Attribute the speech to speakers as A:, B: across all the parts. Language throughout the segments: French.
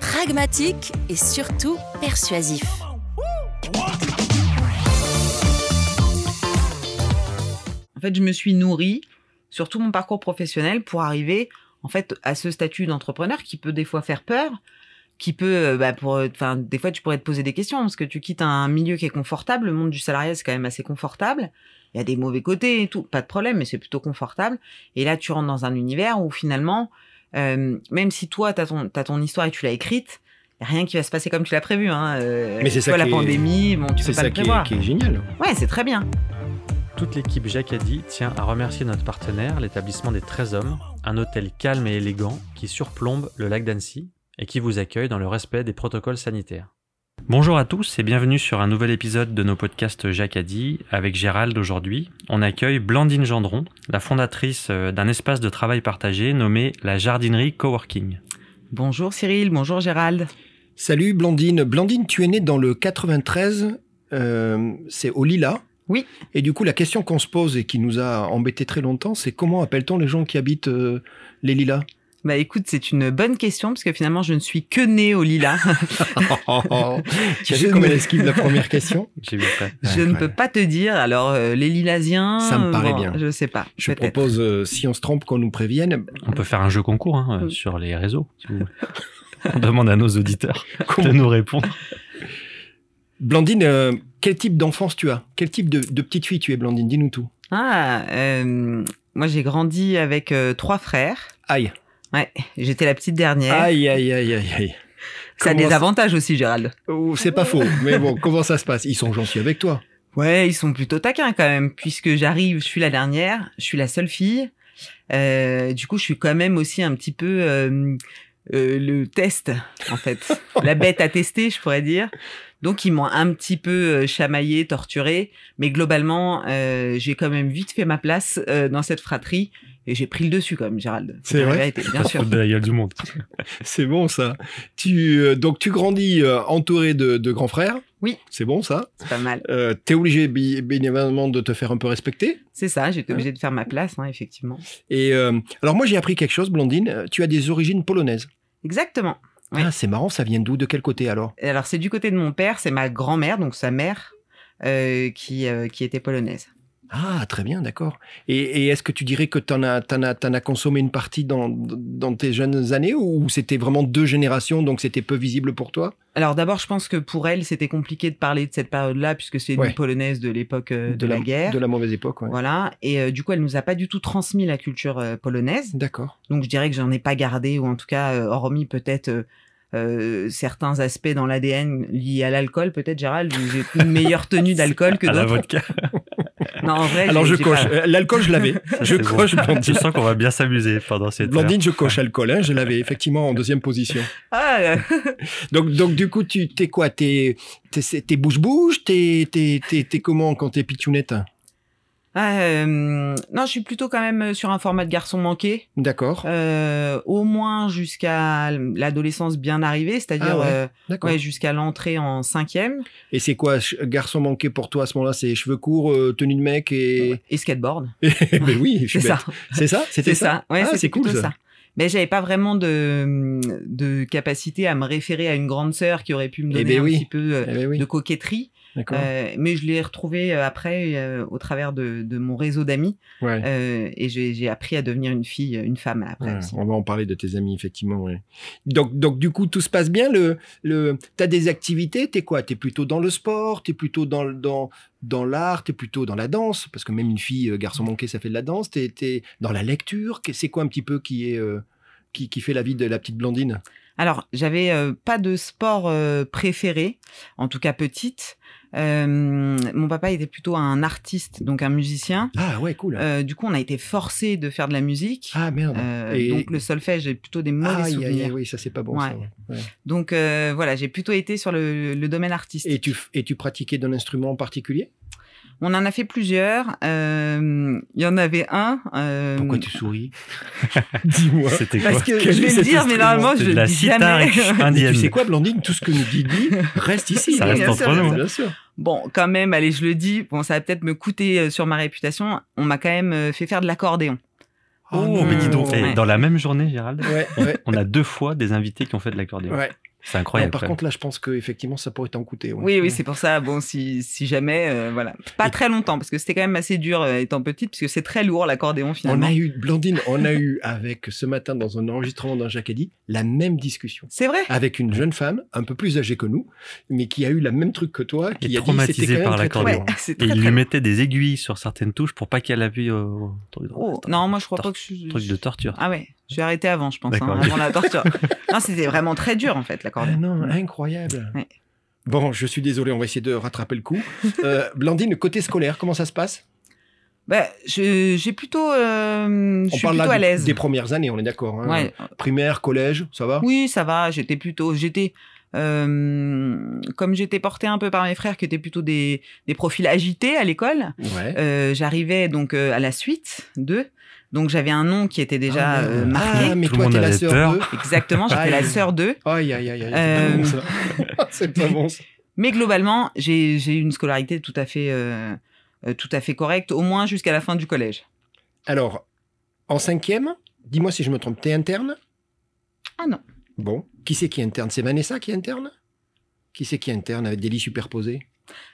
A: pragmatique et surtout persuasif.
B: En fait, je me suis nourrie sur tout mon parcours professionnel pour arriver en fait à ce statut d'entrepreneur qui peut des fois faire peur, qui peut euh, bah, pour enfin des fois tu pourrais te poser des questions parce que tu quittes un milieu qui est confortable, le monde du salariat c'est quand même assez confortable. Il y a des mauvais côtés et tout, pas de problème, mais c'est plutôt confortable. Et là, tu rentres dans un univers où finalement, euh, même si toi, t'as ton, t'as ton histoire et tu l'as écrite, y a rien qui va se passer comme tu l'as prévu. Hein. Euh,
C: Mais c'est
B: tu
C: ça
B: vois, la
C: qui est-
B: pandémie, bon, tu
C: C'est
B: peux pas le
C: ça qui
B: prévoir.
C: est, qui est génial.
B: Ouais, c'est très bien.
D: Toute l'équipe Jacadi tient à remercier notre partenaire, l'établissement des 13 hommes, un hôtel calme et élégant qui surplombe le lac d'Annecy et qui vous accueille dans le respect des protocoles sanitaires. Bonjour à tous et bienvenue sur un nouvel épisode de nos podcasts Jacadi. Avec Gérald aujourd'hui, on accueille Blandine Gendron, la fondatrice euh, d'un espace de travail partagé nommé la jardinerie coworking.
B: Bonjour Cyril, bonjour Gérald.
E: Salut Blandine. Blandine, tu es née dans le 93, euh, c'est au Lila.
B: Oui.
E: Et du coup, la question qu'on se pose et qui nous a embêtés très longtemps, c'est comment appelle-t-on les gens qui habitent euh, les Lilas
B: Bah écoute, c'est une bonne question parce que finalement, je ne suis que née au Lila.
E: Tu as vu comment elle esquive la première question
D: J'ai vu ça.
B: je
E: Ouais,
B: ne
E: ouais.
B: peux pas te dire. Alors, euh, les Lilasiens.
E: Ça me
B: euh,
E: paraît
B: bon,
E: bien.
B: Je sais pas.
E: Je
B: peut-être.
E: propose, euh, si on se trompe, qu'on nous prévienne.
D: On peut faire un jeu concours hein, euh,
B: Oui.
D: sur les réseaux. si vous voulez. on demande à nos auditeurs de
E: Comment-
D: nous répondre.
E: Blandine, euh, quel type d'enfance tu as Quel type de, de petite fille tu es, Blandine Dis-nous tout.
B: Ah, euh, moi, j'ai grandi avec euh, trois frères.
E: Aïe.
B: Ouais, j'étais la petite dernière.
E: Aïe, aïe, aïe, aïe, aïe.
B: Hein? ça a
E: Ah, comment
B: des
E: ça-
B: avantages aussi, Gérald.
E: Oh, c'est pas faux, mais bon, comment ça se passe Ils sont gentils avec toi.
B: Ouais, ils sont plutôt taquins quand même, puisque j'arrive, je suis la dernière, je suis la seule fille. Euh, du coup, je suis quand même aussi un petit peu euh, euh, le test, en fait. la bête à tester, je pourrais dire. Donc, ils m'ont un petit peu euh, chamaillé, torturé. Mais globalement, euh, j'ai quand même vite fait ma place euh, dans cette fratrie. Et j'ai pris le dessus quand même, Gérald.
E: C'est
B: la
E: vrai
B: vérité, bien sûr.
D: de la gueule du monde.
E: C'est bon ça. Tu, euh, donc tu grandis euh, entouré de, de grands frères.
B: Oui.
E: C'est bon ça.
B: C'est pas mal.
E: Euh, T'es obligé bi- bien évidemment de te faire un peu respecter.
B: C'est ça, j'étais obligée de faire ma place, hein, effectivement.
E: Et euh, alors moi j'ai appris quelque chose, Blandine. Euh, Tu as des origines polonaises.
B: Exactement. Oui.
E: Ah c'est marrant, ça vient d'où De quel côté alors
B: Et Alors, c'est du côté de mon père, c'est ma grand-mère, donc sa mère, euh, qui, euh, qui était polonaise.
E: Ah très bien, d'accord. Et, et est-ce que tu dirais que t'en as, t'en as, t'en as consommé une partie dans, dans tes jeunes années ou c'était vraiment deux générations donc c'était peu visible pour toi
B: Alors, d'abord, je pense que pour elle, c'était compliqué de parler de cette période-là, puisque c'est
E: Ouais.
B: une polonaise de l'époque euh, de, la, guerre.
E: de la mauvaise époque. ouais.
B: Voilà. Et euh, du coup, elle nous a pas du tout transmis la culture euh, polonaise.
E: D'accord.
B: Donc, je dirais que j'en ai pas gardé, ou en tout cas, euh, hormis peut-être. euh, euh, certains aspects dans l'ADN liés à l'alcool, peut-être Gérald, où j'ai une meilleure tenue d'alcool que
D: à la
B: d'autres.
D: vodka.
B: Non, en vrai,
E: Alors
B: j'ai-
E: je
B: j'ai
E: coche.
B: pas-
E: Euh, L'alcool je l'avais. je
D: c'est bon.
E: coche Blandine.
D: Je sens qu'on va bien s'amuser pendant cette
B: Bah,
D: heure.
E: Blandine, je coche alcool, hein, je l'avais effectivement en deuxième position.
B: Ah, euh,
E: Donc, donc du coup, tu t'es quoi T'es t'es- c'est- t'es bouche-bouche T'es t'es- t'es- t'es comment quand t'es pitchounette
B: ah, euh, non, je suis plutôt quand même euh, sur un format de garçon manqué.
E: D'accord,
B: Euh, au moins jusqu'à l'adolescence bien arrivée, c'est-à-dire
E: Ah ouais,
B: euh,
E: d'accord.
B: ouais, jusqu'à l'entrée en cinquième
E: Et c'est quoi, ch- garçon manqué pour toi à ce moment-là C'est cheveux courts, euh, tenue de mec et...
B: et skateboard.
E: Mais oui, je suis
B: C'est ça,
E: bête. C'est ça C'était
B: c'est ça. Ouais,
E: Ah,
B: c'était
E: c'est cool,
B: plutôt
E: ça.
B: Mais j'avais pas vraiment de, de capacité à me référer à une grande sœur qui aurait pu me
E: Eh
B: donner
E: ben
B: un
E: oui.
B: petit peu euh,
E: Eh ben oui.
B: de coquetterie.
E: D'accord.
B: Euh, mais je l'ai retrouvé euh, après euh, au travers de, de mon réseau d'amis
E: ouais.
B: euh, et j'ai j'ai appris à devenir une fille, une femme après.
E: Ouais,
B: aussi.
E: on va en parler de tes amis, effectivement. ouais. Donc, donc, du coup, tout se passe bien. Le, le, tu as des activités, tu es quoi Tu es plutôt dans le sport, tu es plutôt dans, le- dans, dans l'art, tu es plutôt dans la danse, parce que même une fille, euh, garçon manqué, ça fait de la danse. Tu es, dans la lecture. Qu'est- C'est quoi un petit peu qui, est, euh, qui, qui fait la vie de la petite blondine
B: Alors, j'avais euh, pas de sport euh, préféré, en tout cas petite. Euh, mon papa était plutôt un artiste, donc un musicien.
E: Ah ouais, cool.
B: Euh, du coup, on a été forcé de faire de la musique.
E: ah merde.
B: Euh,
E: Et-
B: Donc, le solfège, j'ai plutôt des mauvais
E: Ah, aïe, aïe,
B: souvenirs.
E: aïe, oui, ça c'est pas bon. ça,
B: Ouais.
E: ouais. Ouais.
B: Donc, euh, voilà, j'ai plutôt été sur le, le domaine artistique.
E: Et, tu, f- et tu pratiquais d'un instrument en particulier
B: On en a fait plusieurs. Euh, Il y en avait un. euh,
E: Pourquoi tu souris Dis-moi.
D: C'était quoi
B: Parce que
E: Quel
B: je
E: est
B: vais le
E: cet
B: dire, mais
E: instrument
B: normalement, je
D: C'était de
B: le
D: la
B: dis jamais.
D: sitar
E: Mais
D: indienne.
E: tu sais quoi, Blandine Tout ce que nous dit Guy reste ici.
D: Ça
B: Oui,
D: reste
B: bien
D: entre
B: sûr,
D: nous.
B: bien
E: Bien sûr.
B: Bon, quand même, allez, je le dis, bon, ça va peut-être me coûter euh, sur ma réputation. On m'a quand même euh, fait faire de l'accordéon.
D: Oh,
B: non.
D: mais dis donc,
B: Ouais.
D: eh, dans la même journée, Gérald,
E: Ouais, ouais,
D: on a deux fois des invités qui ont fait de l'accordéon.
E: ouais.
D: C'est
E: Non,
D: incroyable.
E: par
D: quand
E: contre, là, je pense que effectivement, ça pourrait t'en coûter. ouais.
B: Oui, oui, c'est pour ça. Bon, si, si jamais, euh, voilà. Pas
E: Et-
B: très longtemps, parce que c'était quand même assez dur euh, étant petite, puisque c'est très lourd l'accordéon
E: On
B: finalement.
E: a eu, Blandine, on a eu avec ce matin dans un enregistrement d'un Jacadi la même discussion.
B: C'est vrai.
E: Avec une jeune femme, un peu plus âgée que nous, mais qui a eu la même truc que toi,
D: Et
E: qui a dit que
D: traumatisée
E: c'était quand
D: par
E: même très, très
D: l'accordéon.
B: Ouais,
E: lourd.
B: c'est
D: Et
B: très,
D: il lui
B: très lourd.
D: mettait des aiguilles sur certaines touches pour pas qu'elle appuie au.
B: Oh, non, moi, je crois pas que je suis.
D: Truc de torture.
B: Ah ouais, je suis arrêtée avant, je pense,
D: D'accord.
B: hein, avant la torture. non, c'était vraiment très dur en fait
E: Ah
B: l'accordéon.
E: non, incroyable.
B: Ouais.
E: Bon, je suis désolé, on va essayer de rattraper le coup. Euh, Blandine, côté scolaire, comment ça se passe
B: Bah, je- j'ai plutôt, euh, je
E: On
B: suis
E: parle
B: plutôt
E: là
B: à
E: du-
B: l'aise.
E: des premières années, on est d'accord. hein.
B: Ouais,
E: Primaire, collège, ça va
B: Oui, ça va. J'étais plutôt, j'étais euh, comme j'étais portée un peu par mes frères qui étaient plutôt des, des profils agités à l'école.
E: Ouais.
B: euh, J'arrivais donc euh, à la suite d'eux, donc j'avais un nom qui était déjà
E: Ah,
B: euh,
E: merde.
B: marqué.
E: Ah, mais
D: Tout le
E: toi,
D: monde
E: t'es la
D: avait
E: sœur
D: peur.
E: d'eux.
B: Exactement, j'étais la
E: Aïe.
B: sœur d'eux.
E: Aïe, aïe, aïe, aïe, c'est pas
B: Euh,
E: bon ça. c'est pas bon ça.
B: Mais globalement, j'ai j'ai eu une scolarité tout à fait, euh, euh, tout à fait correcte, au moins jusqu'à la fin du collège.
E: Alors, en cinquième, dis-moi si je me trompe, t'es interne
B: Ah non.
E: Bon, qui c'est qui est interne C'est Vanessa qui est interne Qui c'est qui est interne avec des lits superposés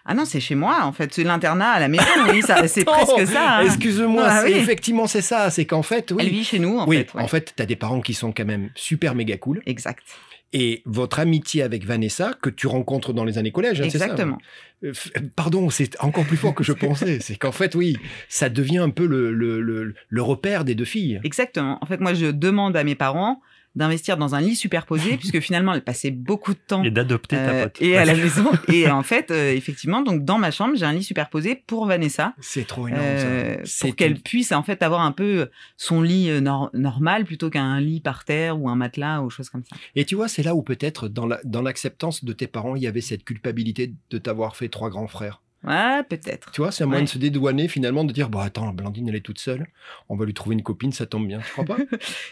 B: Ah non, c'est chez moi en fait, c'est l'internat à la maison. Oui, ça- c'est
E: Attends,
B: presque ça. hein.
E: Excuse-moi,
B: Ah
E: c'est-
B: oui.
E: effectivement c'est ça, c'est qu'en fait, oui.
B: Elle vit chez nous en
E: oui,
B: fait. ouais.
E: en fait, t'as des parents qui sont quand même super méga cool.
B: Exact.
E: Et votre amitié avec Vanessa, que tu rencontres dans les années collège, hein, c'est ça
B: Exactement.
E: Euh, f- Pardon, c'est encore plus fort que je pensais. C'est qu'en fait, oui, ça devient un peu le, le, le, le repère des deux filles.
B: Exactement. En fait, moi, je demande à mes parents d'investir dans un lit superposé, puisque finalement, elle passait beaucoup de temps
D: Et d'adopter ta
B: euh,
D: pote.
B: et à la maison. Et en fait, euh, effectivement, donc dans ma chambre, j'ai un lit superposé pour Vanessa.
E: C'est trop énorme,
B: euh,
E: ça. C'est
B: pour qu'elle
E: une-
B: puisse en fait avoir un peu son lit euh, nor- normal plutôt qu'un lit par terre ou un matelas ou choses comme ça.
E: Et tu vois, c'est là où peut-être, dans la- dans l'acceptance de tes parents, il y avait cette culpabilité de t'avoir fait trois grands frères.
B: Ouais, peut-être.
E: Tu vois, c'est un moyen
B: Ouais.
E: de se dédouaner, finalement, de dire, bon, attends, Blandine, elle est toute seule. On va lui trouver une copine, ça tombe bien. Tu crois pas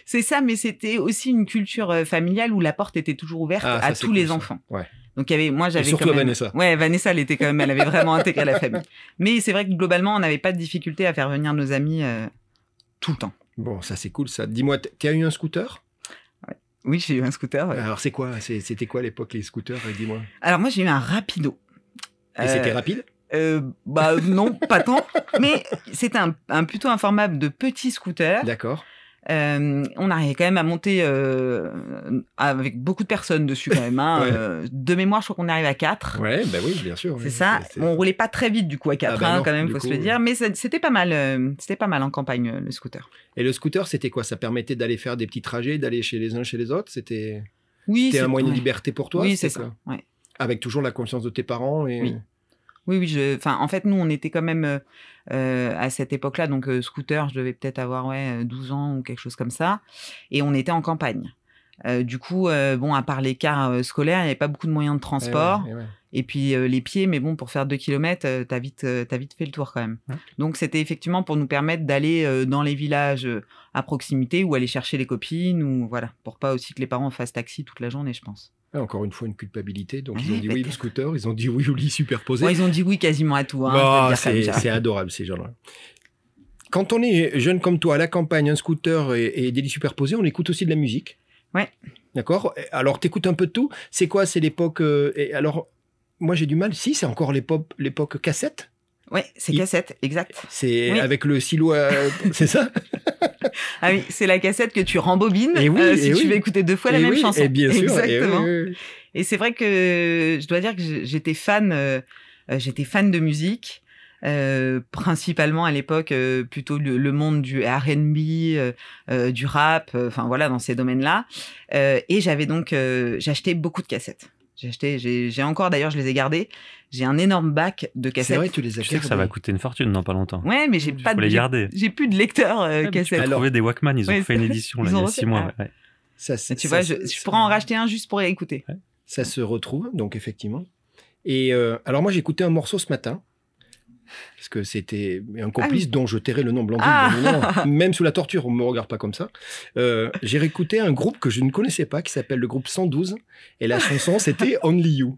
B: C'est ça, mais c'était aussi une culture euh, familiale où la porte était toujours ouverte
E: Ah, ça,
B: à
E: c'est
B: tous
E: cool,
B: les
E: ça.
B: enfants.
E: Ouais.
B: Donc il y avait, moi j'avais
E: surtout
B: quand
E: à
B: même-
E: Vanessa.
B: Ouais, Vanessa, elle était quand même, elle avait vraiment intégré la famille. Mais c'est vrai que globalement, on n'avait pas de difficulté à faire venir nos amis euh, tout le temps.
E: Bon, ça, c'est cool, ça. Dis-moi, t- t'as eu un scooter
B: Oui, j'ai eu un scooter. ouais.
E: Alors, c'est quoi C'est- C'était quoi à l'époque, les scooters euh, Dis-moi.
B: Alors moi, j'ai eu un rapido.
E: Et
B: Euh,
E: c'était rapide
B: euh, Bah non, pas tant. Mais c'était un, un plutôt un format de petit scooter.
E: D'accord.
B: Euh, on arrivait quand même à monter euh, avec beaucoup de personnes dessus quand même. hein.
E: Ouais.
B: Euh, de mémoire, je crois qu'on arrive à 4.
E: Ouais, bah oui, bien sûr.
B: C'est
E: oui,
B: ça.
E: c'est-
B: On roulait pas très vite du coup à 4
E: bah non,
B: quand même,
E: du
B: faut se
E: coup,
B: le
E: oui.
B: dire. Mais ça- c'était pas mal. euh, c'était pas mal en campagne euh, le scooter.
E: Et le scooter, c'était quoi Ça permettait d'aller faire des petits trajets, d'aller chez les uns, chez les autres C'était
B: Oui.
E: c'était un
B: c'est-
E: moyen de
B: ouais.
E: liberté pour toi
B: Oui,
E: c'était
B: c'est ça. ouais.
E: Avec toujours la confiance de tes parents et...
B: Oui. Oui, oui, je... enfin, en fait, nous, on était quand même euh, euh, à cette époque-là, donc euh, scooter, je devais peut-être avoir ouais, euh, 12 ans ou quelque chose comme ça, et on était en campagne. Euh, du coup, euh, bon, à part les cars euh, scolaires, il n'y avait pas beaucoup de moyens de
E: Eh ouais,
B: transport,
E: eh ouais.
B: et puis euh, les pieds, mais bon, pour faire 2 km, t'as vite, euh, t'as vite fait le tour quand même.
D: Ouais.
B: Donc, c'était effectivement pour nous permettre d'aller euh, dans les villages euh, à proximité ou aller chercher les copines, ou voilà, pour pas aussi que les parents fassent taxi toute la journée, je pense.
E: Ah, Encore une fois, une culpabilité. Donc,
B: Ouais,
E: ils ont dit oui au
B: peut-être.
E: scooter, ils ont dit oui au lit superposé.
B: Bon, ils ont dit oui quasiment à tout, hein, je
E: Bah,
B: peux le
E: c'est
B: dire comme ça.
E: c'est adorable, ces gens-là. Quand on est jeune comme toi, à la campagne, un scooter et, et des lits superposés, on écoute aussi de la musique.
B: Ouais.
E: D'accord Alors, t'écoutes un peu de tout. C'est quoi C'est l'époque. euh, et alors, moi j'ai du mal. Si, c'est encore l'époque l'époque cassette.
B: Ouais, c'est
E: Il-
B: cassette, exact.
E: C'est
B: Oui.
E: avec le silo, à- c'est ça
B: Ah oui, c'est la cassette que tu rembobines
E: Et oui,
B: euh, si
E: et
B: tu
E: oui.
B: veux écouter deux fois la
E: Et
B: même
E: oui,
B: chanson.
E: Et bien sûr. et
B: Exactement.
E: oui, oui, oui.
B: Et c'est vrai que je dois dire que j'- j'étais fan, euh, euh, j'étais fan de musique, euh, principalement à l'époque euh, plutôt le, le monde du R&B, euh, euh, du rap, euh, enfin voilà dans ces domaines-là. Euh, et j'avais donc euh, j'achetais beaucoup de cassettes. J'ai acheté, j'ai j'ai encore d'ailleurs, je les ai gardées. J'ai un énorme bac de
E: C'est
B: cassettes.
E: vrai, tu les as
D: Je sais que ça va coûter une fortune dans pas longtemps.
B: Ouais, mais j'ai pas
D: Faut
B: de
D: les garder.
B: j'ai plus de lecteur euh,
D: Ouais, mais tu peux
B: cassette.
E: Alors-
D: trouver des Walkman, ils ont
B: Ouais,
D: fait une édition
B: ils
D: là, il y
B: ont
D: a
B: refait-
D: six mois.
B: Ah.
D: ouais.
E: Ça, se-
B: Mais tu
E: ça
B: vois,
E: se-
B: je, je pourrais en racheter un juste pour les écouter.
E: Ça se retrouve, donc effectivement. Et euh, alors moi, j'ai écouté un morceau ce matin. Parce que c'était un complice dont je tairai le nom Blandine.
B: Ah.
E: bien évidemment. même sous la torture, on ne me regarde pas comme ça. Euh, j'ai réécouté un groupe que je ne connaissais pas, qui s'appelle le groupe 112. Et la chanson, c'était Only You.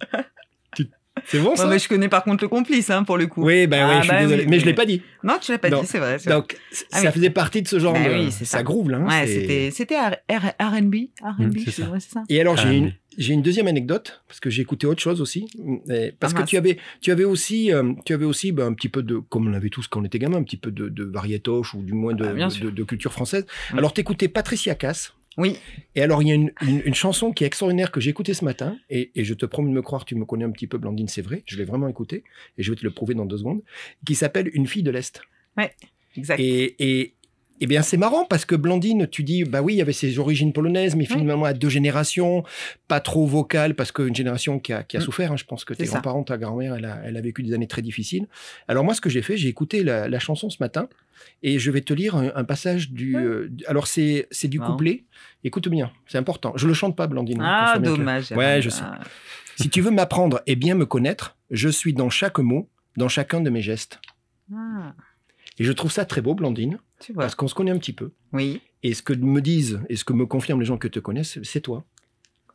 E: Tu- C'est bon
B: Ouais,
E: ça
B: mais je connais par contre le complice hein, pour le coup.
E: Oui, ben
B: Ah,
E: oui, je suis
B: bah
E: désolé.
B: oui,
E: mais je ne
B: oui.
E: l'ai pas dit.
B: Non, tu l'as pas
E: Non.
B: dit, c'est vrai. c'est
E: Donc,
B: Ah
E: ça
B: oui.
E: faisait partie de ce genre.
B: Bah
E: de-
B: oui, c'est
E: ça
B: ça.
E: groove, là. hein,
B: Ouais,
E: c'est-
B: c'était c'était R- R- R&B, R&B,
D: Mm, c'est
B: c'est
D: ça.
B: ouais, c'est ça.
E: Et alors,
D: Ah,
E: j'ai une,
D: mais-
E: j'ai une deuxième anecdote, parce que j'ai écouté autre chose aussi. Et Parce
B: Ah,
E: que
B: mince.
E: tu avais, tu avais aussi, euh, tu avais aussi ben, un petit peu de, comme on avait tous quand on était gamin, un petit peu de, de variétoche ou du moins de,
B: Ah, bien
E: de-
B: sûr.
E: de- de culture française.
B: Mm.
E: Alors, t'écoutais Patricia Cass.
B: Oui.
E: Et alors, il y a une, une- une chanson qui est extraordinaire que j'ai écoutée ce matin. Et, et je te promets de me croire, tu me connais un petit peu, Blandine, c'est vrai. Je l'ai vraiment écoutée. Et je vais te le prouver dans deux secondes. Qui s'appelle Une fille de l'Est.
B: Exact.
E: Et, et, et bien, c'est marrant parce que Blandine, tu dis, bah oui, il y avait ses origines polonaises, mais
B: Ouais.
E: finalement à deux générations, pas trop vocale, parce qu'une génération qui a, qui a
B: Mm.
E: souffert. hein. je pense que tes
B: C'est ça.
E: grands-parents, ta grand-mère, elle a, elle a vécu des années très difficiles. Alors, moi, ce que j'ai fait, j'ai écouté la, la chanson ce matin et je vais te lire un, un passage du.
B: Ouais.
E: euh, du- alors, c'est c'est du
B: Marrant.
E: couplet. Écoute bien, c'est important. Je le chante pas, Blandine. qu'on
B: Ah
E: soit bien clair.
B: dommage.
E: Ouais,
B: Ah,
E: je sais. Si tu veux m'apprendre et bien me connaître, je suis dans chaque mot, dans chacun de mes gestes.
B: ah,
E: Et je trouve ça très beau, Blandine,
B: tu vois.
E: parce qu'on se connaît un petit peu.
B: Oui.
E: Et ce que me disent et ce que me confirment les gens que te connaissent, c'est toi.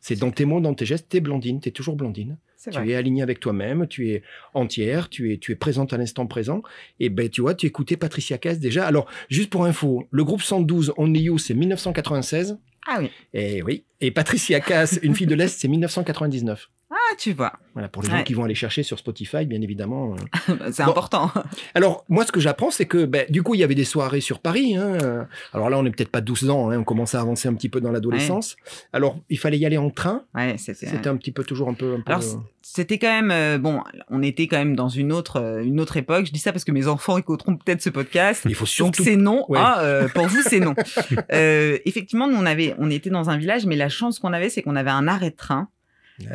E: C'est dans tes mots, dans tes gestes, t'es Blandine, t'es toujours Blandine.
B: C'est
E: Tu
B: vrai.
E: es alignée avec toi-même, tu es entière, tu es, tu es présente à l'instant présent. Et ben, tu vois, tu écoutais Patricia Cass déjà. Alors, juste pour info, le groupe 112 On You, c'est 1996.
B: Ah oui.
E: Et Eh oui. Et Patricia Cass, Une fille de l'Est, c'est 1999.
B: Ah tu vois.
E: Voilà, pour les gens
B: Ouais.
E: qui vont aller chercher sur Spotify, bien évidemment. euh,
B: Bah, C'est
E: Bon.
B: important.
E: Alors, moi, ce que j'apprends, c'est que ben, du coup, il y avait des soirées sur Paris. hein. Euh, Alors là, on n'est peut-être pas 12 ans, hein, on commence à avancer un petit peu dans l'adolescence. Alors, il fallait y aller en train.
B: Ouais, c'était.
E: C'était un petit peu toujours un peu. euh, un peu-
B: Alors, c- c'était quand même euh, bon. On était quand même dans une autre euh, une autre époque. Je dis ça parce que mes enfants écouteront peut-être ce podcast.
E: il faut
B: Donc
E: surtout.
B: c'est non.
E: Ouais.
B: Ah, euh, pour vous c'est non. Euh, effectivement, nous on avait on était dans un village, mais la chance qu'on avait c'est qu'on avait un arrêt de train.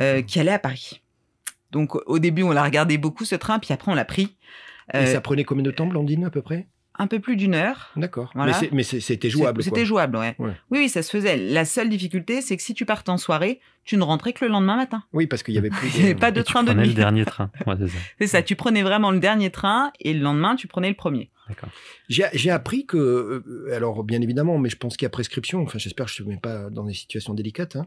B: euh,
E: Hmm.
B: qui allait à Paris. Donc au début, on l'a regardé beaucoup ce train, puis après on l'a pris.
E: Et
B: Euh,
E: ça prenait combien de temps, Blandine, à peu près
B: un peu plus d'une heure.
E: D'accord.
B: Voilà.
E: Mais c'est- Mais c'est- c'était jouable.
B: C'était
E: quoi.
B: jouable, ouais.
E: Ouais.
B: Oui, oui, ça se faisait. La seule difficulté, c'est que si tu partais en soirée, tu ne rentrais que le lendemain matin.
E: Oui, parce qu'il y avait plus.
B: Il n'y avait
E: de-
B: pas de
D: Et tu
B: train de
D: prenais
B: nuit.
D: le dernier train. Ouais, c'est ça.
B: C'est ça, tu prenais vraiment le dernier train et le lendemain, tu prenais le premier.
D: D'accord.
E: J'ai j'ai appris que, euh, alors bien évidemment, mais je pense qu'il y a prescription. Enfin, j'espère que je ne te mets pas dans des situations délicates. hein.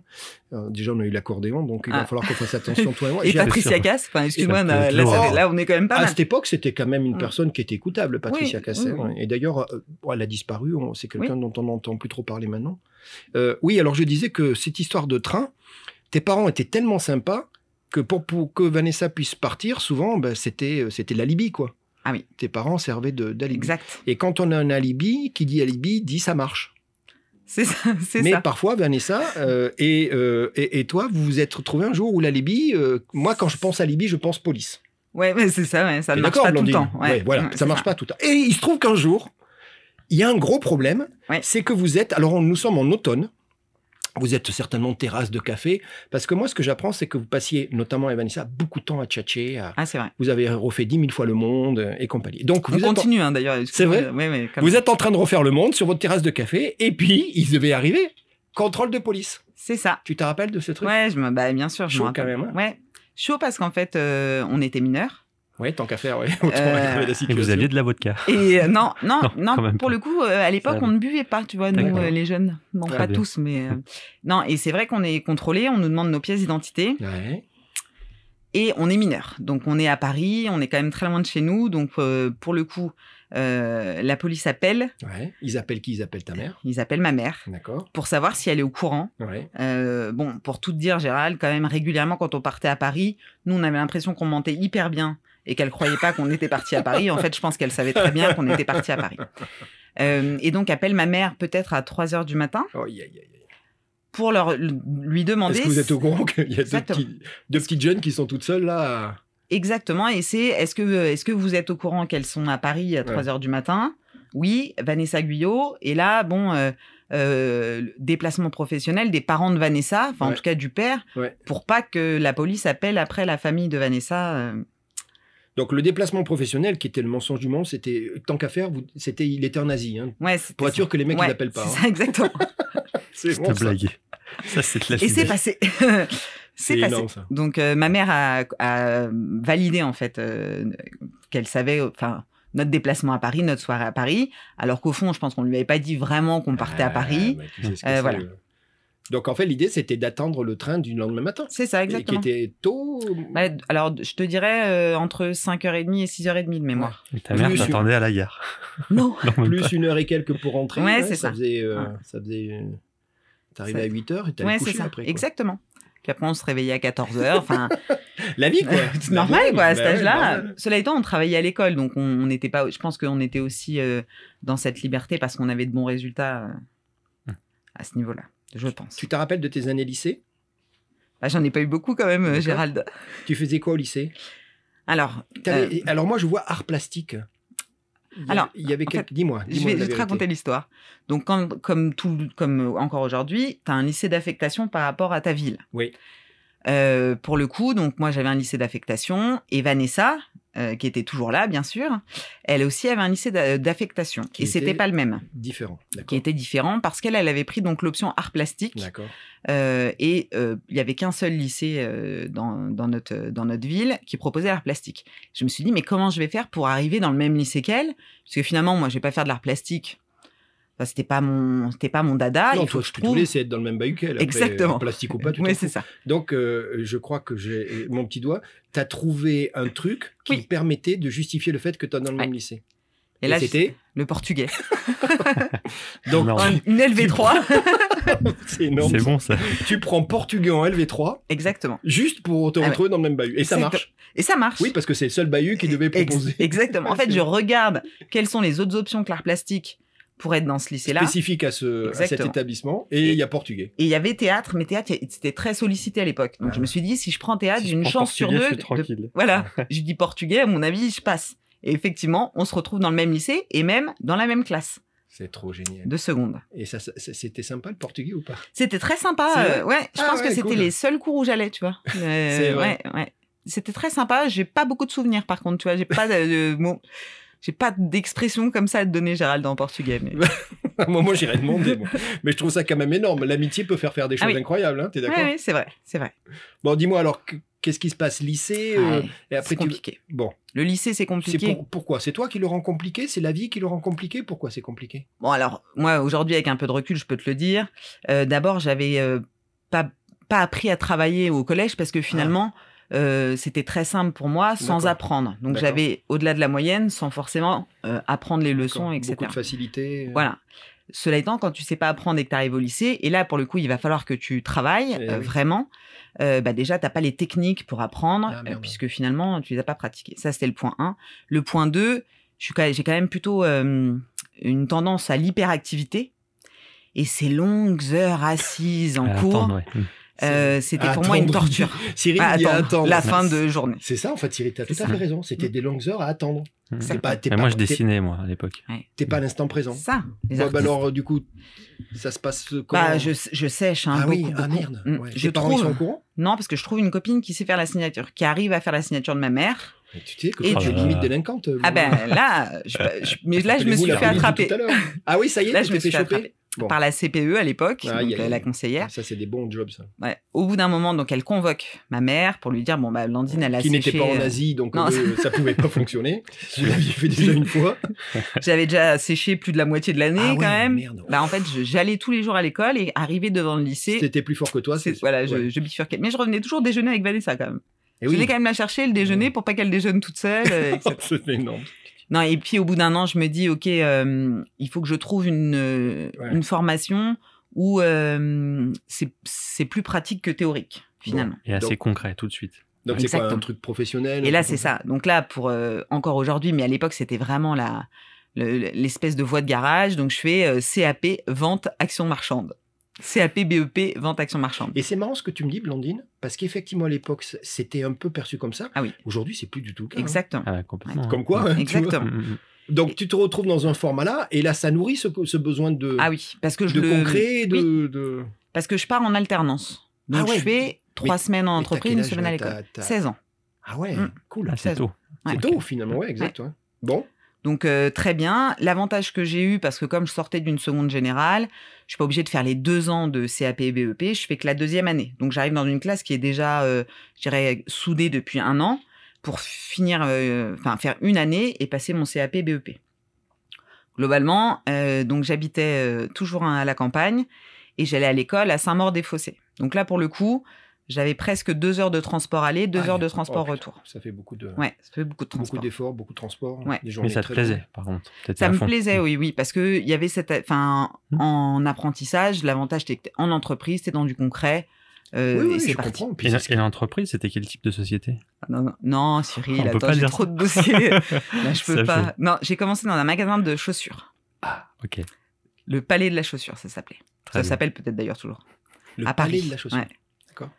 E: Euh, déjà, on a eu l'accordéon, donc il va
B: Ah.
E: falloir qu'on fasse attention, toi et moi.
B: Et
E: J'ai appris-
B: Patricia Cass, enfin, excuse-moi,
D: Ça peut
B: là,
D: être
B: là,
D: lourd.
E: oh.
B: ça- là, on est quand même pas
E: à
B: mal.
E: cette époque, c'était quand même une
B: Mm.
E: personne qui était écoutable, Patricia
B: Oui,
E: Cassel.
B: oui, oui.
E: Et d'ailleurs, euh, bon, elle a disparu. on- C'est quelqu'un dont on n'entend plus trop parler maintenant. Euh, oui, alors je disais que cette histoire de train, tes parents étaient tellement sympas que pour, pour que Vanessa puisse partir, souvent, ben, c'était euh, c'était l'alibi, quoi.
B: Ah oui.
E: Tes parents servaient de- d'alibi.
B: Exact.
E: Et quand on a un alibi, qui dit alibi, dit ça marche.
B: C'est ça. c'est
E: Mais
B: ça.
E: parfois, Vanessa euh, et, euh, et, et toi, vous vous êtes retrouvés un jour où l'alibi, euh, moi, quand je pense alibi, je pense police.
B: Ouais, mais c'est ça, ouais, ça ne
E: T'es
B: marche
E: d'accord,
B: pas tout le temps.
E: Blandine Ouais, voilà,
B: Ouais,
E: ça
B: c'est
E: marche pas tout le temps. Et il se trouve qu'un jour, il y a un gros problème,
B: Ouais.
E: c'est que vous êtes. Alors, on- nous sommes en automne. Vous êtes certainement en terrasse de café, parce que moi, ce que j'apprends, c'est que vous passiez, notamment avec Vanessa, beaucoup de temps à tchatcher. à-
B: Ah, c'est vrai.
E: Vous avez refait dix mille fois le monde euh, et compagnie. Donc, vous,
B: On
E: êtes, en...
B: continue, hein, d'ailleurs. excuse-moi,
E: vrai
B: ouais, ouais, comme-
E: vous êtes en train de refaire le monde sur votre terrasse de café, et puis, il devait arriver. Contrôle de police.
B: C'est ça.
E: Tu te rappelles de ce truc
B: Ouais, je me, bah, bien sûr, je
E: Chaud
B: me rappelle.
E: quand même, hein.
B: Ouais, chaud parce qu'en fait, euh, on était mineurs.
E: Ouais, tant qu'à faire, ouais. Autant
B: Euh,
E: aggraver la
D: Et
E: situation.
D: vous aviez de la vodka.
B: Et euh, non, non, non,
D: quand même
B: pour
D: pas.
B: le coup, euh, à l'époque,
D: Ça va.
B: on ne buvait pas, tu vois, nous,
D: D'accord.
B: euh, les jeunes. Non,
E: Très
B: pas
D: bien.
B: tous, mais. euh, non, et c'est vrai qu'on est contrôlé, on nous demande nos pièces d'identité
E: Ouais.
B: et on est mineur. Donc, on est à Paris, on est quand même très loin de chez nous. Donc, euh, pour le coup, euh, la police appelle,
E: Ouais. Ils appellent qui Ils appellent ta mère.
B: ils appellent ma mère
E: D'accord.
B: pour savoir si elle est au courant.
E: Ouais.
B: Euh, bon, pour tout te dire, Gérald, quand même régulièrement quand on partait à Paris, nous on avait l'impression qu'on mentait hyper bien et qu'elle croyait pas qu'on était parti à Paris. En fait, je pense qu'elle savait très bien qu'on était parti à Paris. Euh, et donc appelle ma mère peut-être à 3 heures du matin
E: Oh, aïe, aïe, aïe.
B: pour leur, lui demander
E: Est-ce que vous êtes
B: si-
E: au courant qu'il y a deux,
B: Exactement.
E: petits- deux petites jeunes qui sont toutes seules là à-
B: Exactement. Et c'est est-ce que, euh, est-ce que vous êtes au courant qu'elles sont à Paris à 3 heures du matin Oui, Vanessa Guyot. Et là, bon, euh, euh, le déplacement professionnel des parents de Vanessa, enfin en
E: Ouais.
B: tout cas du père,
E: Ouais.
B: pour pas que la police appelle après la famille de Vanessa. euh,
E: Donc le déplacement professionnel, qui était le mensonge du monde, c'était tant qu'à faire, vous- c'était il était en Asie. Hein.
B: Ouais, c'est
E: Pour être sûr que les mecs
B: Ouais,
E: ils l'appellent pas.
B: c'est
E: hein.
B: ça, exactement.
E: C'est
D: Cette blague. Ça, c'est de la
B: Et c'est
D: finesse.
B: passé.
E: C'est
B: c'est passé.
E: énorme ça.
B: Donc euh, ma mère a, a validé en fait euh, qu'elle savait, euh, enfin notre déplacement à Paris, notre soirée à Paris, alors qu'au fond, je pense qu'on lui avait pas dit vraiment qu'on partait à
E: Ah,
B: Paris.
E: bah, tu sais ce que
B: Euh,
E: c'est,
B: voilà.
E: le- Donc en fait l'idée c'était d'attendre le train du lendemain matin.
B: C'est ça,
E: bah, Et
B: exactement.
E: Qui était tôt.
B: Bah, alors, je te dirais euh, entre 5h30 et 6h30 de mémoire.
D: Et Ta mère
E: Plus-
D: t'attendait à la gare.
B: Non
D: Non, même
E: plus une heure et quelques pour rentrer.
B: Ouais, c'est ça.
E: Faisait, euh,
B: Ouais.
E: Ça faisait. euh, T'arrivais
B: Ça-
E: à 8 heures et t'allais
B: Ouais,
E: coucher
B: c'est ça.
E: après. quoi.
B: Exactement. Puis après, on se réveillait à 14h. Enfin,
E: La vie, quoi.
B: c'est normal, quoi, à cet
E: Bah ouais,
B: âge-là.
E: normal.
B: Cela étant, on travaillait à l'école. Donc, on on n'était pas. Je pense qu'on était aussi euh, dans cette liberté parce qu'on avait de bons résultats euh,
E: Mmh.
B: à ce niveau-là, je pense.
E: Tu te rappelles de tes années lycée
B: Bah, J'en ai pas eu beaucoup, quand même, euh,
E: D'accord.
B: Gérald.
E: Tu faisais quoi au lycée
B: Alors,
D: Euh.
E: T'avais- Alors moi je vois art plastique. Il y a-
B: Alors,
E: il y avait
B: en
E: quelques. Dis-moi.
B: Je
E: dis-moi
B: vais,
E: la
B: je vais te
E: vérité.
B: raconter l'histoire. Donc, quand- comme, tout, comme euh, encore aujourd'hui, tu as un lycée d'affectation par rapport à ta ville.
E: Oui.
B: Euh, pour le coup, donc moi j'avais un lycée d'affectation et Vanessa, euh, qui était toujours là, bien sûr, elle aussi avait un lycée d'a- d'affectation.
E: Qui
B: Et c'était
E: était-
B: pas le même,
E: Différent. D'accord.
B: qui était différent parce qu'elle, elle avait pris donc l'option art plastique.
E: D'accord.
B: Euh, et euh, il y avait qu'un seul lycée euh, dans, dans notre, dans notre ville qui proposait l'art plastique. Je me suis dit, mais comment je vais faire pour arriver dans le même lycée qu'elle Parce que finalement, moi, je vais pas faire de l'art plastique. Enfin, c'était pas mon, c'était pas mon dada.
E: non,
B: Ah, il faut
E: toi,
B: que je
E: tu
B: trouve.
E: voulais, c'est être dans le même bahut qu'elle. Après,
B: Exactement.
E: en Plastique ou pas, tu t'en
B: Oui,
E: fous.
B: c'est ça.
E: Donc, euh, je crois que j'ai mon petit doigt. Tu as trouvé un truc qui
B: Oui.
E: permettait de justifier le fait que tu es dans le
B: Ouais.
E: même lycée.
B: Et là, je-
E: c'était.
B: le portugais.
E: Donc,
D: Non,
B: Un- Une LV3.
E: c'est énorme.
D: C'est bon, ça.
E: Tu prends portugais en LV3
B: Exactement.
E: juste pour te
B: Ah ouais.
E: retrouver dans le même bahut. Et ça
B: C'est-
E: marche.
B: Et ça marche.
E: Oui, parce que c'est le seul bahut qui devait
B: Ex-
E: proposer.
B: Exactement. En fait, je regarde quelles sont les autres options que l'art plastique pour être dans ce lycée-là.
E: Spécifique à, ce, à cet
B: Exactement.
E: établissement. Et il y a portugais.
B: Et il y avait théâtre, mais théâtre, c'était très sollicité à l'époque. Donc
E: Ah.
B: je me suis dit, si je prends théâtre,
D: Si
B: j'ai
D: je
B: une
D: prends
B: chance sur
D: portugais,
B: deux.
D: je suis
B: de-
D: tranquille.
B: Voilà, je dis portugais, à mon avis, je passe. Et effectivement, on se retrouve dans le même lycée et même dans la même classe
E: C'est trop génial.
B: de seconde.
E: Et ça, ça- c'était sympa le portugais ou pas
B: C'était très
E: C'est
B: sympa.
E: vrai
B: euh, ouais, je
E: Ah
B: pense
E: ouais,
B: que c'était
E: cool.
B: les seuls cours où j'allais, tu vois. Euh,
E: C'est vrai.
B: Ouais, ouais. C'était très sympa. J'ai pas beaucoup de souvenirs, par contre, tu vois. J'ai pas de, de mots. J'ai pas d'expression comme ça à te donner, Gérald, en portugais. Mais...
E: À un moment, j'irai demander. moi. Mais je trouve ça quand même énorme. L'amitié peut faire faire des
B: Ah
E: choses
B: oui.
E: incroyables. Hein, T'es d'accord
B: Ouais, ouais, c'est vrai, c'est vrai.
E: Bon, dis-moi alors, que- qu'est-ce qui se passe lycée euh,
B: Ouais,
E: Et après,
B: c'est
E: tu...
B: compliqué.
E: Bon,
B: Le lycée, c'est
E: c'est
B: compliqué.
E: pour- pourquoi C'est toi qui le rend compliqué C'est la vie qui le rend compliqué Pourquoi c'est compliqué
B: Bon, alors, moi, aujourd'hui, avec un peu de recul, je peux te le dire. Euh, D'abord, j'avais euh, pas, pas appris à travailler au collège parce que finalement, euh, c'était très simple pour moi sans
E: Ah. D'accord.
B: apprendre. Donc,
E: D'accord.
B: j'avais au-delà de la moyenne sans forcément euh, apprendre les leçons,
E: D'accord.
B: etc.
E: Beaucoup de facilité. euh,
B: Voilà. Cela étant, quand tu sais pas apprendre et que tu arrives au lycée, et là, pour le coup, il va falloir que tu travailles
E: Eh
B: euh,
E: oui.
B: vraiment, euh, bah déjà, t'as pas les techniques pour apprendre,
E: Ah,
B: euh,
E: merde.
B: puisque finalement, tu les as pas pratiquées. Ça, c'était le point 1. Le point 2, je suis quand- j'ai quand même plutôt euh, une tendance à l'hyperactivité. Et ces longues heures assises
E: Ah,
B: en
D: À
B: cours,
D: attendre, ouais. Mm.
B: euh, c'était pour moi une
E: Attendre.
B: torture.
E: Cyril,
B: À
E: il y a
B: attendre
E: attendre.
B: Bah, la fin de journée.
E: C'est ça, en fait, Cyril, t'as tout
B: C'est
E: à
B: ça.
E: fait raison. C'était des longues heures à attendre.
D: Mm.
E: T'es pas, t'es
D: Mais
E: pas-
D: moi, je
E: t'es-
D: dessinais, moi, à l'époque.
E: T'es pas à l'instant présent.
B: Ça,
E: Bon,
B: les
E: bah
B: artistes.
E: alors, euh, du coup, ça se passe euh, comment
B: Bah, je, je sèche hein,
E: Ah
B: beaucoup,
E: oui, ah
B: beaucoup.
E: merde.
B: Mm.
E: Ouais.
B: Je
E: Tes parents, ils
B: trouve-
E: sont au courant
B: Non, parce que je trouve une copine qui sait faire la signature, qui arrive à faire la signature de ma mère.
E: Mais Tu sais que
B: Et
E: toi, tu es
D: tu-
E: limite délinquante. euh,
B: Ah
E: vous-
B: ben là, je, je- mais là je me
E: Rappelez-vous
B: suis
E: la
B: fait
E: police de
B: attraper
E: tout à l'heure. Ah oui, ça y est,
B: Là,
E: tu
B: je me
E: t'es
B: suis
E: fait
B: fait
E: choper.
B: attraper.
E: Bon.
B: par la CPE à l'époque,
E: Aïe,
B: donc,
E: aïe,
B: euh, la
E: aïe.
B: conseillère.
E: Ça, c'est des bons jobs, ça.
B: Ouais. Au bout d'un moment, donc elle convoque ma mère pour lui dire bon bah Blandine elle a
E: qui n'était
B: séché,
E: pas en
B: euh,
E: Asie, donc
B: non.
E: euh, ça pouvait pas fonctionner. Vous l'aviez fait déjà une fois.
B: J'avais déjà séché plus de la moitié de l'année
E: Ah ouais,
B: quand même.
E: Merde.
B: Bah en fait je- j'allais tous les jours à l'école et arrivé devant le lycée,
E: C'était plus fort que toi.
B: c'est-
E: c'est-
B: voilà je,
E: ouais.
B: je bifurquais. Mais je revenais toujours déjeuner avec Vanessa quand même.
E: Et
B: Je
E: oui.
B: vais quand même la chercher le déjeuner pour pas qu'elle déjeune toute seule, euh, etc.
E: C'est énorme.
B: Non, et puis au bout d'un an, je me dis, OK, euh, il faut que je trouve une, euh,
E: Ouais.
B: une formation où euh, c'est- c'est plus pratique que théorique, finalement.
D: Et assez
E: Donc-
D: concret tout de suite.
E: Donc c'est quoi un
B: Exactement.
E: truc professionnel
B: Et là, c'est ça. Donc là, pour euh, encore aujourd'hui, mais à l'époque, c'était vraiment la le- l'espèce de voie de garage. Donc je fais euh, CAP vente action marchande. CAP BEP E vente action marchande.
E: Et c'est marrant ce que tu me dis, Blandine, parce qu'effectivement à l'époque c- c'était un peu perçu comme ça.
B: Ah oui.
E: Aujourd'hui c'est plus du tout le cas, hein.
B: Exactement.
D: Ah, complètement.
E: Comme quoi. hein, tu vois.
B: Exactement.
D: Mm, mm, mm.
E: Donc tu te retrouves dans un format là, et là ça nourrit ce, ce besoin de,
B: Ah oui, parce que je
E: de
B: le
E: concret, de. de-
B: parce que je pars en alternance.
E: Ah
B: Donc
E: ouais.
B: je fais trois semaines en
E: Mais t'as
B: entreprise,
E: quel
B: une
E: âge,
B: semaine
E: là
B: à l'école.
E: T'as- t'as-
B: 16 ans.
E: Ah ouais,
B: Mm.
E: cool.
D: Ah, c'est tôt.
B: Ouais.
E: C'est tôt finalement, ouais, exact. ouais. Bon,
B: Donc euh, très bien. L'avantage que j'ai eu, parce que comme je sortais d'une seconde générale, je suis pas obligée de faire les deux ans de CAP et BEP, je fais que la deuxième année. Donc j'arrive dans une classe qui est déjà, euh, je dirais, soudée depuis un an pour finir, euh, enfin faire une année et passer mon CAP BEP. Globalement, euh, donc j'habitais euh, toujours à la campagne et j'allais à l'école à Saint-Maur-des-Fossés. Donc là pour le coup, j'avais presque deux heures de transport aller, deux
E: Ah,
B: heures
E: mais-
B: de
E: oh,
B: transport
E: putain,
B: retour.
E: Ça fait beaucoup de.
B: Ouais, ça fait beaucoup de transport.
E: Beaucoup d'efforts, beaucoup de transports.
B: Ouais.
E: des
D: Mais
E: journées
D: ça te
E: très
D: plaisait,
E: longues.
D: par contre. T'étais
B: Ça
D: à
B: me
D: fond.
B: plaisait, oui, oui, parce que il y avait cette, enfin,
D: Hmm.
B: en apprentissage, l'avantage, c'est que t'es en entreprise, t'es dans du concret, euh,
E: Oui, oui,
B: et c'est
E: je
B: parti.
E: comprends. Puis
D: Et,
E: c'est
D: la-
E: ce qui-
D: et l'entreprise, c'était quel type de société
B: Non, non, non, Cyril,
D: On peut
B: attends,
D: pas
B: j'ai
D: dire
B: trop
D: ça.
B: de dossiers. Là, je peux
D: Ça
B: pas.
D: fait-
B: Non, j'ai commencé dans un magasin de chaussures.
D: Ok.
B: Le palais de la chaussure, ça s'appelait.
D: Très
B: Ça
D: bien.
B: s'appelle peut-être d'ailleurs toujours.
E: le
B: à
E: palais
B: Paris.
E: de la chaussure.
B: Ouais.
E: D'accord.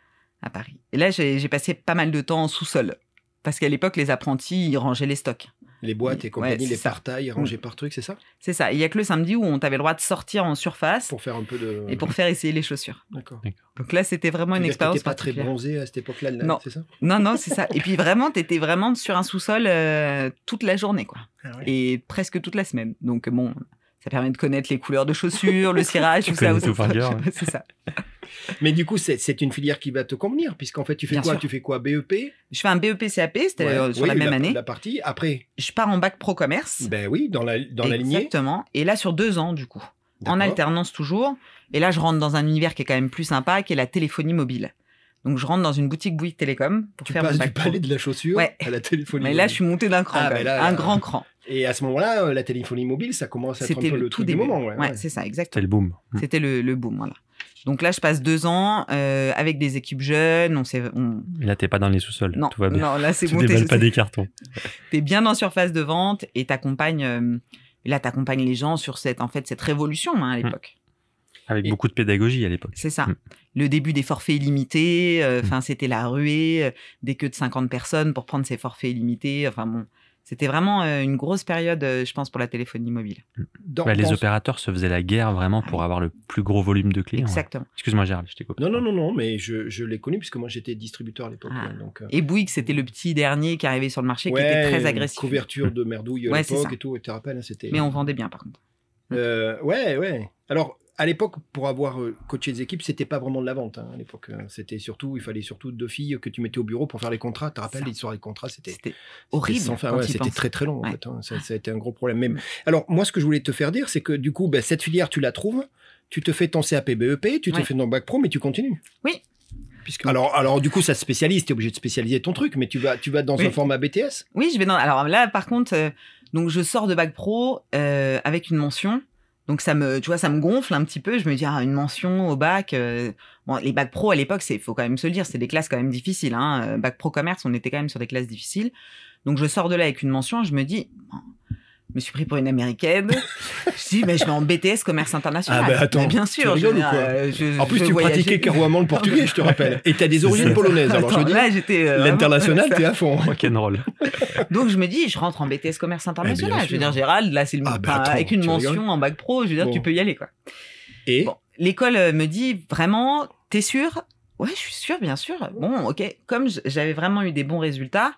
B: À Paris. Et là, j'ai j'ai passé pas mal de temps en sous-sol. Parce qu'à l'époque, les apprentis, ils rangeaient les stocks.
E: Les boîtes et
B: Ouais,
E: compagnie,
B: c'est
E: les
B: ça. Mm.
E: partailles rangées par truc, c'est ça
B: C'est ça. Et Il y a que le samedi où on t'avait le droit de sortir en surface
E: Pour euh, faire un peu de.
B: et pour faire essayer les chaussures.
E: D'accord.
B: Donc là, c'était vraiment une
E: Tu veux dire que t'étais
B: expérience
E: pas très
B: particulière.
E: bronzé à cette époque-là, là,
B: Non.
E: c'est ça
B: Non, non, c'est ça. Et puis vraiment, t'étais vraiment sur un sous-sol euh, toute la journée, quoi.
E: Ah ouais.
B: Et presque toute la semaine. Donc bon, ça permet de connaître les couleurs de chaussures, le cirage, tout ça.
D: connais tout par cœur, ouais.
B: c'est ça.
E: Mais du coup, c'est- c'est une filière qui va te convenir, puisqu'en fait, tu fais
B: Bien
E: quoi
B: sûr.
E: Tu fais quoi BEP
B: Je fais un E BEP CAP, c'était
E: Ouais.
B: euh, sur
E: Oui,
B: la même année.
E: La partie après.
B: Je pars en bac pro commerce.
E: Ben oui, dans la, dans la lignée.
B: Exactement. Et là, sur deux ans, du coup. En
E: D'accord.
B: alternance toujours. Et là, je rentre dans un univers qui est quand même plus sympa, qui est la téléphonie mobile. Donc je rentre dans une boutique Bouygues Télécom pour
E: Tu
B: faire mon
E: passes
B: bac
E: du palais
B: pro.
E: de la chaussure
B: Ouais.
E: à la téléphonie.
B: Mais là,
E: mobile.
B: je suis montée d'un cran,
E: Ah,
B: quand
E: mais
B: même.
E: là,
B: un
E: là,
B: grand cran.
E: Et à ce moment-là, euh, la téléphonie mobile, ça commence à être un peu
B: C'était
E: le,
B: le
E: truc
B: tout
E: du
B: début.
E: moment. Ouais, ouais.
B: c'est ça, exactement.
D: C'était le boom. Mm.
B: C'était le, le boom, voilà. Donc là, je passe deux ans euh, avec des équipes jeunes. On s'est,
D: Et
B: on...
D: Mm. là, t'es pas dans les sous-sols.
B: Non,
D: Tout va bien.
B: non, là, c'est
D: tu
B: bon.
D: déballes
B: T'es,
D: pas des cartons.
B: t'es bien en surface de vente et t'accompagnes. euh, là, t'accompagnes les gens sur cette, en fait, cette révolution hein, à l'époque.
D: Avec
B: Et-
D: beaucoup de pédagogie à l'époque.
B: C'est ça.
D: Mm.
B: Le début des forfaits illimités. Enfin, c'était la ruée. euh, des queues de 50 personnes pour prendre ces forfaits illimités. Enfin bon, c'était vraiment euh, une grosse période, euh, je pense, pour la téléphonie mobile.
E: Dans-
D: Bah, les
E: dans-
D: opérateurs se faisaient la guerre vraiment pour avoir le plus gros volume de clients. hein.
B: Exactement.
D: Excuse-moi, Gérald, je t'ai coupé.
E: Non, non, non, non, mais je, je l'ai connu, puisque moi, j'étais distributeur à l'époque.
B: Ah.
E: ouais, donc, euh,
B: Et Bouygues, c'était le petit dernier qui arrivait sur le marché, qui
E: ouais,
B: était très
E: une
B: agressif.
E: Couverture de merdouille à
B: Ouais, c'est
E: l'époque
B: ça.
E: et tout, et tu te rappelles, hein, c'était.
B: Mais on vendait bien, par contre.
E: Euh, ouais, ouais. Alors, à l'époque, pour avoir euh, coaché des équipes, c'était pas vraiment de la vente. hein, à l'époque, Euh, c'était surtout, il fallait surtout deux filles que tu mettais au bureau pour faire les contrats. Tu te rappelles
B: Ça.
E: l'histoire des contrats, c'était
B: C'était
E: c'était
B: horrible.
E: sans fin.
B: quand
E: Ouais,
B: t'y
E: c'était
B: penses.
E: très très long. En
B: Ouais. Mm.
E: fait, hein. ça, ça a été un gros problème. Mais, alors, moi, ce que je voulais te faire dire, c'est que du coup, ben, cette filière, tu la trouves, tu te fais ton CAP BEP, E tu te
B: Ouais.
E: fais ton bac pro, mais tu continues.
B: Oui.
E: Puisque... Alors, alors, du coup, ça se spécialise. T'es obligé de spécialiser ton truc, mais tu vas, tu vas dans
B: Oui.
E: un format BTS.
B: Oui, je vais dans. Alors là, par contre, euh, donc je sors de bac pro euh, avec une mention. Donc ça me, tu vois, ça me gonfle un petit peu. Je me dis ah, une mention au bac. euh, bon, les bacs pro à l'époque, c'est, faut quand même se le dire, c'est des classes quand même difficiles. Hein. Euh, Bac pro commerce, on était quand même sur des classes difficiles. Donc je sors de là avec une mention. Je me dis, bon, je me suis pris pour une américaine. je dis mais je vais en BTS commerce international.
E: Ah, bah, attends,
B: Mais bien
E: tu
B: sûr. je
E: rigoles
B: veux
E: ou
B: dire,
E: quoi
B: euh, je-
E: En plus,
B: je
E: tu
B: voyageais.
E: pratiquais carouement le portugais, je te rappelle. Et t'as des origines
D: ça.
E: polonaises. Alors, je veux
B: Attends,
E: dire,
B: là, j'étais euh, vraiment-
E: L'international, t'es à fond.
D: Rock'n'roll.
B: Donc je me dis, je rentre en BTS commerce international.
E: Eh, bien
B: je veux
E: sûr.
B: dire, Gérald, là, c'est le
E: Ah, ben
B: enfin,
E: attends,
B: avec une
E: tu
B: mention
E: rigoles.
B: en bac pro. Je veux dire,
E: Bon.
B: tu peux y aller quoi.
E: Et
B: Bon, l'école euh, me dit vraiment, t'es sûr Ouais, je suis sûr, bien sûr. Bon, ok. Comme j- j'avais vraiment eu des bons résultats,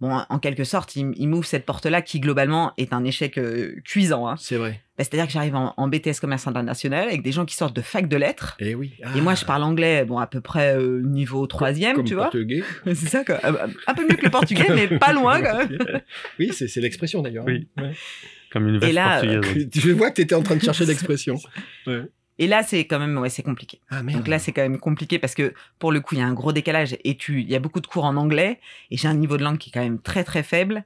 B: bon, en quelque sorte, il, m- il m'ouvre cette porte-là qui globalement est un échec euh, cuisant. hein.
E: c'est vrai.
B: Bah, C'est-à-dire que j'arrive en, en BTS commerce international avec des gens qui sortent de fac de lettres.
E: Et Eh oui. Ah,
B: Et moi, je parle anglais, bon, à peu près euh, niveau troisième,
E: comme
B: tu vois.
E: portugais.
B: C'est ça, quoi. Euh, Un peu mieux que le portugais, mais pas loin, quand même.
E: Oui, c'est c'est l'expression d'ailleurs. hein.
D: Oui.
E: Ouais.
D: Comme une
B: Et
D: veste
B: là, euh,
D: portugaise.
E: Je vois que t'étais en train de chercher l'expression.
B: Et là, c'est quand même, ouais, c'est compliqué.
E: Ah, merde.
B: Donc là, c'est quand même compliqué parce que pour le coup, il y a un gros décalage et tu, il y a beaucoup de cours en anglais et j'ai un niveau de langue qui est quand même très très faible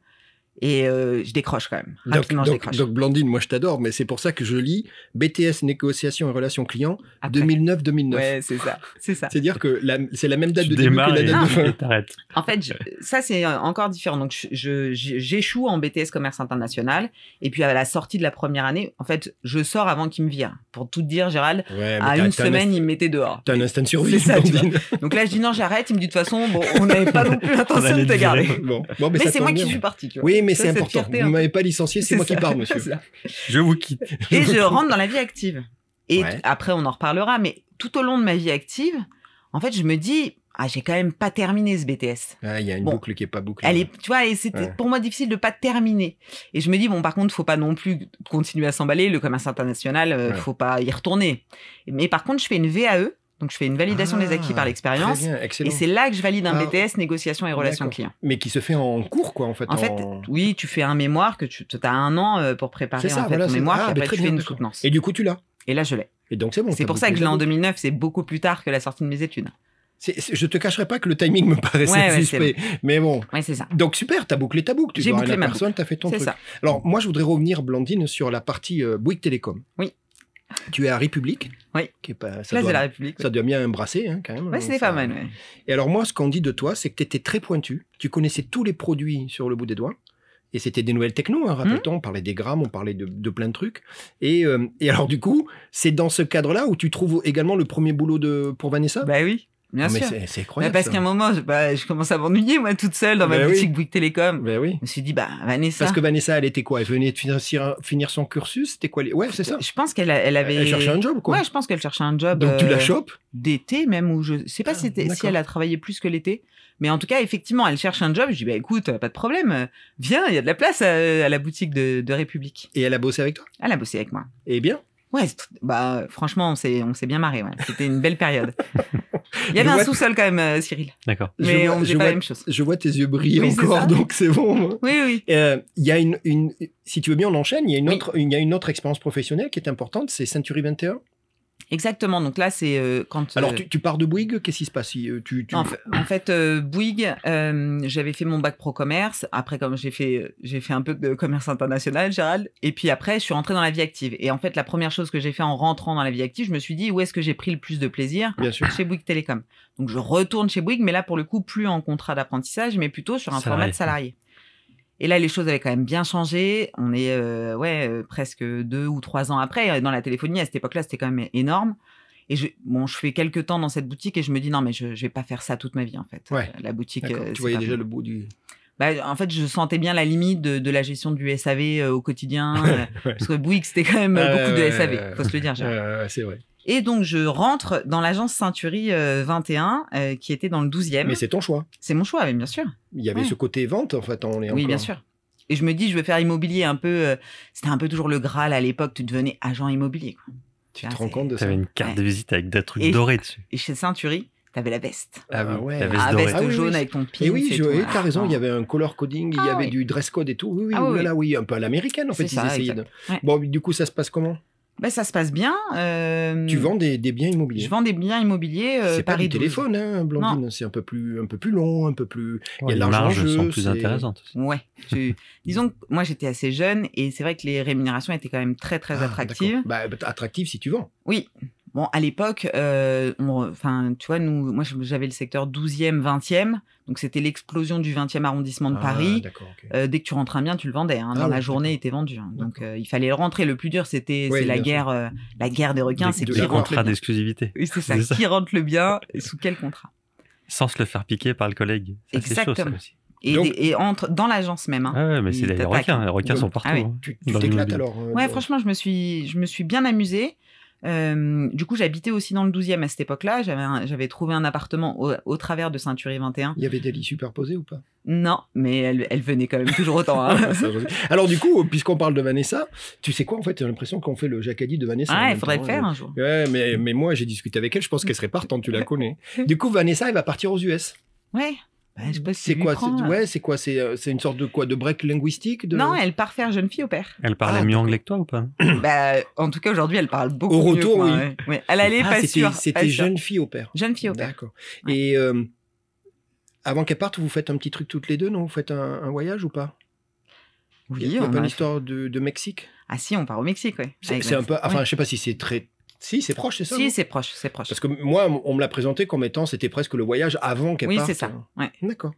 B: et euh, je décroche quand même.
E: Donc,
B: Rapidement, je
E: donc-
B: décroche.
E: donc, Blandine, moi je t'adore, mais c'est pour ça que je lis BTS négociation et relations clients
B: Après.
E: 2009-2009.
B: Ouais, c'est ça, c'est ça.
E: C'est-à-dire que la- c'est la même date
D: Tu
E: de début que
D: démarres
E: la
D: et
E: date de fin.
D: et t'arrêtes.
B: En fait, je- ça c'est euh, encore différent. Donc je- je- je- j'échoue en BTS commerce international et puis à la sortie de la première année, en fait, je sors avant qu'ils me virent. Pour tout te dire, Gérald,
E: Ouais, mais
B: à
E: t'as-
B: une
E: t'as un
B: semaine,
E: inst-
B: ils me mettaient dehors.
E: T'as un instant de survie,
B: C'est ça, tu vois.
E: Blandine.
B: Donc là, je dis non, j'arrête. Il me dit de toute façon, bon, on n'avait pas non plus l'intention de
D: allait
B: te
D: durer.
B: garder.
E: Bon. Bon, mais
B: Mais,
E: ça
B: c'est
E: tombe
B: moi qui
E: bien.
B: suis partie, tu vois.
E: Oui, mais
B: Ça,
E: c'est
B: cette
E: important.
B: fierté,
E: Vous
B: hein.
E: m'avez pas licencié, c'est moi qui
B: ça.
E: pars,
B: C'est
E: monsieur.
B: ça.
D: Je vous quitte.
B: Et je rentre dans la vie active. Et
E: Ouais.
B: après, on en reparlera, mais tout au long de ma vie active, en fait, je me dis, ah, j'ai quand même pas terminé ce BTS.
E: Ah, il y a une
B: Bon.
E: boucle qui est pas bouclée.
B: Elle est, tu vois, et c'était
E: Ouais.
B: pour moi difficile de pas terminer. Et je me dis, bon, par contre, faut pas non plus continuer à s'emballer. Le commerce international, euh,
E: Ouais.
B: faut pas y retourner. Mais par contre, je fais une VAE, donc je fais une validation des acquis
E: Ah,
B: par l'expérience.
E: Très bien,
B: Et
E: excellent.
B: c'est là que je valide un
E: Ah.
B: BTS négociation et relations
E: D'accord.
B: clients.
E: Mais qui se fait en cours, quoi, en fait.
B: En fait,
E: en-
B: oui, tu fais un mémoire que tu as un an euh, pour préparer
E: C'est ça,
B: en fait,
E: voilà,
B: ton
E: c'est-
B: mémoire,
E: Ah,
B: puis
E: mais
B: après
E: très
B: tu fais
E: bien,
B: une
E: d'accord.
B: soutenance.
E: Et du coup, tu l'as.
B: Et là, je l'ai.
E: Et donc, c'est bon.
B: C'est
E: Oh, t'as
B: pour ça que
E: bouclé
B: je l'ai
E: ta
B: en
E: boucle.
B: 2009, c'est beaucoup plus tard que la sortie de mes études.
E: C'est- c'est- Je te cacherai pas que le timing me paraissait
B: Ouais, ouais,
E: suspect. mais bon.
B: Ouais, c'est ça.
E: Donc, super, t'as bouclé ta boucle. Tu
B: J'ai
E: dois
B: bouclé
E: rien à
B: ma
E: personne, t'as fait ton
B: C'est
E: truc.
B: ça.
E: Alors, moi, je voudrais revenir, Blandine, sur la partie euh, Bouygues Télécom.
B: Oui.
E: Tu es à République.
B: Oui.
E: Qui est pas, ça,
B: Place
E: doit,
B: de la République.
E: ça doit bien brasser, hein, quand même.
B: Ouais, c'était
E: Ça-
B: pas mal. ouais.
E: Et alors, moi, ce qu'on dit de toi, c'est que tu étais très pointu. Tu connaissais tous les produits sur le bout des doigts. Et c'était des nouvelles techno, hein, rappelle-t-on. On parlait des grammes, on parlait de, de plein de trucs. Et, euh, et alors, du coup, c'est dans ce cadre-là où tu trouves également le premier boulot de, pour Vanessa
B: Bah oui, bien
E: Non, mais
B: sûr.
E: c'est- C'est
B: Bah,
E: incroyable.
B: parce
E: ça.
B: qu'à un moment, je, bah, je commence à m'ennuyer, moi, toute seule dans ma
E: Bah oui.
B: boutique Bouygues Télécom.
E: Ben oui.
B: Je me suis dit, bah, Vanessa.
E: Parce que Vanessa, elle était quoi Elle venait de finir, finir son cursus C'était quoi les- Ouais, c'est ça.
B: Je pense qu'elle a- elle avait.
E: Elle cherchait un job, quoi.
B: Ouais, je pense qu'elle cherchait un job.
E: Donc, tu la
B: euh,
E: chopes
B: D'été, même, où je sais pas
E: Ah,
B: si, c'était- si
E: d'accord.
B: elle a travaillé plus que l'été. Mais en tout cas, effectivement, elle cherche un job. Je dis, bah écoute, pas de problème. euh, Viens, il y a de la place euh, à, la boutique de, de République.
E: et elle a bossé avec toi
B: Elle a bossé avec moi.
E: Eh bien,
B: Ouais, c'est- bah, franchement, on s'est, on s'est bien marré. ouais. C'était une belle période. Il y
E: Je
B: avait un
E: vois-
B: sous-sol quand même, euh, Cyril.
D: D'accord.
E: Je
B: Mais
E: vois-
B: on ne
E: je
B: faisait pas
E: vois-
B: la même chose.
E: je vois tes yeux briller
B: Oui, c'est
E: encore,
B: ça.
E: donc c'est bon.
B: Oui, oui.
E: Euh, Il y a une, une- si tu veux bien, on enchaîne. Il y a une
B: Oui.
E: autre, il y a une autre expérience professionnelle qui est importante, c'est Century 21.
B: Exactement. Donc là, c'est euh, quand.
E: Alors,
B: euh,
E: tu, tu pars de Bouygues, qu'est-ce qui se passe Si, euh, tu, tu-
B: En fait, en fait, euh, Bouygues, euh, j'avais fait mon bac pro commerce. Après, comme j'ai fait, euh, j'ai fait un peu de commerce international, Gérald. Et puis après, je suis rentrée dans la vie active. Et en fait, la première chose que j'ai fait en rentrant dans la vie active, je me suis dit où est-ce que j'ai pris le plus de plaisir
E: Bien sûr.
B: chez Bouygues Télécom. Donc je retourne chez Bouygues, mais là pour le coup plus en contrat d'apprentissage, mais plutôt sur un
D: Salarié.
B: format de salarié. Et là les choses avaient quand même bien changé. On est euh, ouais euh, presque deux ou trois ans après. Dans la téléphonie à cette époque-là, c'était quand même énorme. Et je, bon, je fais quelques temps dans cette boutique et je me dis non mais je, je vais pas faire ça toute ma vie en fait.
E: Ouais.
B: Euh, La boutique.
E: D'accord.
B: euh,
E: tu
B: c'est
E: voyais
B: pas
E: déjà
B: bon.
E: le bout du.
B: Bah, en fait, je sentais bien la limite de, de la gestion du SAV euh, au quotidien, euh, parce que Bouygues c'était quand même euh,
E: Ah, Ouais,
B: beaucoup
E: ouais,
B: de SAV.
E: ouais,
B: faut se le dire. Gérard.
E: Euh, c'est vrai.
B: Et donc, je rentre dans l'agence Century euh, 21, euh, qui était dans le 12e.
E: Mais c'est ton choix.
B: C'est mon choix, mais bien sûr.
E: Il y avait
B: Ouais.
E: ce côté vente, en fait. On est
B: Oui,
E: encore-
B: bien sûr. Et je me dis, je vais faire immobilier un peu. euh, C'était un peu toujours le Graal à l'époque, tu devenais agent immobilier. quoi.
E: Tu
B: Ah,
E: te
B: c'est-
E: rends compte de ça
D: T'avais une carte de visite avec des trucs
B: Et-
D: dorés dessus.
B: Et chez Century, t'avais la veste.
E: Ah,
D: Ah oui,
E: ouais.
D: t'avais- Veste
B: Ah,
D: dorée.
B: veste
E: Ah oui, oui,
B: jaune
E: c'est-
B: avec ton pin.
E: Et oui,
B: c'est
E: je-
B: tout.
E: et
B: Ah,
E: t'as raison,
B: non.
E: il y avait un color coding, il y
B: Ah
E: avait
B: oui.
E: du dress code et tout. Oui, oui,
B: Ah oui,
E: oui,
B: oui.
E: là, oui, un peu à l'américaine, en fait,
B: C'est
E: ils
B: ça,
E: essayaient de-
B: Ouais.
E: Bon, du coup, ça se passe comment
B: Bah, ça se passe bien. euh,
E: Tu vends des, des biens immobiliers
B: Je vends des biens immobiliers. euh,
E: C'est pas
B: Paris
E: du
B: 12.
E: téléphone, hein, Blandine. C'est un peu plus, un peu plus long, un peu plus. Il y a de
D: les
E: l'argent en
D: marges
E: jeu,
D: sont plus
E: c'est-
D: intéressantes. aussi.
B: Ouais. tu- Disons que moi, j'étais assez jeune et c'est vrai que les rémunérations étaient quand même très, très
E: Ah,
B: attractives.
E: d'accord. Bah, bah, attractive si tu vends.
B: Oui. Bon, à l'époque, euh, on- enfin, tu vois, nous, moi, j'avais le secteur 12e, 20e. Donc, c'était l'explosion du 20e arrondissement de
E: Ah,
B: Paris.
E: D'accord. ok.
B: Euh, dès que tu rentres un bien, tu le vendais. hein.
E: Ah
B: Dans
E: ouais,
B: la journée, il
E: d'accord.
B: était vendu. hein. Donc, euh, il fallait le rentrer. Le plus dur, c'était
E: Ouais,
B: c'est la
E: bien sûr.
B: guerre, euh, la guerre des requins.
E: Des-
B: C'est
E: de
B: qui
E: la
B: rentre le
D: Contrat
B: bien.
D: d'exclusivité.
B: Oui, c'est ça.
D: C'est ça.
B: Qui rentre le bien et sous quel contrat
D: Sans se le faire piquer par le collègue. Ça, c'est chaud, ça
B: Exactement.
D: aussi.
B: Et,
E: Donc-
B: des- et entre dans l'agence même. hein.
D: Ah ouais, mais c'est
B: Ils
D: les
B: t'attaquent.
D: requins. Les requins
E: Donc-
D: sont partout.
B: Ah oui.
D: hein.
E: Tu tu
D: Dans
E: t'éclates
D: l'immobilier.
E: alors. euh,
B: Ouais,
E: dans-
B: franchement, je me suis, je me suis bien amusée. Euh, du coup, j'habitais aussi dans le 12e à cette époque-là. J'avais un- J'avais trouvé un appartement au, au travers de Ceinturie 21.
E: Il y avait des lits superposés ou pas
B: Non, mais elle, elle venait quand même toujours autant. hein.
E: Ah, ça, vas-y. Alors du coup, puisqu'on parle de Vanessa, tu sais quoi en fait J'ai l'impression qu'on fait le jacadi de Vanessa. en
B: ah,
E: même
B: il faudrait le
E: temps,
B: faire
E: hein.
B: un jour.
E: Ouais, mais, mais moi j'ai discuté avec elle, je pense qu'elle serait partante, tu la connais. Du coup, Vanessa, elle va partir aux US.
B: Ouais. Ben, je sais pas si
E: C'est
B: lui
E: quoi
B: prend,
E: c'est-
B: là.
E: Ouais, c'est quoi C'est euh, c'est une sorte de quoi De break linguistique de...
B: hein. Non, elle part faire jeune fille au père.
D: Elle parlait
E: Ah,
D: mieux anglais que toi ou pas
B: bah, en tout cas, aujourd'hui, elle parle beaucoup
E: Au
B: mieux
E: retour,
B: que moi,
E: oui.
B: ouais. Ouais. Elle allait
E: Ah,
B: pas
E: c'était-
B: sûre. pas
E: C'était
B: sûre.
E: jeune fille au père.
B: Jeune fille au père.
E: D'accord. Et euh, avant qu'elle parte, vous faites un petit truc toutes les deux, non Vous faites un, un voyage ou pas Il
B: Oui,
E: y a
B: on
E: pas
B: a-
E: une histoire de, de Mexique
B: Ah si, on part au Mexique, ouais.
E: C'est
B: Avec
E: c'est
B: ma-
E: un peu.
B: ouais.
E: Enfin, je sais pas si c'est très. Si, c'est proche, c'est ça non
B: Si, c'est proche, c'est proche.
E: Parce que moi, on me l'a présenté comme étant, c'était presque le voyage avant qu'elle
B: Oui,
E: parte.
B: c'est ça. Ouais.
E: D'accord.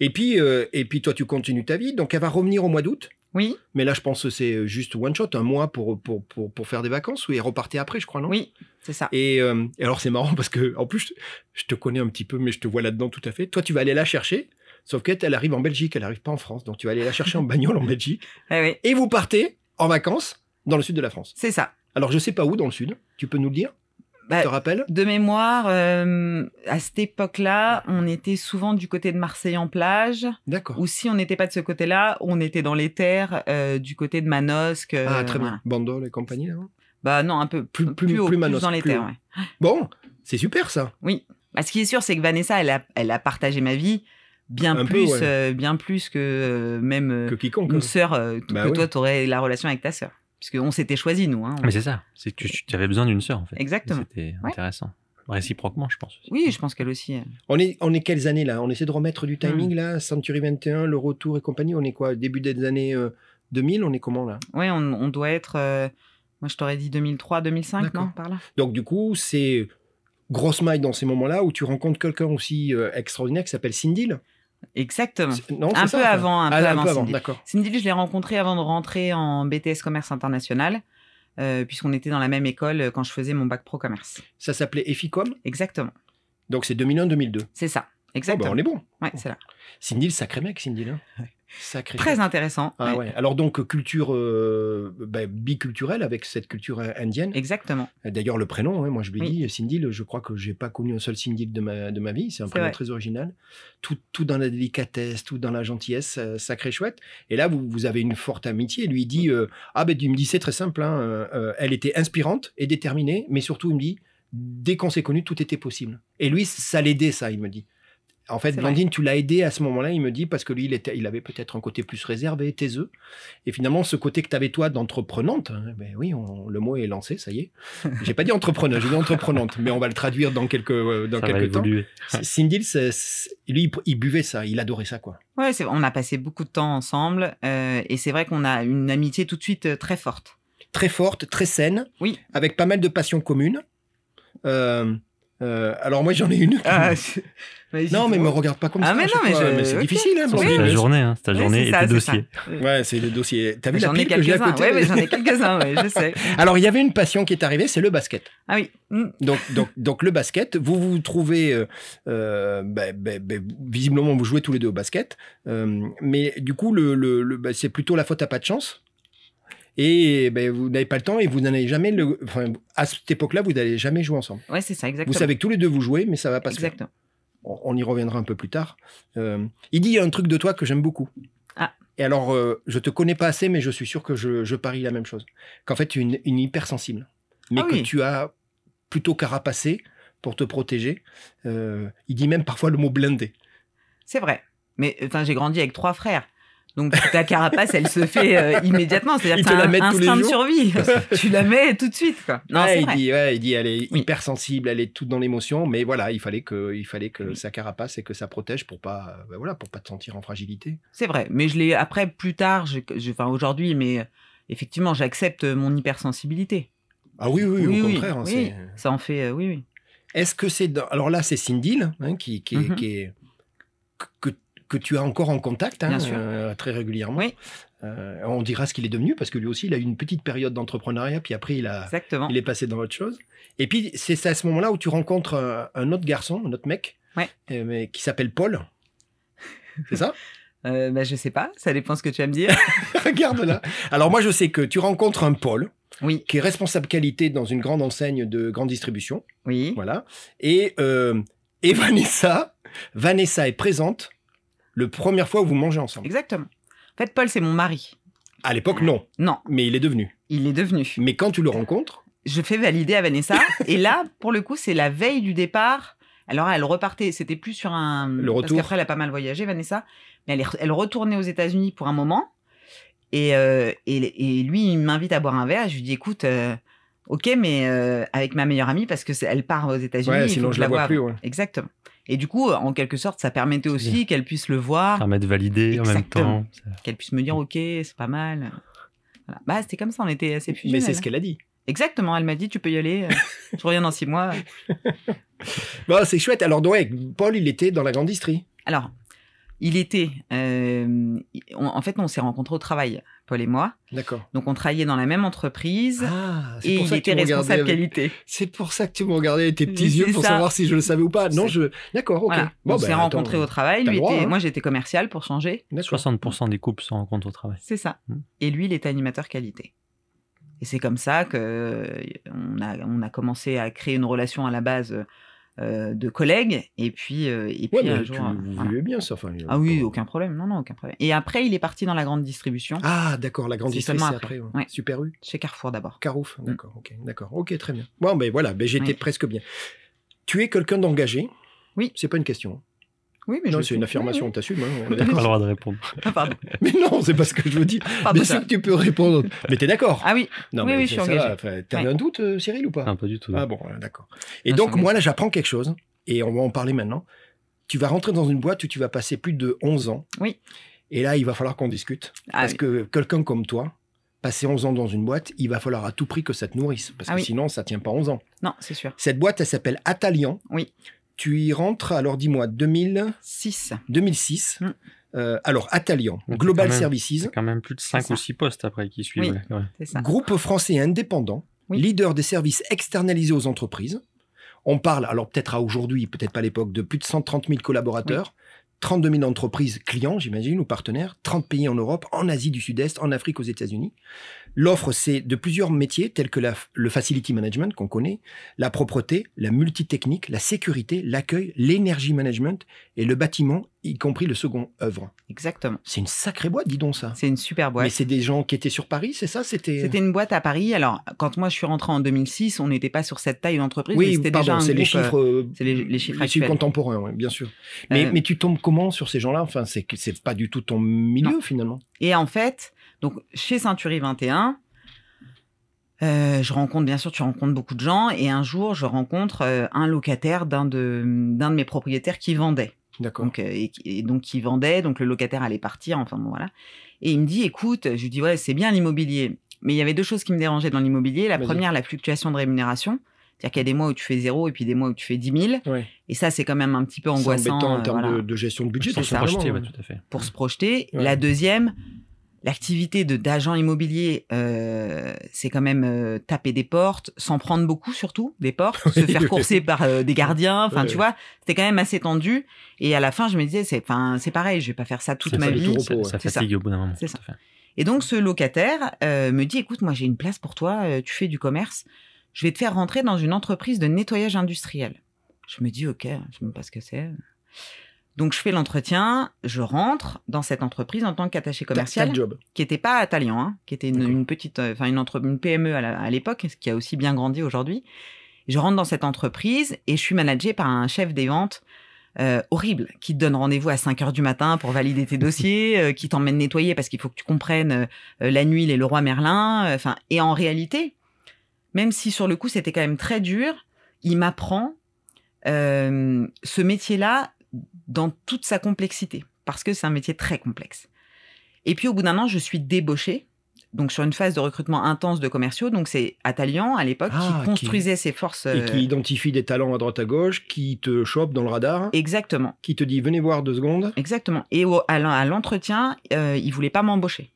E: Et puis, euh, et puis toi, tu continues ta vie. Donc, elle va revenir au mois d'août.
B: Oui,
E: Mais là, je pense que c'est juste one shot, un mois pour, pour, pour, pour faire des vacances. Oui, et repartez après, je crois, non
B: oui, c'est ça.
E: Et, euh, et alors, c'est marrant parce que, en plus, je te connais un petit peu, mais je te vois là-dedans tout à fait. Toi, tu vas aller la chercher. Sauf qu'elle, elle arrive en Belgique, elle arrive pas en France. Donc, tu vas aller la chercher en bagnole en Belgique.
B: Ouais, ouais.
E: Et vous partez en vacances dans le sud de la France.
B: C'est ça.
E: Alors, je sais pas où dans le sud. Tu peux nous le dire
B: Bah,
E: Tu te rappelles
B: de mémoire, euh, à cette époque-là, on était souvent du côté de Marseille en plage,
E: D'accord.
B: ou si on n'était pas de ce côté-là, on était dans les terres euh, du côté de Manosque. euh,
E: Ah, très bien.
B: voilà.
E: Bandol et compagnie. là, hein.
B: Bah non, un peu
E: Plus-
B: plus,
E: plus-
B: plus,
E: plus
B: haut, plus
E: Manosque,
B: dans les
E: plus
B: terres.
E: haut.
B: ouais.
E: Bon, c'est super ça.
B: Bah, ce qui est sûr, c'est que Vanessa, elle a, elle a partagé ma vie bien
E: Un peu,
B: plus,
E: ouais.
B: euh, bien plus que euh, même euh,
E: Que quiconque.
B: une
E: hein.
B: sœur euh,
E: Bah
B: que
E: oui.
B: toi, t'aurais la relation avec ta sœur. Parce qu'on s'était choisi nous. Hein, on-
D: Mais c'est ça, c'est que tu, tu avais besoin d'une sœur en fait.
B: Exactement.
D: C'était
B: Ouais.
D: intéressant. Réciproquement, je pense. aussi.
B: Oui, je pense qu'elle aussi. euh,
E: On est, on est quelles années là On essaie de remettre du
B: Hmm.
E: timing là Century 21, le retour et compagnie. On est quoi Début des années euh, 2000 On est comment là
B: Oui, on, on doit être. euh, moi, je t'aurais dit 2003, 2005,
E: D'accord.
B: non Par là.
E: Donc du coup, c'est grosse maille dans ces moments-là où tu rencontres quelqu'un aussi euh, extraordinaire qui s'appelle Cindy. là.
B: Exactement.
E: C'est- Non,
B: Hum. Un
E: c'est ça,
B: peu
E: enfin
B: avant, un
E: Ah,
B: peu
E: là,
B: avant. Cindy.
E: d'accord.
B: Cindy, je l'ai rencontrée avant de rentrer en BTS Commerce International, euh, puisqu'on était dans la même école euh, quand je faisais mon bac pro commerce.
E: Ça s'appelait Efficom.
B: Exactement.
E: Donc c'est 2001-2002.
B: C'est ça.
E: Ah, bah,
B: Exactement.
E: on est bon.
B: Ouais, c'est là.
E: Cindy, le sacré mec, Cindy. Là. Sacré
B: Très
E: mec.
B: intéressant.
E: Ah
B: Ouais.
E: ouais. Alors donc culture euh, bah, biculturelle avec cette culture euh, indienne.
B: Exactement.
E: D'ailleurs, le prénom, hein, moi je lui
B: Oui.
E: dis, Cindy, le- je crois que j'ai pas connu un seul Cindy de ma, de ma vie. C'est un
B: C'est
E: prénom
B: vrai.
E: très original. Tout, tout dans la délicatesse, tout dans la gentillesse, euh, sacré chouette. Et là, vous, vous avez une forte amitié. Lui il dit, euh, ah ben tu me dis, c'est très simple, hein, euh, euh, elle était inspirante et déterminée, mais surtout, il me dit, dès qu'on s'est connu, tout était possible. Et lui, ça l'aidait, ça, il me dit. En fait,
B: C'est vrai.
E: Blandine, tu l'as aidé à ce moment-là, il me dit, parce que lui, il, était, il avait peut-être un côté plus réservé, taiseux. Et finalement, ce côté que tu avais, toi, d'entreprenante, hein, ben oui, on- le mot est lancé, ça y est. J'ai pas dit entrepreneur, j'ai dit entreprenante, mais on va le traduire dans quelques, euh, dans
D: Ça va
E: quelques temps.
D: évoluer.
E: C- Cindy, c'est- c'est- lui, il pr- il buvait ça, il adorait ça, quoi.
B: Ouais, c'est- on a passé beaucoup de temps ensemble, euh, et c'est vrai qu'on a une amitié tout de suite euh, très forte.
E: Très forte, très saine,
B: Oui.
E: avec pas mal de passion commune. Euh, euh, alors moi, j'en ai une. non, mais me regarde pas comme
B: Ah,
E: ça.
B: mais
E: à
B: non,
E: chaque
B: mais
E: fois.
B: je-
E: c'est
B: ok.
E: difficile, hein,
B: Oui,
D: C'est
E: Blandine.
D: ta journée, hein, c'est ta
B: Ouais,
D: journée
B: c'est
D: et
B: ça,
D: tes
B: c'est
D: dossiers.
E: Ouais, c'est le dossier. T'as vu la
B: J'en ai
E: pile que j'ai à
B: quelques-uns.
E: côté
B: Ouais, ouais, j'en ai quelques-uns, ouais, je sais.
E: Alors, il y avait une passion qui est arrivée, c'est le basket.
B: Ah oui. Mm.
E: Donc, donc, donc le basket, vous vous trouvez, euh, euh, ben, ben, ben, visiblement, vous jouez tous les deux au basket, Euh, mais du coup, le, le- le- ben, c'est plutôt la faute à pas de chance. Et ben, vous n'avez pas le temps et vous n'allez jamais le. Enfin, à cette époque-là, vous n'allez jamais jouer ensemble.
B: Ouais, c'est ça, exactement.
E: Vous savez que tous les deux vous jouez, mais ça va pas se faire.
B: Exactement.
E: On, on y reviendra un peu plus tard. Euh, il dit un truc de toi que j'aime beaucoup.
B: Ah.
E: Et alors, euh, je te connais pas assez, mais je suis sûr que je, je parie la même chose. Qu'en fait, tu es une, une hypersensible, mais
B: Ah
E: que
B: oui.
E: tu as plutôt carapacé pour te protéger. Euh, il dit même parfois le mot blindé.
B: C'est vrai. Mais enfin, j'ai grandi avec trois frères. Donc ta carapace, elle se fait euh, immédiatement.
E: Ils
B: C'est-à-dire
E: te la
B: que
E: mettent
B: c'est un
E: tous les
B: instinct de
E: jours.
B: survie. tu la mets tout de suite, quoi. Non,
E: Ouais,
B: c'est
E: il
B: vrai.
E: dit, ouais, il dit, elle est
B: Oui.
E: hypersensible, elle est toute dans l'émotion, mais voilà, il fallait que, il fallait que sa carapace et que ça protège pour pas, euh, ben voilà, pour pas te sentir en fragilité.
B: C'est vrai. Mais je l'ai après plus tard. je- je- Enfin aujourd'hui, mais euh, effectivement, j'accepte euh, mon hypersensibilité.
E: Ah oui, oui, au contraire. hein,
B: oui.
E: c'est-
B: Ça en fait. euh, oui, oui.
E: Est-ce que c'est dans- alors là c'est Cindy là, hein, qui qui, est-
B: Mhm.
E: qui est que, que tu as encore en contact hein,
B: Bien sûr.
E: euh, très régulièrement.
B: Oui.
E: Euh, on dira ce qu'il est devenu parce que lui aussi il a eu une petite période d'entrepreneuriat puis après il a
B: Exactement.
E: Ah. il est passé dans autre chose. Et puis c'est c'est à ce moment-là où tu rencontres un, un autre garçon, un autre mec,
B: Ouais.
E: euh, mais qui s'appelle Paul. C'est ça
B: Euh, bah, je sais pas. Ça dépend ce que tu vas me dire.
E: Regarde là. Alors moi je sais que tu rencontres un Paul
B: Oui.
E: qui est responsable qualité dans une grande enseigne de grande distribution.
B: Oui.
E: Voilà. Et, euh, et Vanessa, Vanessa est présente le première fois où vous mangez ensemble.
B: Exactement. En fait, Paul, c'est mon mari.
E: À l'époque, non,
B: Non,
E: mais il est devenu.
B: il est devenu.
E: Mais quand tu le rencontres,
B: je fais valider à Vanessa. et là, pour le coup, c'est la veille du départ. Alors elle repartait, c'était plus sur un.
E: Le
B: Parce
E: retour.
B: qu'après elle a pas mal voyagé, Vanessa. Mais elle, est- elle retournait aux États-Unis pour un moment. Et, euh, et, et lui, il m'invite à boire un verre. Je lui dis, écoute, euh, ok, mais euh, avec ma meilleure amie parce que c'est- elle part aux États-Unis.
E: Ouais,
B: il faut
E: sinon
B: que
E: je la vois
B: voie
E: plus.
B: avant.
E: ouais.
B: Exactement. Et du coup, en quelque sorte, ça permettait aussi qu'elle puisse le voir,
D: Permet de valider en même
B: Exactement.
D: temps.
B: qu'elle puisse me dire, ok, c'est pas mal. Voilà. Bah, c'était comme ça, on était assez
E: Mais
B: fusionnels. hein.
E: c'est ce qu'elle a dit.
B: Exactement, elle m'a dit, tu peux y aller. euh, Je reviens dans six mois.
E: Bon, Bah, c'est chouette. Alors, donc, ouais, Paul, il était dans la grandistrie.
B: Alors, il était. euh, on- en fait, on s'est rencontrés au travail, Paul et moi.
E: D'accord.
B: Donc, on travaillait dans la même entreprise.
E: Ah, c'est
B: et
E: pour
B: il
E: ça que tu
B: était
E: me regardais
B: responsable
E: avec-
B: qualité.
E: C'est pour ça que tu me regardais avec tes petits
B: Oui,
E: yeux
B: c'est
E: pour
B: ça.
E: savoir si je le savais ou pas. Non,
B: C'est-
E: je. D'accord, ok.
B: Voilà.
E: Bon,
B: on
E: ben,
B: s'est
E: attends.
B: rencontrés au travail.
E: T'as
B: Lui
E: le droit,
B: était,
E: hein.
B: Moi, j'étais commercial pour changer.
E: D'accord.
D: 60% des couples sont en compte au travail.
B: C'est ça.
E: Hmm.
D: Mm.
B: Et lui, il était animateur qualité. Et c'est comme ça que euh, on a, on a commencé à créer une relation à la base euh, de collègues. Et puis, euh, et puis
E: Ouais, mais
B: un
E: tu-
B: jour. euh,
E: vous
B: voilà.
E: vivez bien ça. Enfin,
B: Ah oui, aucun problème. Non, non, aucun problème. Et après, il est parti dans la grande distribution,
E: Ah, d'accord, la grande
B: C'est
E: distance, c'est
B: seulement
E: après.
B: après.
E: ouais.
B: Ouais.
E: Super U,
B: chez Carrefour d'abord.
E: Carouf. D'accord, ok, d'accord. Ok, très bien. Bon, ben voilà, ben, j'étais
B: Ouais.
E: presque bien. Tu es quelqu'un d'engagé
B: Oui.
E: C'est pas une question.
B: Oui, mais je
E: non,
B: le
E: c'est
B: suis.
E: une
B: Oui,
E: affirmation,
B: oui.
E: t'assumes. hein, on
D: T'as pas
E: est
D: le
E: d'accord.
D: droit de répondre.
B: Ah, pardon.
E: mais non, c'est pas ce que je veux dire.
B: Pardon,
E: bien
B: Ah, bah, ça.
E: sûr que tu peux répondre. Mais t'es d'accord
B: Ah oui,
E: Non,
B: oui,
E: mais
B: oui,
E: c'est
B: je suis
E: ça,
B: engagée.
E: enfin, T'as
B: Ouais.
E: un doute, euh, Cyril, ou pas
D: Non, pas du tout.
E: Ah bon, voilà, d'accord. Et
B: Ah,
E: donc,
B: c'est
E: moi, là, j'apprends quelque chose, et on va en parler maintenant. Tu vas rentrer dans une boîte où tu vas passer plus de 11 ans.
B: Oui.
E: Et là, il va falloir qu'on discute.
B: Ah
E: parce
B: oui.
E: que quelqu'un comme toi, passer 11 ans dans une boîte, il va falloir à tout prix que ça te nourrisse. Parce
B: Ah
E: que
B: oui.
E: sinon, ça tient pas 11 ans.
B: Non, c'est sûr.
E: Cette boîte, elle s'appelle Atalian.
B: Oui.
E: Tu y rentres, alors dis-moi, 2000,
B: 6.
E: 2006.
B: Mm.
E: Euh, alors, Atalian,
D: Mais Mm,
E: Global
D: quand même-
E: Services,
D: C'est quand même plus de 5
B: ça.
D: ou 6 postes après qui suivent.
B: Oui.
D: ouais, ouais.
B: C'est ça.
E: Groupe français indépendant,
B: Oui.
E: leader des services externalisés aux entreprises. On parle, alors peut-être à aujourd'hui, peut-être pas à l'époque, de plus de 130 000 collaborateurs, 32 000 entreprises clients, j'imagine, ou partenaires, 30 pays en Europe, en Asie du Sud-Est, en Afrique, aux États-Unis. L'offre, c'est de plusieurs métiers tels que la- le facility management qu'on connaît, la propreté, la multitechnique, la sécurité, l'accueil, l'énergie management et le bâtiment, y compris le second œuvre.
B: Exactement.
E: C'est une sacrée boîte, dis donc ça.
B: C'est une super boîte.
E: Mais c'est des gens qui étaient sur Paris, c'est ça C'était
B: C'était une boîte à Paris. Alors, quand moi je suis rentrée en 2006, on n'était pas sur cette taille d'entreprise. mais
E: Oui,
B: c'était
E: pardon,
B: déjà un
E: c'est les
B: groupe, euh,
E: chiffres. euh,
B: c'est les- les chiffres actuels.
E: contemporains, ouais, bien sûr. Mais,
B: Euh,
E: mais tu tombes comment sur ces gens-là Enfin, c'est que c'est pas du tout ton milieu finalement.
B: Et en fait, donc chez Century 21, euh, je rencontre, bien sûr, tu rencontres beaucoup de gens. Et un jour, je rencontre euh, un locataire d'un de, d'un de mes propriétaires qui vendait.
E: D'accord.
B: Donc, euh, et, qui- et donc, qui vendait. Donc, le locataire allait partir. Enfin, bon, voilà. Et il me dit, écoute, je lui dis, ouais, c'est bien l'immobilier. Mais il y avait deux choses qui me dérangeaient dans l'immobilier. La
E: Vas-y.
B: première, la fluctuation de rémunération. C'est-à-dire qu'il y a des mois où tu fais zéro et puis des mois où tu fais 10 000.
E: Ouais.
B: Et ça, c'est quand même un petit peu
E: C'est
B: angoissant
E: embêtant en
B: euh,
E: termes
B: voilà,
E: de, de gestion de budget.
B: C'est
D: Pour se
B: ça.
D: projeter, ouais,
E: totalement.
D: tout à fait.
B: pour se projeter.
E: Ouais.
B: La deuxième, l'activité de- d'agent immobilier, euh, c'est quand même euh, taper des portes, s'en prendre beaucoup surtout, des portes, se faire courser par euh, des gardiens. Enfin,
E: Ouais.
B: tu vois, c'était quand même assez tendu. Et à la fin, je me disais, c'est 'fin, c'est pareil, je vais pas faire ça toute
D: C'est
B: ma
D: ça,
E: le
B: vie.
E: tour au
D: Ça,
E: repos,
D: ça
B: ouais. C'est
D: fatigue au bout d'un moment.
B: C'est
D: tout
B: ça.
D: à fait.
B: Et donc, ce locataire euh, me dit, écoute, moi, j'ai une place pour toi, euh, tu fais du commerce, je vais te faire rentrer dans une entreprise de nettoyage industriel. Je me dis, ok, je ne sais même pas ce que c'est. Donc, je fais l'entretien, je rentre dans cette entreprise en tant qu'attaché
E: T'as- t'as
B: commercial,
E: le job.
B: qui n'était pas à Talian, hein, qui était une,
E: D'accord.
B: une petite, euh, enfin, une, entre- une PME à la- à l'époque, ce qui a aussi bien grandi aujourd'hui. Je rentre dans cette entreprise et je suis managée par un chef des ventes euh, horrible, qui te donne rendez-vous à 5 heures du matin pour valider tes dossiers, euh, qui t'emmène nettoyer parce qu'il faut que tu comprennes euh, la nuit et le roi Merlin. euh, Enfin, et en réalité, même si sur le coup c'était quand même très dur, il m'apprend euh, ce métier-là dans toute sa complexité, parce que c'est un métier très complexe. Et puis au bout d'un an, je suis débauchée, donc sur une phase de recrutement intense de commerciaux. Donc c'est Atalian à l'époque
E: Ah,
B: qui
E: qui-
B: construisait ses forces.
E: Et qui
B: euh,
E: identifie des talents à droite à gauche, qui te chope dans le radar,
B: Exactement.
E: qui te dit venez voir deux secondes.
B: Exactement. Et au- à l'en- à l'entretien, euh, ils voulaient pas m'embaucher.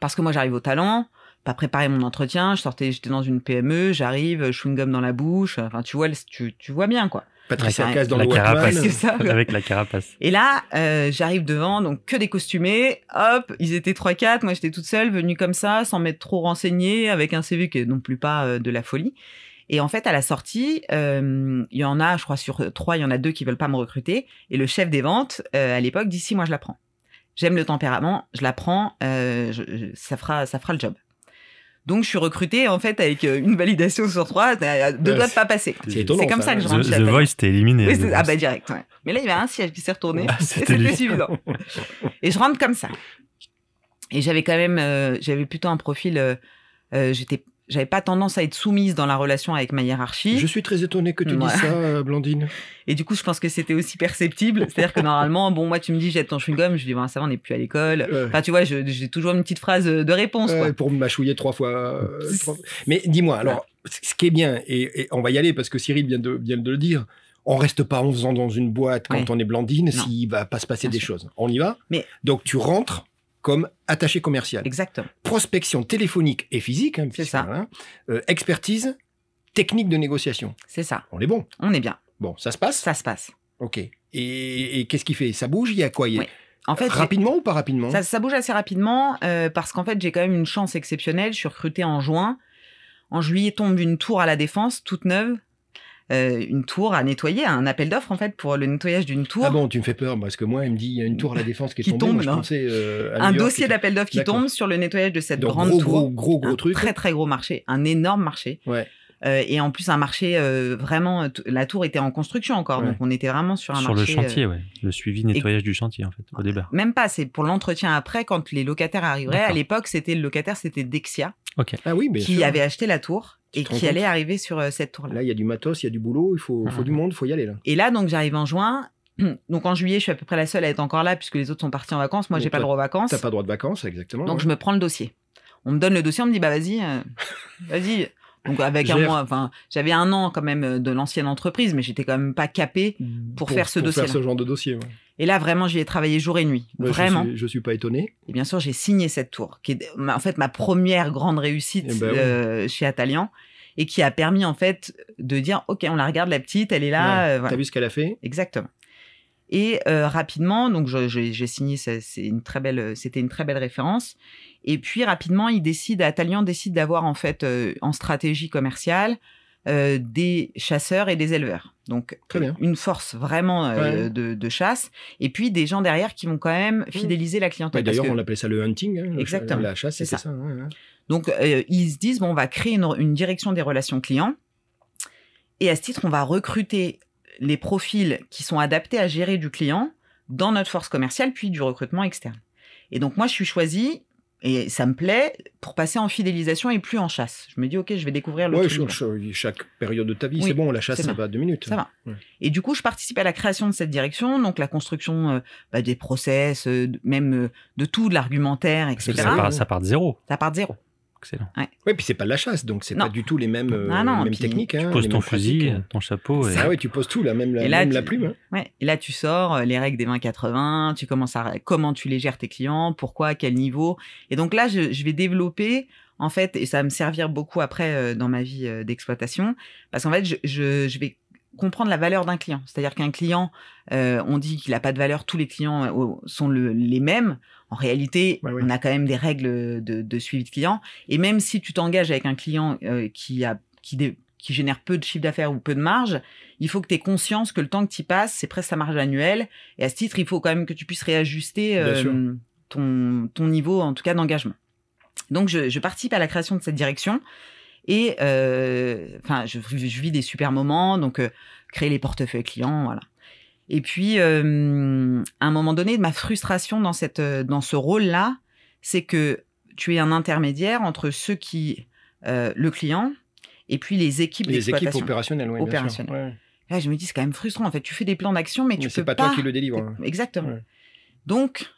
B: Parce que moi, j'arrive au talent, pas préparé mon entretien, je sortais, j'étais dans une PME, j'arrive, chewing-gum dans la bouche, enfin, tu vois, le- tu, tu vois bien, quoi.
E: Patrice
B: Ouais,
E: Arcas dans
D: la
E: le Walkman.
D: carapace.
B: Qu'est-ce que ça quoi.
D: Avec la carapace.
B: Et là, euh, j'arrive devant, donc que des costumés, hop, ils étaient 3-4, moi j'étais toute seule, venue comme ça, sans m'être trop renseignée, avec un CV qui est non plus pas euh, de la folie. Et en fait, à la sortie, euh, il y en a, je crois, sur trois, il y en a deux qui veulent pas me recruter. Et le chef des ventes, euh, à l'époque, dit si, moi, je la prends. J'aime le tempérament, je la prends, euh, je- je- ça, fera, ça fera le job. Donc, je suis recrutée, en fait, avec euh, une validation sur trois, euh, deux
E: Ouais,
B: doigts de pas passer.
E: C'est étonnant,
B: C'est comme ça que je
E: ouais.
D: The,
B: rentre chez
D: The
B: la
D: Voice t'es éliminé.
B: Oui, c'est- ah bah direct, ouais. Mais là, il y avait un siège qui s'est retourné.
D: Ah,
B: et
D: c'était
B: c'était
D: lui.
B: suffisant. Et je rentre comme ça. Et j'avais quand même, euh, j'avais plutôt un profil, euh, euh, j'étais, j'avais pas tendance à être soumise dans la relation avec ma hiérarchie.
E: Je suis très étonné que tu
B: Ouais.
E: dises ça, euh, Blandine.
B: Et du coup, je pense que c'était aussi perceptible. C'est-à-dire que normalement, bon, moi, tu me dis, jette ton chewing-gum, je dis, bon, ça va, on n'est plus à l'école.
E: Ouais.
B: Enfin, tu vois, je- j'ai toujours une petite phrase euh, de réponse.
E: Ouais,
B: quoi.
E: pour me mâchouiller trois fois. euh, trois- Mais dis-moi, alors, c- ce qui est bien, et, et on va y aller parce que Cyril vient de, vient de le dire, on reste pas 11 ans dans une boîte quand
B: Ouais.
E: on est blandine
B: Non.
E: s'il va pas se passer
B: Bien
E: des
B: sûr.
E: choses. On y va
B: Mais-
E: Donc tu rentres comme attaché commercial.
B: Exactement.
E: Prospection téléphonique et physique, hein,
B: C'est
E: puisque,
B: ça.
E: hein, euh, expertise, technique de négociation.
B: C'est ça.
E: On est bon.
B: On est bien.
E: Bon, ça se passe
B: Ça se passe.
E: Ok. Et, et qu'est-ce qu'il fait Ça bouge Il y a quoi Il y a-
B: Ouais. En fait, j'ai-
E: Rapidement ou pas rapidement
B: Ça, ça bouge assez rapidement euh, parce qu'en fait, j'ai quand même une chance exceptionnelle. Je suis recrutée en juin. En juillet tombe une tour à la défense, toute neuve. Euh, une tour à nettoyer, un appel d'offres en fait pour le nettoyage d'une tour.
E: Ah bon, tu me fais peur parce que moi, il me dit il y a une tour à la défense qui est
B: Qui
E: tombée.
B: tombe,
E: Moi, je
B: non.
E: pensais, euh, à
B: un
E: New York,
B: dossier
E: c'était-
B: d'appel d'offres qui
E: D'accord.
B: tombe sur le nettoyage de cette
E: Donc,
B: grande
E: gros,
B: tour.
E: gros, gros, gros
B: un
E: truc.
B: Très très gros marché, un énorme marché.
E: Ouais.
B: Euh, et en plus un marché euh, vraiment, euh, t- la tour était en construction encore,
E: Ouais.
B: donc on était vraiment sur un
D: Sur le
B: marché. euh,
D: chantier, ouais. Le suivi, nettoyage du chantier, en fait, au départ.
B: même pas, c'est pour l'entretien après quand les locataires arriveraient. À
D: D'accord.
B: l'époque, c'était le locataire, c'était Dexia.
E: Ah oui, mais
B: qui avait acheté la tour
E: Tu
B: et
E: te rends
B: qui
E: compte
B: allait arriver sur euh, cette tour-là.
E: Là, il y a du matos, il y a du boulot, il faut, faut
B: Mhm.
E: du monde, il faut y aller là.
B: Et là, donc, j'arrive en juin. Donc, en juillet, je suis à peu près la seule à être encore là puisque les autres sont partis en vacances. Moi,
E: Donc,
B: j'ai pas
E: toi,
B: le droit aux vacances.
E: T'as pas droit hein. de vacances, exactement.
B: Donc,
E: ouais.
B: je me prends le dossier. On me donne le dossier, on me dit, bah, vas-y, euh, vas-y. Donc, avec un
E: Gère.
B: mois, enfin, j'avais un an quand même euh, de l'ancienne entreprise, mais j'étais quand même pas capée.
E: Mmh,
B: pour faire ce dossier-là.
E: ce genre de dossier. ouais.
B: Et là, vraiment, j'y ai travaillé jour et nuit.
E: Ouais, je
B: vraiment.
E: suis- Je suis pas étonné.
B: Et bien sûr, j'ai signé cette tour, qui est ma- en fait ma première grande réussite
E: Eh ben oui.
B: euh, chez Atalian et qui a permis en fait de dire, OK, on la regarde, la petite, elle est là. euh, voilà.
E: T'as vu ce qu'elle a fait
B: Exactement. Et euh, rapidement, donc je- je- j'ai signé, ça- c'est une très belle, c'était une très belle référence. Et puis rapidement, ils décident, Atalian décide d'avoir en fait euh, en stratégie commerciale euh, des chasseurs et des éleveurs. Donc euh,
E: Très bien.
B: une force vraiment euh,
E: Ouais.
B: de, de chasse. Et puis des gens derrière qui vont quand même fidéliser la
E: Ouais,
B: clientèle. parce
E: Bah, D'ailleurs,
B: que-
E: on appelait ça le hunting. hein, le
B: Exactement.
E: cha- La chasse,
B: C'est
E: c'est ça.
B: ça.
E: ouais, ouais.
B: donc euh, ils se disent bon, on va créer une, une direction des relations clients. Et à ce titre, on va recruter les profils qui sont adaptés à gérer du client dans notre force commerciale, puis du recrutement externe. Et donc moi, je suis choisie. Et ça me plaît pour passer en fidélisation et plus en chasse. Je me dis, OK, je vais découvrir le
E: Ouais,
B: truc.
E: je- je- chaque période de ta vie,
B: Oui,
E: c'est bon, la chasse,
B: c'est
E: ça
B: bien.
E: va deux minutes.
B: Ça va.
E: Ouais.
B: Et du coup, je participe à la création de cette direction, donc la construction euh, bah, des process, euh, de- même euh, de tout, de l'argumentaire,
D: Parce que
B: etc.
D: ça part, ça part de zéro.
B: Ça part de zéro.
D: Excellent.
E: Ouais, puis c'est pas de la chasse, donc c'est
B: Non.
E: pas du tout les mêmes, euh,
B: Ah non,
E: les mêmes
B: puis
E: techniques. hein,
D: Pose
E: les
D: ton
E: mêmes
D: fusil,
E: pratiques.
D: ton chapeau. Et...
E: Ah ouais, tu poses tout, là, même la,
B: Et là,
E: même
B: tu-
E: la plume. hein.
B: Ouais. Et là, tu sors euh, les règles des 20-80, tu commences à comment tu les gères tes clients, pourquoi, à quel niveau. Et donc là, je, je vais développer, en fait, et ça va me servir beaucoup après euh, dans ma vie euh, d'exploitation, parce qu'en fait, je, je, je vais comprendre la valeur d'un client. C'est-à-dire qu'un client, euh, on dit qu'il n'a pas de valeur, tous les clients euh, sont le- les mêmes. En réalité,
E: Ouais, ouais.
B: on a quand même des règles de, de suivi de client. Et même si tu t'engages avec un client euh, qui, a, qui, dé- qui génère peu de chiffre d'affaires ou peu de marge, il faut que tu aies conscience que le temps que tu passes, c'est presque sa marge annuelle. Et à ce titre, il faut quand même que tu puisses réajuster
E: Bien
B: euh,
E: sûr.
B: ton, ton niveau, en tout cas, d'engagement. Donc, je, je participe à la création de cette direction. Et euh, enfin, je, je vis des super moments, donc euh, créer les portefeuilles clients, voilà. Et puis, euh, à un moment donné, ma frustration dans, cette, euh, dans ce rôle-là, c'est que tu es un intermédiaire entre ceux qui, euh, le client, et puis les équipes
E: Les équipes
B: d'exploitation.
E: opérationnelles, oui.
B: Opérationnelles.
E: Bien sûr. ouais.
B: Là, je me dis, c'est quand même frustrant. En fait, tu fais des plans d'action, mais,
E: Mais
B: tu
E: c'est
B: peux
E: pas
B: pas.
E: toi qui le délivre. hein.
B: Exactement.
E: Ouais.
B: Donc,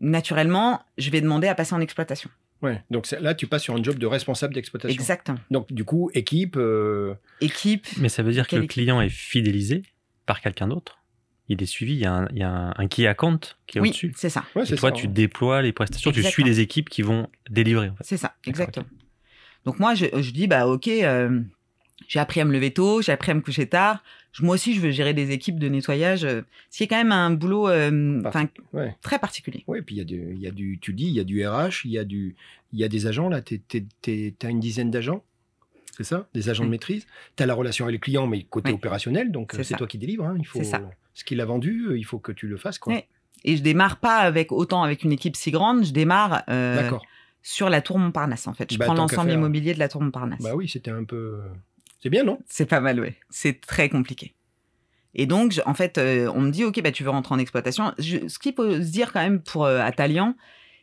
B: naturellement, je vais demander à passer en exploitation.
E: Ouais. Donc c'est- là, tu passes sur un job de responsable d'exploitation.
B: Exactement.
E: Donc du coup, équipe. euh,
B: Équipe.
D: Mais ça veut dire que
B: Quelle
D: le client est fidélisé par quelqu'un d'autre. Il est suivi, il y a un, il y a un, un key account qui est
B: Oui,
D: au-dessus.
B: c'est ça.
E: Ouais,
D: Et
E: c'est
D: toi,
E: ça,
D: tu
E: hein.
D: déploies les prestations, tu suis
B: Exactement.
D: les équipes qui vont délivrer. En fait.
B: C'est ça,
D: D'accord,
B: exactement. Donc moi, je, je dis, bah ok, euh, j'ai appris à me lever tôt, j'ai appris à me coucher tard. Je- moi aussi, je veux gérer des équipes de nettoyage, euh, ce qui est quand même un boulot euh, enfin,
E: ouais.
B: très particulier.
E: Ouais, puis il y, a du- il y a du, tu dis, il y a du RH, il y a du, il y a des agents là. T'es- t'es- t'es- T'as une dizaine d'agents, c'est ça Des agents de
B: Oui.
E: maîtrise. T'as la relation avec le client, mais côté
B: Oui.
E: opérationnel, donc euh,
B: Mm. C'est
E: c'est
B: ça.
E: toi qui délivre. hein, Il faut
B: C'est ça.
E: ce qu'il a vendu, euh, il faut que tu le fasses quoi.
B: Oui. Et je démarre pas avec autant avec une équipe si grande, je démarre euh,
E: D'accord.
B: sur la Tour Montparnasse, en fait. Je
E: Bah,
B: prends
E: tant qu'à
B: l'ensemble
E: faire.
B: immobilier de la Tour Montparnasse.
E: Bah oui, c'était un peu. C'est bien, non
B: C'est pas mal, ouais. C'est très compliqué. Et donc, je- en fait, euh, on me dit, OK, bah, tu veux rentrer en exploitation. Je- ce qu'il faut se dire quand même pour euh, Atalian,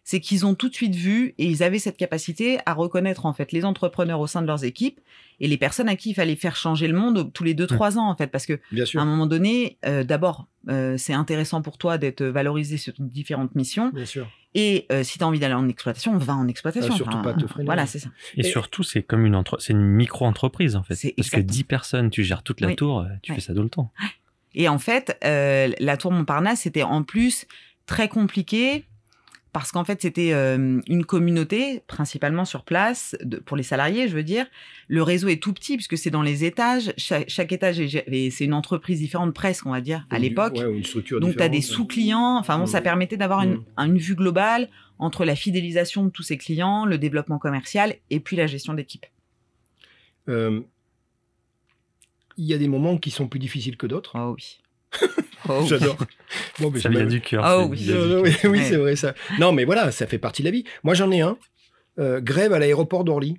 B: c'est qu'ils ont tout de suite vu et ils avaient cette capacité à reconnaître en fait les entrepreneurs au sein de leurs équipes et les personnes à qui il fallait faire changer le monde tous les deux trois ans en fait parce que
E: Bien sûr.
B: à un moment donné euh, d'abord euh, c'est intéressant pour toi d'être valorisé sur différentes missions
E: Bien sûr.
B: et euh, si tu as envie d'aller en exploitation va en exploitation
E: Ah, surtout
B: Enfin,
E: pas te freiner.
B: voilà c'est ça
D: Et,
E: Et-
D: surtout, c'est comme une, entre... c'est une micro-entreprise, en fait.
B: C'est
D: Parce que
B: exactement.
D: 10 personnes, tu gères toute la
B: Oui.
D: tour, euh, tu
B: Ouais.
D: fais ça tout le temps.
E: Ah,
B: Et en fait, euh, la tour Montparnasse, c'était en plus très compliqué parce qu'en fait, c'était euh, une communauté, principalement sur place, de- pour les salariés, je veux dire. Le réseau est tout petit puisque c'est dans les étages. Cha- Chaque, étage, est gé- et c'est une entreprise différente presque, on va dire, à
E: Ou du-
B: l'époque.
E: ouais, ou une structure
B: Donc, tu as
E: différente,
B: des
E: ouais.
B: sous-clients. Enfin, bon, ça
E: Mm.
B: permettait d'avoir une,
E: Mm.
B: une vue globale entre la fidélisation de tous ces clients, le développement commercial et puis la gestion d'équipe.
E: Euh, Il y a des moments qui sont plus difficiles que d'autres.
B: Oh oui. Oh oui.
E: J'adore. Bon, mais
D: Ça
E: je
D: vient
E: m'avais-
D: du cœur.
B: Ah
D: c'est
B: oui.
D: via du
E: Euh,
D: cœur.
E: oui, oui,
B: Ouais.
E: c'est vrai ça. Non, mais voilà, ça fait partie de la vie. Moi, j'en ai un. Euh, grève à l'aéroport d'Orly.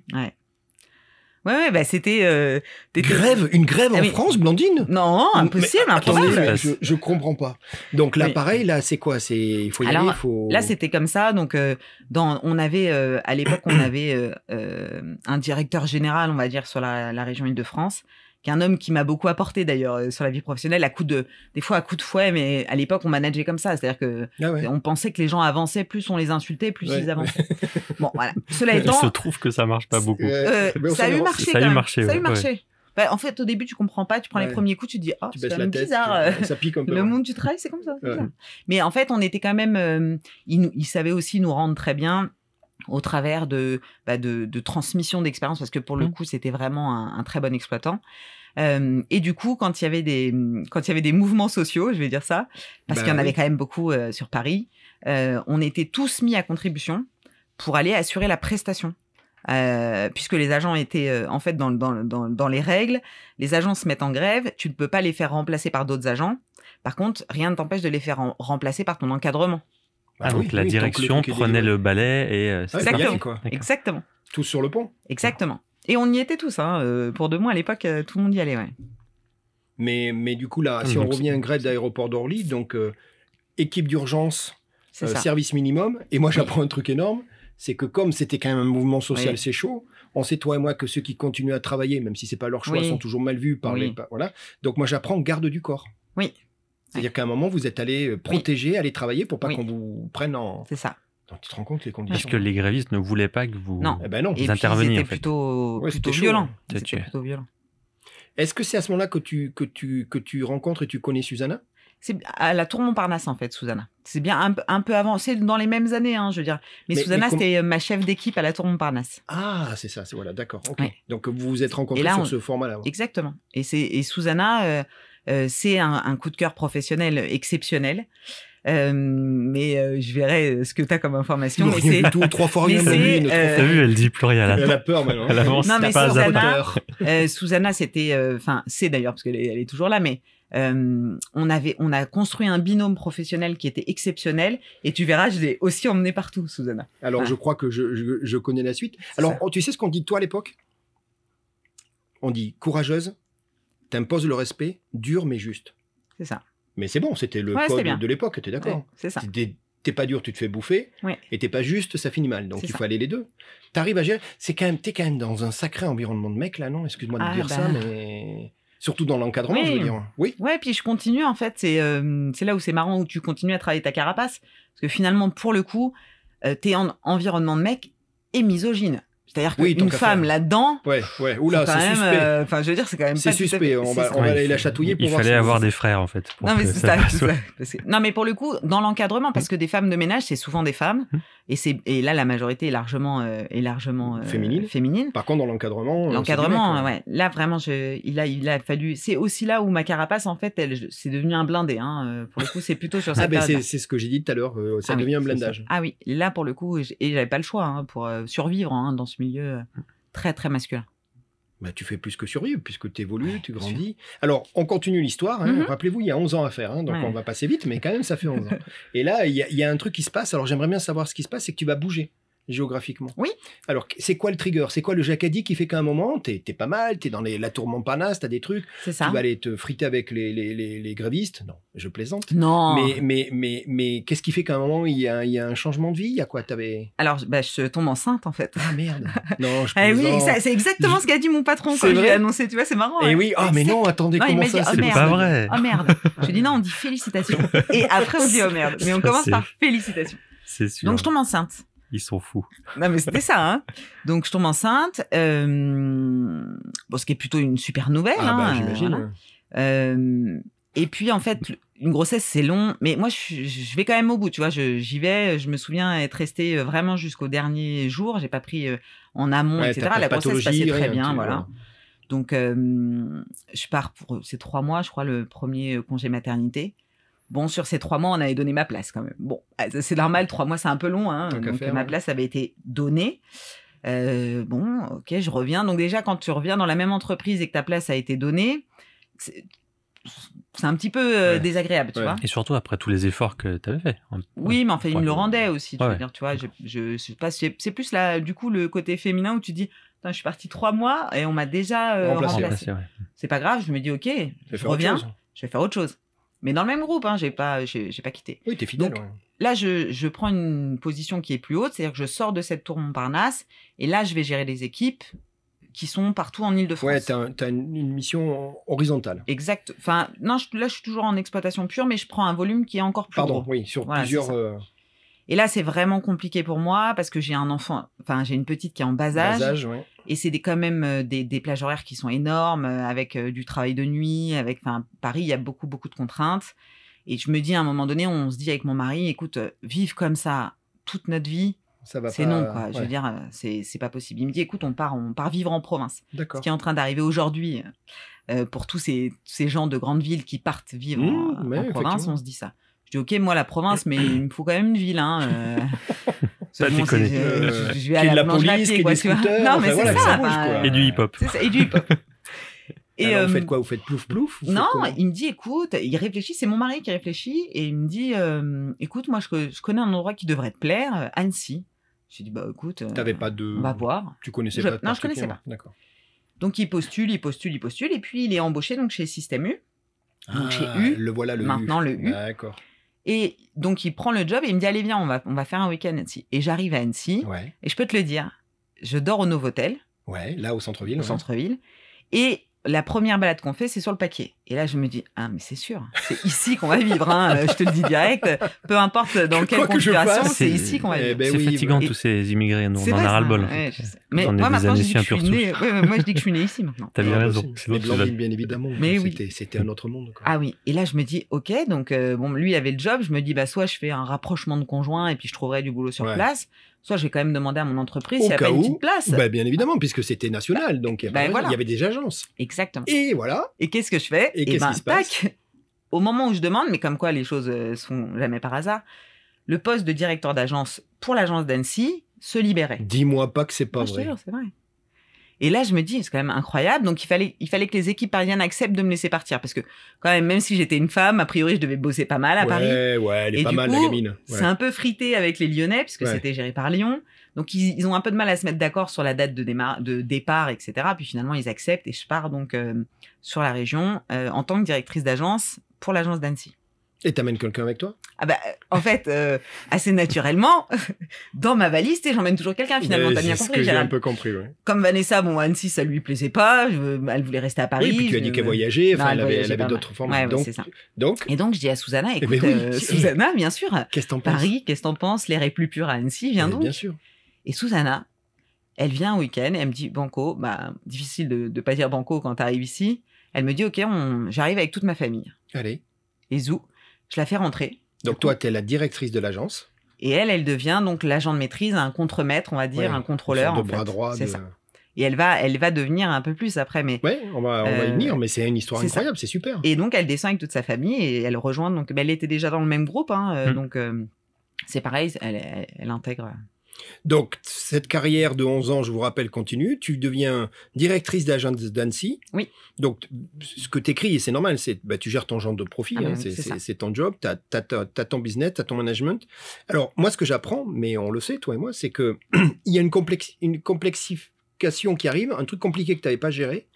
B: Ouais, ouais, bah c'était. euh, t'étais-
E: Grève, une grève
B: Ah
E: en
B: oui. Ah,
E: France, Blandine.
B: Non, impossible,
E: Attendez,
B: improbable.
E: mais je, je comprends pas. Donc là,
B: Oui.
E: pareil, là, c'est quoi C'est il faut y
B: Alors,
E: aller, il faut.
B: Là, c'était comme ça. Donc, euh, dans, on avait euh, à l'époque, on avait euh, euh, un directeur général, on va dire, sur la, la région Île-de-France, qui est un homme qui m'a beaucoup apporté d'ailleurs euh, sur la vie professionnelle, à coup de, des fois à coup de fouet, mais à l'époque, on manageait comme ça. C'est-à-dire que
E: Ah ouais.
B: on pensait que les gens avançaient, plus on les insultait, plus
E: Ouais.
B: ils avançaient. bon, voilà. Cela
D: Il se
B: étant,
D: trouve que ça marche pas beaucoup.
B: euh,
E: Ouais. Mais on
B: ça a eu
E: s'avance.
B: marché.
D: Ça a
B: quand
D: eu
B: même.
D: marché,
B: Ça a
D: ouais,
B: eu marché. Bah, en fait, au début, tu comprends pas. Tu prends les
E: Ouais.
B: premiers coups, tu te dis, oh,
E: Tu
B: c'est
E: baisses
B: quand
E: la
B: même
E: tête.
B: bizarre. euh.
E: tu- Ça pique un peu. hein.
B: Le
E: ouais.
B: monde du travail, c'est comme ça. c'est
E: Ouais.
B: ça. Mais en fait, on était quand même. euh, ils, nous- ils savaient aussi nous rendre très bien au travers de, bah, de, de transmission d'expérience, parce que pour le
E: Mmh.
D: Mhm.
B: coup, c'était vraiment un, un très bon exploitant. Euh, et du coup, quand il y avait des mmh, quand il y avait des mouvements sociaux, je vais dire ça, parce
E: Bah
B: qu'il y en
E: oui.
B: avait quand même beaucoup euh, sur Paris, euh, on était tous mis à contribution pour aller assurer la prestation. Euh, puisque les agents étaient euh, en fait dans, dans, dans, dans les règles, les agents se mettent en grève, tu ne peux pas les faire remplacer par d'autres agents. Par contre, rien ne t'empêche de les faire en- remplacer par ton encadrement.
E: Ah
D: Ah, donc
E: oui,
D: la
E: oui, tant que le
D: direction
E: truc est
D: prenait
E: délivré.
D: le balai et euh, c'était
E: Ah Ouais,
B: Exactement.
E: bien,
D: parti.
E: quoi.
D: D'accord.
B: Exactement,
E: Tous sur le pont.
B: exactement. Et on y était tous, hein. euh, pour deux mois à l'époque, euh, tout le monde y allait. Ouais.
E: Mais, mais du coup, là,
D: Ah,
E: si
D: donc
E: on revient à une grève d'aéroport d'Orly, donc euh, équipe d'urgence,
B: C'est
E: euh,
B: ça.
E: service minimum. Et moi, j'apprends un truc énorme, c'est que comme c'était quand même un mouvement social,
B: Oui.
E: c'est chaud. On sait toi et moi que ceux qui continuent à travailler, même si c'est pas leur choix,
B: Oui.
E: sont toujours mal vus par
B: Oui.
E: les pa- voilà. Donc moi, j'apprends garde du corps.
B: Oui.
E: C'est-à-dire qu'à un moment, vous êtes allé euh, protéger, aller travailler pour pas
B: Oui.
E: qu'on vous prenne en.
B: C'est ça.
E: Non, tu te rends compte les
D: Parce
E: conditions
D: que les grévistes ne voulaient pas que vous.
B: Non.
E: Eh ben non.
B: Et puis
D: interveniez, en
B: ils étaient
D: fait.
B: plutôt,
E: Ouais,
B: plutôt
E: c'était chaud, hein.
B: violents.
E: ouais.
B: Ils
D: T'as
B: étaient
D: tué.
B: plutôt violents.
E: Est-ce que c'est à ce moment-là que tu que tu que tu rencontres et tu connais Susanna
B: C'est à la Tour Montparnasse, en fait, Susanna. C'est bien un, un peu avant. C'est dans les mêmes années, hein, je veux dire. Mais,
E: Mais-
B: Susanna,
E: mais com-
B: c'était euh, ma chef d'équipe à la Tour Montparnasse.
E: Ah, c'est ça, c'est voilà, d'accord. ok.
B: Ouais.
E: Donc vous vous êtes rencontrés
B: Et là,
E: sur
B: on-
E: ce format-là.
B: Exactement. Et, c'est, et Susanna, euh, euh, c'est un, un coup de cœur professionnel exceptionnel. Euh, mais euh, je verrai ce que tu as comme information. Mais c'est,
E: Rien du tout, trois fois
B: mais
E: rien, même
B: c'est,
E: une, trois
B: euh,
E: fois-
D: T'as vu, elle dit plus rien
E: Elle
D: là.
E: a peur maintenant.
D: Elle avance,
B: Non,
D: t'as
B: mais
D: pas à
B: Susanna-
D: zapper.
E: Peur.
B: euh, Susanna, c'était, euh, enfin, c'est d'ailleurs parce qu'elle est, elle est toujours là, mais euh, on avait, on a construit un binôme professionnel qui était exceptionnel. Et tu verras, je l'ai aussi emmené partout, Susanna.
E: Alors,
B: Ouais.
E: je crois que je, je- je connais la suite. Alors,
B: ça.
E: oh, tu sais ce qu'on dit de toi à l'époque On dit courageuse, t'imposes le respect, dure mais juste.
B: C'est ça.
E: Mais c'est bon, c'était le
B: Ouais, c'était bien.
E: code de l'époque, t'es d'accord
B: Ouais, c'est ça.
E: T'es- T'es t'es pas dur, tu te fais bouffer,
B: Ouais.
E: et t'es pas juste, ça finit mal. Donc,
B: C'est
E: il
B: ça.
E: fallait les deux. T'arrives à gérer. C'est quand même, t'es quand même dans un sacré environnement de mec là, non Excuse-moi de
B: Ah,
E: dire
B: bah.
E: ça, mais surtout dans l'encadrement,
B: Oui.
E: je veux dire. Oui.
B: Ouais, puis je continue en fait. C'est euh, c'est là où c'est marrant où tu continues à travailler ta carapace parce que finalement pour le coup, euh, t'es en environnement de mec et misogyne. C'est-à-dire
E: Oui, tant
B: qu'une
E: qu'à
B: femme
E: faire.
B: là-dedans,
E: Ouais, ouais.
B: c'est
E: Oula,
B: quand
E: c'est
B: même.
E: suspect.
B: euh, Enfin, je veux dire, c'est quand même
E: C'est
B: pas tout à fait-
E: suspect, on
B: c'est
E: va,
B: ça.
E: on va
D: Ouais,
E: aller
D: il
E: la
D: faut-
E: chatouiller pour
D: Il
E: voir
D: fallait
E: si-
D: avoir des frères en fait. pour
B: Non mais
D: que
B: c'est
D: ça
B: ça,
D: passe,
B: c'est
D: ouais.
B: ça. Parce que- Non mais pour le coup, dans l'encadrement, parce que des femmes de ménage, c'est souvent des femmes,
D: Mm.
E: Hum.
B: et c'est et là la majorité est largement euh, est largement euh,
E: Féminine.
B: Féminine.
E: Par contre, dans l'encadrement. euh, c'est du
B: L'encadrement,
E: mec,
B: ouais. Là vraiment, je, il a il a fallu. C'est aussi là où ma carapace en fait, elle, je- c'est devenu un blindé. Hein. euh, Pour le coup, c'est plutôt sur
E: Ah,
B: cette
E: ben,
B: période-là.
E: c'est c'est ce que j'ai dit tout à l'heure, euh, ça
B: Ah oui,
E: devient un
B: c'est
E: blindage.
B: Ah oui, là pour le coup, j- et j'avais pas le choix hein, pour euh, survivre hein, dans ce milieu euh,
E: Hum.
B: très très masculin.
E: Bah, tu fais plus que survivre, puisque tu évolues, tu
B: bien sûr.
E: grandis. Alors, on continue l'histoire. hein.
B: Mhm.
E: Rappelez-vous, il y a 11 ans à faire, hein, donc
B: Ouais.
E: on va passer vite, mais quand même, ça fait 11 ans. Et là, il y, a- il y a un truc qui se passe. Alors, j'aimerais bien savoir ce qui se passe, c'est que tu vas bouger. géographiquement.
B: Oui.
E: Alors, c'est quoi le trigger C'est quoi le jacadi qui fait qu'à un moment, t'es t'es pas mal, t'es dans les, la tour Montparnasse, t'as des trucs,
B: C'est ça.
E: tu vas aller te friter avec les, les, les, les grévistes Non, je plaisante.
B: Non.
E: Mais, mais, mais, mais qu'est-ce qui fait qu'à un moment, il y, a, il y a un changement de vie Il y a quoi T'avais...
B: Alors, bah, je tombe enceinte en fait.
E: Ah merde Non, je
B: Ah oui,
E: plaisante.
B: ça- c'est exactement ce qu'a dit mon patron quand
E: C'est
B: je lui ai
E: vrai
B: annoncé. Tu vois, c'est marrant.
E: Et
B: hein.
E: oui, ah mais non, attendez,
B: Non, il
E: comment
B: m'a
E: ça
B: dit, oh,
E: c'est
D: C'est
B: merde.
D: pas vrai.
B: Oh merde. Je dis non, on dit félicitations. Et après, on dit oh merde. Mais on commence par félicitations.
D: C'est sûr.
B: Donc, je tombe enceinte.
D: Ils sont fous.
B: Non, mais c'était ça. Hein. Donc, je tombe enceinte. euh, Bon, ce qui est plutôt une super nouvelle.
E: Ah bah
B: hein,
E: j'imagine.
B: voilà. Euh, et puis, en fait, une grossesse, c'est long. Mais moi, je, suis- je vais quand même au bout. Tu vois, Je- j'y vais. Je me souviens être restée euh, vraiment jusqu'au dernier jour. J'ai pas pris euh, en amont,
E: Ouais,
B: etc.
E: t'as pas de
B: La grossesse se passait
E: pathologie,
B: très
E: rien,
B: bien.
E: tu-
B: Voilà. Donc, euh, je pars pour ces trois mois, je crois, le premier congé maternité. Bon, sur ces trois mois, on avait donné ma place quand même. Bon, ah, ça, c'est normal, trois mois, c'est un peu long. Hein,
E: Tant qu'à
B: donc,
E: faire,
B: ma
E: ouais.
B: place avait été donnée. Euh, bon, ok, je reviens. Donc, déjà, quand tu reviens dans la même entreprise et que ta place a été donnée, c'est c'est un petit peu euh,
E: Ouais.
B: désagréable, tu
E: Ouais.
B: vois.
D: Et surtout après tous les efforts que t'avais fait.
B: Oui, mais enfin, il
D: Ouais.
B: me le rendait aussi. Tu,
D: Ouais.
B: veux dire, tu vois, je, je, je sais pas, c'est c'est plus là, du coup, le côté féminin où tu dis, Putain, je suis partie trois mois et on m'a déjà euh,
E: Remplacé.
D: Remplacé,
B: remplacée
D: ouais.
B: c'est pas grave, je me dis ok,
E: vais
B: je
E: faire autre
B: reviens,
E: chose.
B: je vais faire autre chose. Mais dans le même groupe, hein, j'ai pas, j'ai j'ai pas quitté.
E: Oui, t'es fidèle.
B: Donc,
E: ouais.
B: Là, je, je prends une position qui est plus haute, c'est-à-dire que je sors de cette tour Montparnasse et là, je vais gérer les équipes qui sont partout en Ile-de-France.
E: Ouais, t'as, un- t'as une, une mission horizontale.
B: exact. Enfin, non, je- là, je suis toujours en exploitation pure, mais je prends un volume qui est encore plus
E: Pardon,
B: gros.
E: oui, sur
B: Voilà,
E: plusieurs
B: c'est ça.
E: euh,
B: Et là, c'est vraiment compliqué pour moi parce que j'ai un enfant, enfin, j'ai une petite qui est en bas âge.
E: bas âges, ouais.
B: Et c'est des- quand même euh, des, des plages horaires qui sont énormes, euh, avec euh, du travail de nuit, avec enfin, Paris, il y a beaucoup, beaucoup de contraintes. Et je me dis à un moment donné, on se dit avec mon mari, écoute, euh, vivre comme ça toute notre vie,
E: Ça va
B: c'est
E: Bah, pas-
B: non, quoi. Je veux
E: ouais,
B: dire, euh, c'est c'est pas possible. Il me dit, écoute, on part, on part vivre en province. Ce
E: D'accord.
B: qui est en train d'arriver aujourd'hui euh, pour tous ces, tous ces gens de grandes villes qui partent vivre en-
E: Mmh,
B: en,
E: ouais,
B: province,
E: effectivement.
B: on se dit ça. Je dis, ok, moi, la province, mais il me faut quand même une ville. Hein, euh, parce que
D: Pas déconner.
B: c'est-
E: Euh,
B: je- je
E: qu'il
B: vais
E: y
B: à
E: ait de la
B: Blanche-Lappier,
E: police, qu'il y ait
B: quoi,
E: des
B: tu vois.
E: scooters,
B: Non,
E: enfin,
B: mais
E: voilà,
B: c'est
E: que ça
B: ça.
E: bouge,
B: enfin,
E: quoi.
D: Et du hip-hop.
B: c'est ça, et du hip-hop. Et,
E: Alors,
B: euh,
E: vous faites quoi Vous faites plouf plouf Vous faites
B: non,
E: comment
B: il me dit, écoute, il réfléchit, c'est mon mari qui réfléchit, et il me dit, euh, écoute, moi, je, co- je connais un endroit qui devrait te plaire, euh, Annecy. J'ai dit, bah écoute, euh,
E: T'avais pas de.
B: on va voir.
E: Tu connaissais
B: Je-
E: pas.
B: non, je connaissais
E: particulièrement. D'accord.
B: Donc, il postule, il postule, il postule, et puis il est embauché donc chez Système U. Donc, chez
E: Ah,
B: U,
E: Le voilà le U.
B: maintenant le U.
E: D'accord.
B: Et donc, il prend le job et il me dit, allez, viens, on va, on va faire un week-end à Annecy. Et j'arrive à Annecy,
E: Ouais.
B: et je peux te le dire, je dors au Novotel,
E: Ouais, là au centre-ville.
B: au
E: ouais.
B: centre-ville, et la première balade qu'on fait, c'est sur le paquet. Et là, je me dis, ah, mais c'est sûr, c'est ici qu'on va vivre, hein, euh, je te le dis direct, peu importe dans
E: Que
B: quelle
E: quoi que je
B: configuration,
E: fasse,
B: c'est
D: c'est-
B: ici qu'on va
E: eh
B: vivre.
E: ben
D: c'est
E: oui,
D: fatigant
B: bah-
D: tous ces immigrés, nous on
B: C'est
D: en
B: vrai,
D: a
B: ça.
D: ras-le-bol.
B: Ouais, je sais. Mais
D: On est
B: moi,
D: des
B: maintenant, je dis
D: Annéciens
B: que je suis
D: purs
B: née- ouais, ouais, moi, je dis que je suis née ici maintenant.
D: T'as bien
E: Ah,
D: raison.
E: possible.
D: Sinon,
E: Mais
D: tu
E: Blandine,
D: vas-
E: bien évidemment.
B: Mais oui.
E: C'était- C'était un autre monde. quoi.
B: Ah oui, et là je me dis ok, donc euh, bon, lui il avait le job, je me dis bah soit je fais un rapprochement de conjoint et puis je trouverai du boulot sur
E: Ouais.
B: place, soit je vais quand même demander à mon entreprise
E: Au
B: s'il n'y a
E: cas
B: pas une
E: où,
B: petite place.
E: Bah, bien évidemment, puisque c'était national, donc il y a
B: Bah,
E: pas de raison,
B: voilà.
E: il y avait des agences.
B: Exactement.
E: Et voilà,
B: Et qu'est-ce que je fais
E: Et
B: Eh
E: qu'est-ce
B: ben,
E: qui se passe
B: tac, Au moment où je demande, mais comme quoi les choses euh, sont jamais par hasard, le poste de directeur d'agence pour l'agence d'Annecy se libérait.
E: dis-moi pas que c'est pas
B: Ah, je te
E: vrai.
B: jure, c'est vrai. Et là, je me dis, c'est quand même incroyable. Donc, il fallait, il fallait que les équipes parisiennes acceptent de me laisser partir. Parce que, quand même, même si j'étais une femme, a priori, je devais bosser pas mal à
E: ouais,
B: Paris.
E: ouais, elle est
B: Et
E: pas
B: du
E: mal
B: coup,
E: la gamine. Ouais.
B: C'est un peu frité avec les Lyonnais, puisque
E: Ouais.
B: c'était géré par Lyon. Donc, ils, ils ont un peu de mal à se mettre d'accord sur la date de, démar- de départ, etc. Puis finalement, ils acceptent et je pars donc euh, sur la région euh, en tant que directrice d'agence pour l'agence d'Annecy.
E: Et t'amènes quelqu'un avec toi
B: Ah bah, euh, en fait, euh, assez naturellement, dans ma valise, tu sais, j'emmène toujours quelqu'un Ah, finalement.
E: Mais
B: T'as bien
E: Eh, C'est ce
B: compris,
E: que j'ai
B: Gérald.
E: un peu compris. ouais.
B: Comme Vanessa, bon, Annecy, ça lui plaisait pas. je- elle voulait rester à Paris.
E: oui, puis tu as dit
B: je-
E: qu'elle voyageait,
B: Non,
E: enfin, elle
B: elle
E: avait, elle
B: voyageait
E: avait
B: pas mal.
E: d'autres formes.
B: Ouais, ouais,
E: donc,
B: c'est ça.
E: donc,
B: Et donc, je dis à Susanna, écoute,
E: ben oui.
B: euh, Susanna, bien sûr,
E: qu'est-ce que t'en penses
B: Paris, qu'est-ce que t'en penses L'air est plus pur à Annecy, viens
E: Mais
B: donc.
E: Bien sûr.
B: Et Susanna, elle vient un week-end et elle me dit Banco, bah, difficile de ne pas dire Banco quand t'arrives ici. Elle me dit Ok, on- j'arrive avec toute ma famille.
E: Allez.
B: Et zou, je la fais rentrer.
E: Donc, toi, t'es la directrice de l'agence.
B: Et elle, elle devient donc l'agent de maîtrise, un contremaître, on va dire,
E: Ouais,
B: un
E: une
B: contrôleur.
E: sorte de
B: en fait.
E: bras droit.
B: C'est
E: de-
B: ça. Et elle va, elle va devenir un peu plus après. Mais...
E: Ouais, on va, on va y
B: Euh,
E: venir, mais c'est une histoire
B: c'est ça.
E: incroyable, c'est super.
B: Et donc, elle descend avec toute sa famille et elle
E: Hmm.
B: rejoint. Donc, bah, elle était déjà dans le même groupe. hein, euh,
D: Mm.
B: Donc, euh, c'est pareil, elle, elle- elle intègre
E: Donc, cette carrière de 11 ans, je vous rappelle, continue. Tu deviens directrice d'agence d'Annecy.
B: Oui.
E: Donc, t- ce que tu écris, et c'est normal, c'est bah, tu gères ton genre de profit,
B: Ah
E: hein,
B: ben oui,
E: c'est-
B: c'est
E: c'est
B: ça.
E: c'est ton job, tu as, ton business, tu as ton management. Alors, moi, ce que j'apprends, mais on le sait, toi et moi, c'est que il y a une, complex- une complexification qui arrive, un truc compliqué que tu n'avais pas géré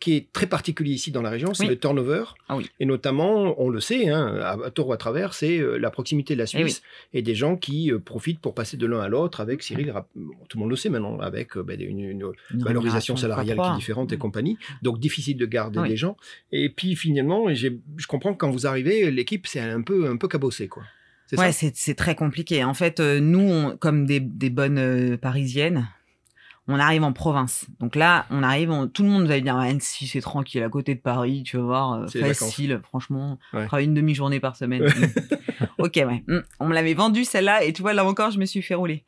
E: qui est très particulier ici dans la région, c'est
B: Oui.
E: le turnover.
B: Ah oui.
E: Et notamment, on le sait, hein, à, à tort ou à travers, c'est euh, la proximité de la
B: Eh oui.
E: Suisse et des gens qui euh, profitent pour passer de l'un à l'autre avec Cyril, rap- tout le monde le sait maintenant, avec euh, ben, une, une
B: Une
E: valorisation
B: rémunération
E: salariale qui
B: fois
E: est
B: trois. hein. Mm.
E: différente et compagnie. Donc difficile de garder
B: Oui.
E: des gens. Et puis finalement, et j'ai- je comprends que quand vous arrivez, l'équipe c'est un peu un peu cabossée quoi. C'est
B: Ouais,
E: ça.
B: c'est c'est très compliqué. En fait, euh, nous, on- comme des, des bonnes euh, parisiennes, on arrive en province. Donc là, on arrive, on- tout le monde va dire Annecy, c'est tranquille, à côté de Paris, tu vas voir, euh,
E: C'est les vacances.
B: facile, franchement,
E: Ouais.
B: travaille une demi-journée par semaine. Mm. ok, ouais. Mm. On me l'avait vendu celle-là, et tu vois, là encore, je me suis fait rouler.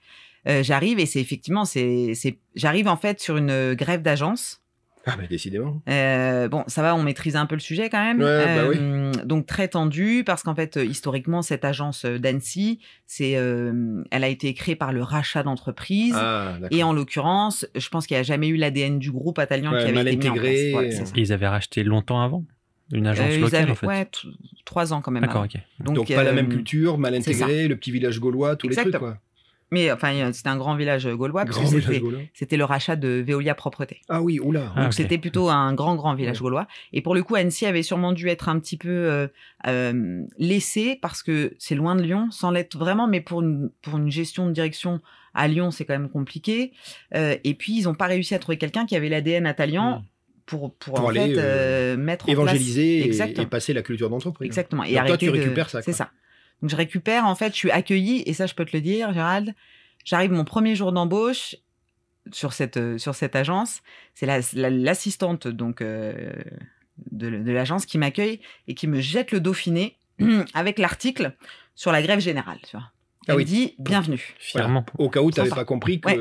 B: Euh, j'arrive et c'est effectivement, c'est, c'est- j'arrive en fait sur une euh, grève d'agence.
E: Ah mais décidément.
B: Euh, bon, ça va, on maîtrise un peu le sujet quand même. Euh,
E: Ouais, bah
B: Donc très tendu parce qu'en fait, euh, historiquement, cette agence euh, d'Annecy, c'est, euh, elle a été créée par le rachat d'entreprise.
E: Ah d'accord.
B: Et en l'occurrence, je pense qu'il n'y a jamais eu l'ADN du groupe Atalian
E: Ouais,
B: qui avait
E: mal
B: été mis en
E: intégré. euh.
B: place. Ouais, c'est ça.
D: Et ils avaient racheté longtemps avant Une agence
B: Euh, ils
D: locale,
B: avaient-
D: en fait
B: ouais, t- trois ans quand même.
D: D'accord,
B: avant.
D: ok.
E: Donc, pas la
B: euh,
E: même culture, mal
B: c'est
E: intégré, le petit village gaulois, tous les
B: Exactement.
E: trucs
B: Mais enfin, euh, c'était un grand village
E: quoi.
B: gaulois. Ah, parce
E: Grand
B: que
E: village
B: c'était-
E: gaulois.
B: C'était le rachat de Veolia Propreté.
E: Ah oui, oula.
D: Ah,
B: Donc
D: ok.
B: c'était plutôt un grand, grand village gaulois. Et pour le coup, Annecy avait sûrement dû être un petit peu euh, euh, laissé parce que c'est loin de Lyon, sans l'être vraiment, mais pour une, pour une gestion de direction à Lyon, c'est quand même compliqué. Euh, et puis, ils n'ont pas réussi à trouver quelqu'un qui avait l'ADN atalian pour, pour,
E: Hmm. Pour
B: en
E: aller,
B: fait,
E: euh,
B: euh, mettre en place...
E: Évangéliser et,
B: Exactement.
E: et passer la culture d'entreprise.
B: Exactement.
E: Donc,
B: Et
E: toi,
B: arrêter
E: tu
B: de-
E: récupères ça,
B: C'est
E: quoi.
B: ça. Donc je récupère, en fait, je suis accueillie, et ça je peux te le dire, Gérald, j'arrive mon premier jour d'embauche sur cette, euh, sur cette agence, c'est la- la- l'assistante donc euh, de, de l'agence qui m'accueille et qui me jette le dauphiné avec l'article sur la grève générale. Tu vois.
E: Ah
B: Elle
E: oui.
B: me dit, bienvenue,
D: Fièrement.
E: Au cas où tu n'avais
B: Sympa.
E: pas compris que,
B: Ouais,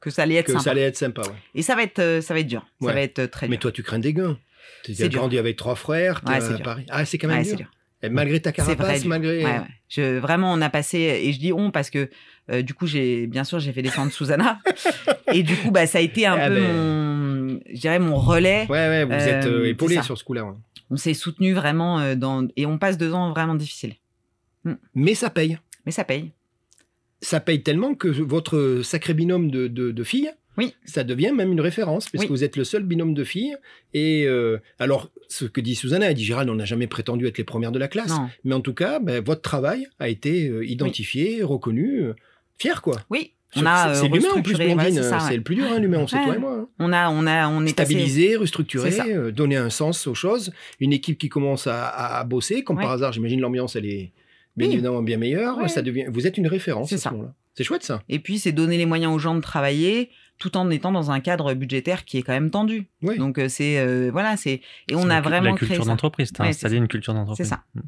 B: que ça allait être
E: que
B: sympa.
E: ça allait être sympa. ouais.
B: Et ça va être, euh, ça va être dur,
E: Ouais.
B: ça va être euh, très
E: Mais
B: dur.
E: toi, tu crains des gains. Tu
B: C'est
E: as
B: dur.
E: grandi avec trois frères, t'es
B: Ouais,
E: à
B: c'est dur.
E: Paris. Ah, c'est quand même
B: Ouais,
E: dur.
B: c'est dur.
E: Et malgré ta
B: C'est vrai,
E: carapace,
B: dur.
E: malgré.
B: Ouais, ouais. Je, vraiment, on a passé, et je dis on parce que euh, du coup, j'ai bien sûr, j'ai fait descendre Susanna. et du coup, bah, ça a été un
E: Ah
B: peu
E: ben.
B: mon, je dirais, mon relais.
E: Ouais, ouais, vous
B: Euh,
E: êtes euh,
B: c'est
E: épaulés
B: ça.
E: sur ce coup-là. ouais.
B: On s'est soutenu vraiment euh, dans, et on passe deux ans vraiment difficiles.
E: Mais ça paye.
B: Mais ça paye.
E: Ça paye tellement que votre sacré binôme de, de- de filles,
B: Oui.
E: ça devient même une référence, parce
B: Oui.
E: que vous êtes le seul binôme de filles. Et euh, alors, ce que dit Susanna, elle dit Gérald, on n'a jamais prétendu être les premières de la classe.
B: Non.
E: Mais en tout cas, ben, votre travail a été euh, identifié, reconnu, euh, fier, quoi.
B: Oui. On
E: C'est-
B: a euh,
E: c'est l'humain en plus,
B: restructuré, voilà,
E: Blondine.
B: c'est ça,
E: c'est
B: ouais.
E: le plus dur, hein, l'humain, on sait
B: Ouais.
E: toi et moi. hein.
B: On a, on a, on est passé-
E: stabiliser,
B: C'est
E: restructurer,
B: ça.
E: euh, donner un sens aux choses. Une équipe qui commence à, à- à bosser, comme par
B: Ouais.
E: hasard, j'imagine l'ambiance, elle est bien
B: Oui.
E: évidemment bien meilleure.
B: Ouais.
E: Ça devient, vous êtes une référence
B: C'est
E: à ce
B: ça.
E: moment-là. C'est chouette ça.
B: Et puis, c'est donner les moyens aux gens de travailler tout en étant dans un cadre budgétaire qui est quand même tendu.
E: Oui.
B: Donc, euh, c'est, euh, voilà, c'est, et
D: C'est
B: on
D: la
B: a
D: cu-
B: vraiment
D: La
B: créé
D: culture
B: ça.
D: d'entreprise, t'as
B: Ouais, c'est
D: installé une culture d'entreprise.
B: C'est ça.
E: Hmm.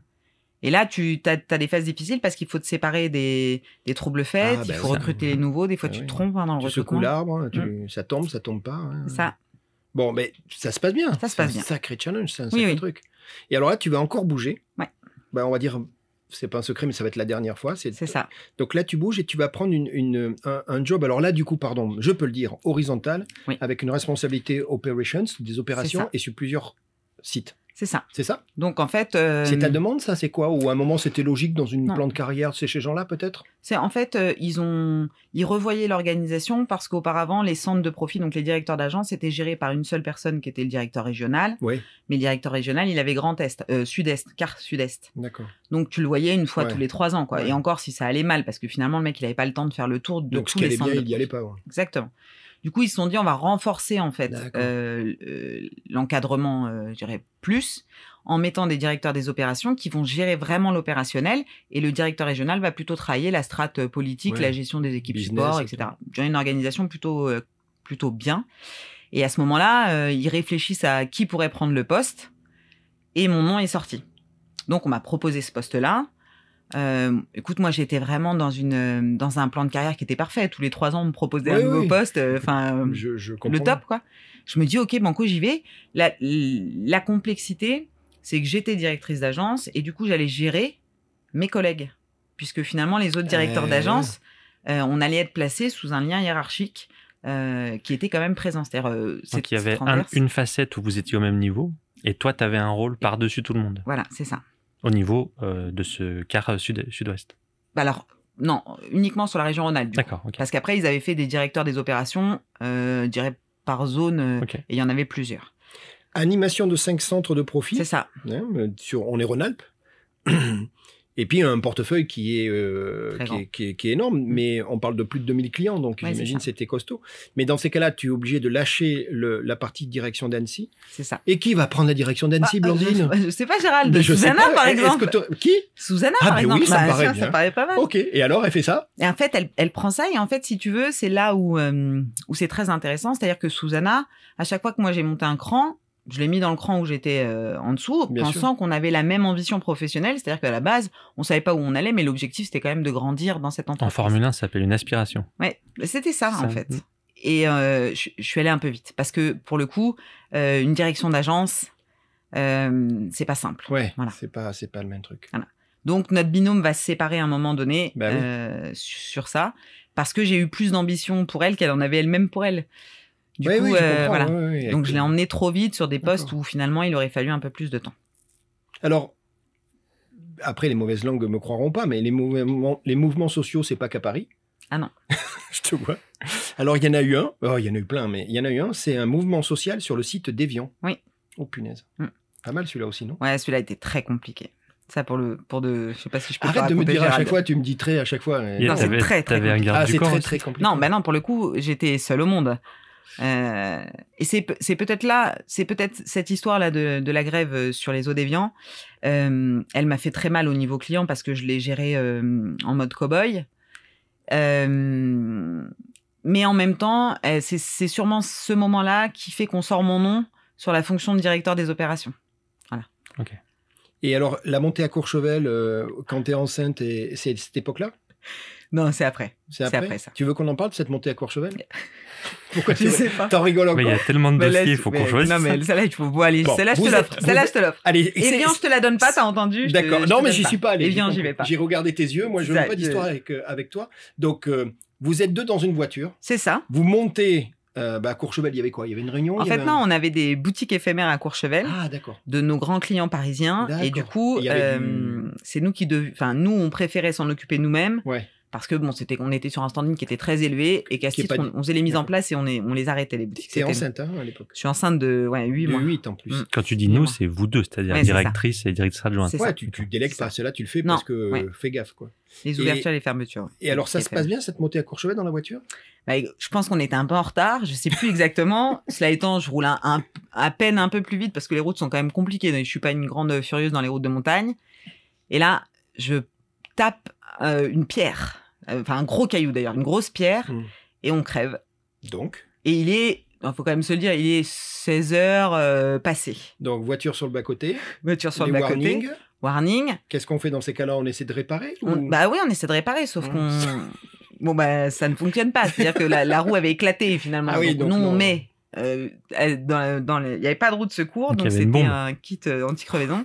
B: Et là, tu as, des phases difficiles parce qu'il faut te séparer des, des troubles faits,
E: Ah,
B: il
E: bah
B: faut
E: oui.
B: recruter les nouveaux, des fois
E: Ah
B: tu
E: oui.
B: te trompes hein, dans le
E: Tu secoues
B: recrutement.
E: l'arbre, hein, tu- ça tombe, ça tombe pas. hein.
B: Mm. Ça,
E: Bon, mais ça se passe bien.
B: Ça se
E: C'est
B: passe
E: un
B: bien.
E: Sacré challenge, c'est un
B: Oui,
E: sacré
B: oui.
E: truc. Et alors là, tu vas encore bouger.
B: Ouais.
E: Ben, on va dire, c'est pas un secret, mais ça va être la dernière fois. C'est
B: c'est ça.
E: Donc là, tu bouges et tu vas prendre une, une- un, un job. Alors là, du coup, pardon, je peux le dire, horizontal,
B: Oui.
E: avec une responsabilité operations, des opérations
B: ça.
E: et sur plusieurs sites.
B: C'est ça.
E: C'est ça
B: Donc en fait, euh,
E: C'est ta demande, ça C'est quoi Ou à un moment, c'était logique dans une
B: Non.
E: plan de carrière, c'est chez gens-là, peut-être
B: c'est en fait euh, ils ont ils revoyaient l'organisation parce qu'auparavant les centres de profit, donc les directeurs d'agence, étaient gérés par une seule personne qui était le directeur régional.
E: Oui.
B: Mais le directeur régional, il avait Grand Est, euh, Sud-Est, car Sud-Est.
E: D'accord.
B: Donc tu le voyais une fois
E: Ouais.
B: tous les trois ans, quoi.
E: Ouais.
B: Et encore si ça allait mal, parce que finalement le mec il n'avait pas le temps de faire le tour de
E: Donc, ce qui
B: tous les
E: allait
B: centres
E: bien,
B: de
E: il n'y allait pas. ouais.
B: Exactement. Du coup, ils se sont dit, on va renforcer en fait
E: D'accord.
B: euh, euh, l'encadrement, euh, je dirais, plus, en mettant des directeurs des opérations qui vont gérer vraiment l'opérationnel, et le directeur régional va plutôt travailler la strate euh, politique,
E: Ouais.
B: la gestion des équipes
E: Business
B: support,
E: et
B: etc. J'ai une organisation plutôt, euh, plutôt bien. Et à ce moment-là, euh, ils réfléchissent à qui pourrait prendre le poste, et mon nom est sorti. Donc, on m'a proposé ce poste-là. Euh, écoute, moi, j'étais vraiment dans une euh, dans un plan de carrière qui était parfait. Tous les trois ans, on me proposait
E: Oui,
B: un nouveau
E: oui.
B: poste. euh, Enfin, euh,
E: Je, je comprends.
B: le top, quoi. Je me dis, ok, banco, j'y vais. La, la complexité, c'est que j'étais directrice d'agence et du coup, j'allais gérer mes collègues, puisque finalement, les autres directeurs
E: Euh,
B: d'agence euh, on allait être placé sous un lien hiérarchique euh, qui était quand même présent. C'est-à-dire, euh,
D: Donc
B: cette-
D: il y avait
B: cette
D: un-
B: transverse-
D: une facette où vous étiez au même niveau, et toi, tu avais un rôle par-dessus tout le monde,
B: Voilà, c'est ça.
D: au niveau euh, de ce quart euh, sud- sud-ouest.
B: Bah alors, non, uniquement sur la région Rhône-Alpes. du coup.
D: D'accord, ok.
B: Parce qu'après, ils avaient fait des directeurs des opérations, euh, je dirais par zone, euh,
D: Ok.
B: et il y en avait plusieurs.
E: Animation de cinq centres de profit.
B: C'est ça.
E: Hein, euh, sur, on est Rhône-Alpes. Et puis un portefeuille qui est, euh,
B: Très
E: qui,
B: grand. Mm.
E: est, qui est- qui est énorme, mais on parle de plus de 2000 clients, donc
B: Ouais, c'est
E: j'imagine
B: ça.
E: c'était costaud. Mais dans ces cas-là, tu es obligé de lâcher le- la partie direction d'Annecy.
B: C'est ça.
E: Et qui va prendre la direction d'Annecy,
B: Ah,
E: Blandine
B: je, je sais pas, Gérald.
E: Mais je sais
B: Susanna,
E: pas. Eh,
B: par
E: Est-ce
B: exemple.
E: que t'aurais- Qui
B: Susanna,
E: Ah,
B: par
E: mais
B: exemple.
E: oui, ça me
B: Bah,
E: paraît
B: ça,
E: bien.
B: ça paraît pas mal.
E: Ok, et alors elle fait ça
B: Et en fait, elle, elle prend ça et en fait, si tu veux, c'est là où, euh, où c'est très intéressant. C'est-à-dire que Susanna, à chaque fois que moi j'ai monté un cran, je l'ai mis dans le cran où j'étais euh, en dessous,
E: Bien
B: pensant qu'on avait la même ambition professionnelle. C'est-à-dire qu'à la base, on savait pas où on allait, mais l'objectif, c'était quand même de grandir dans cette entreprise.
D: En Formule 1, ça s'appelle une aspiration.
B: Ouais, bah, c'était ça,
D: Ça-
B: en fait.
E: mm.
B: Et euh, je, je suis allée un peu vite parce que pour le coup, euh, une direction d'agence, euh, c'est pas simple.
E: Ouais,
B: Voilà.
E: c'est pas, c'est pas le même truc.
B: Donc notre binôme va se séparer à un moment donné
E: Bah oui.
B: euh, su- sur ça parce que j'ai eu plus d'ambition pour elle qu'elle en avait elle-même pour elle. Du
E: Ouais,
B: coup,
E: oui, je
B: euh,
E: comprends,
B: voilà.
E: ouais, ouais,
B: Donc je l'ai
E: avec-
B: emmenée trop vite sur des postes
E: D'accord.
B: où finalement il aurait fallu un peu plus de temps.
E: Alors, après, les mauvaises langues me croiront pas, mais les mouvements, les mouvements sociaux, c'est pas qu'à Paris.
B: Ah non.
E: Je te vois. Alors, il y en a eu un. Oh, il y en a eu plein, mais il y en a eu un. C'est un mouvement social sur le site d'Evian.
B: Oui.
E: Oh, punaise.
B: Mm.
E: Pas mal celui-là aussi, non
B: Ouais, celui-là était très compliqué. Ça pour le pour de, je sais pas si je peux. te
E: Arrête de me
B: raconter,
E: dire à
B: Gérald.
E: chaque fois, tu me dis très à chaque fois. mais-
D: Et
B: Non, c'est
D: t'avais-
B: très, très
D: t'avais un
B: compliqué.
D: garde
E: Ah,
D: du
E: c'est
D: corps
E: très
D: aussi.
E: très compliqué.
B: Non, bah non, pour le coup, j'étais seule au monde. Euh, et c'est pe- c'est peut-être là, c'est peut-être cette histoire-là de, de la grève euh, sur les eaux d'Évian. euh, elle m'a fait très mal au niveau client parce que je l'ai gérée euh, en mode cow-boy. Euh, mais en même temps, euh, c'est- c'est sûrement ce moment-là qui fait qu'on sort mon nom sur la fonction de directeur des opérations.
E: Et alors, la montée à Courchevel, euh, quand tu es enceinte, et- c'est de cette époque-là
B: Non, c'est après.
E: C'est
B: C'est
E: après,
B: après ça.
E: Tu veux qu'on en parle de cette montée à Courchevel Pourquoi tu
B: Je sais pas.
E: T'en rigoles encore
D: Ah, Mais il y a tellement de
B: Mais là,
D: dossiers, il
B: tu-
D: faut
B: mais-
D: qu'on choisisse.
B: Non, mais celle-là, il faut bon, allez,
E: Bon,
B: celle-là, je
E: vous
B: te
E: êtes-
B: l'offre. Celle-là, je te l'offre.
E: Allez,
B: Et
E: c'est-
B: Eh bien, je te la donne pas, t'as entendu je te-
E: D'accord.
B: je
E: Non,
B: te
E: mais
B: donne
E: j'y
B: pas.
E: suis pas allé.
B: Eh
E: j'ai
B: bien, j'y
E: compris.
B: vais pas.
E: J'ai regardé tes yeux. Moi, je veux
B: Ça,
E: pas d'histoire
B: je-
E: avec, euh, avec toi. Donc, euh, vous êtes deux dans une voiture.
B: C'est ça.
E: Vous montez. euh, bah, à Courchevel, il y avait quoi Il y avait une réunion
B: En
E: Oh, il y
B: fait,
E: avait
B: non,
E: un-
B: on avait des boutiques éphémères à Courchevel
E: Ah, d'accord.
B: de nos grands clients parisiens. Et du
E: D'accord.
B: coup,
E: Il y avait
B: euh,
E: du-
B: c'est nous qui dev- Enfin, nous, on préférait s'en occuper nous-mêmes
E: Ouais.
B: parce que, bon, c'était qu'on était sur un standing qui était très élevé et qu'à
E: Qui est
B: titre,
E: pas
B: on,
E: du-
B: on faisait les mises en
E: D'accord.
B: place et on, est, on les arrêtait, les boutiques.
E: T'es
B: C'était-
E: enceinte hein, à l'époque.
B: Je suis enceinte de ouais, 8
E: De
B: mois.
E: 8 en plus.
B: Mm.
D: Quand tu dis nous,
B: Moi.
D: c'est vous deux, c'est-à-dire
B: Ouais, c'est ça.
D: directrice et directrice adjointe.
B: C'est
E: Ouais,
B: ça.
E: tu, tu délègues
B: C'est ça.
E: pas. Celle-là, tu le fais
B: Non,
E: parce que
B: ouais.
E: euh, fais gaffe. quoi.
B: Les
E: Et-
B: ouvertures et les fermetures.
E: Et alors, ça
B: Des
E: se passe bien cette montée à Courchevel dans la voiture
B: Bah, je pense qu'on était un peu en retard, je sais plus exactement. Cela étant, je roule un, un- à peine un peu plus vite parce que les routes sont quand même compliquées. Je suis pas une grande euh, furieuse dans les routes de montagne. Et là, je tape euh, une pierre, Euh, enfin un gros caillou d'ailleurs, une grosse pierre,
E: Mm.
B: et on crève.
E: Donc,
B: Et il est, il faut quand même se le dire, il est 16 heures euh, passées.
E: donc voiture sur le bas côté.
B: Voiture sur
E: les
B: le bas-côté.
E: warnings.
B: Warning.
E: Qu'est-ce qu'on fait dans ces cas-là On essaie de réparer ou-
B: On- bah oui, on essaie de réparer, sauf
E: Mm.
B: qu'on. Bon, bah ça ne fonctionne pas. C'est-à-dire que la, la roue avait éclaté finalement.
E: Ah oui,
B: donc,
E: donc
B: nous, on
E: non.
B: met. euh, euh, dans, la- dans les- Il n'y avait pas de roue de secours,
D: Donc, il
B: donc
D: y avait une
B: c'était
D: bombe.
B: un kit euh, anti-crevaison.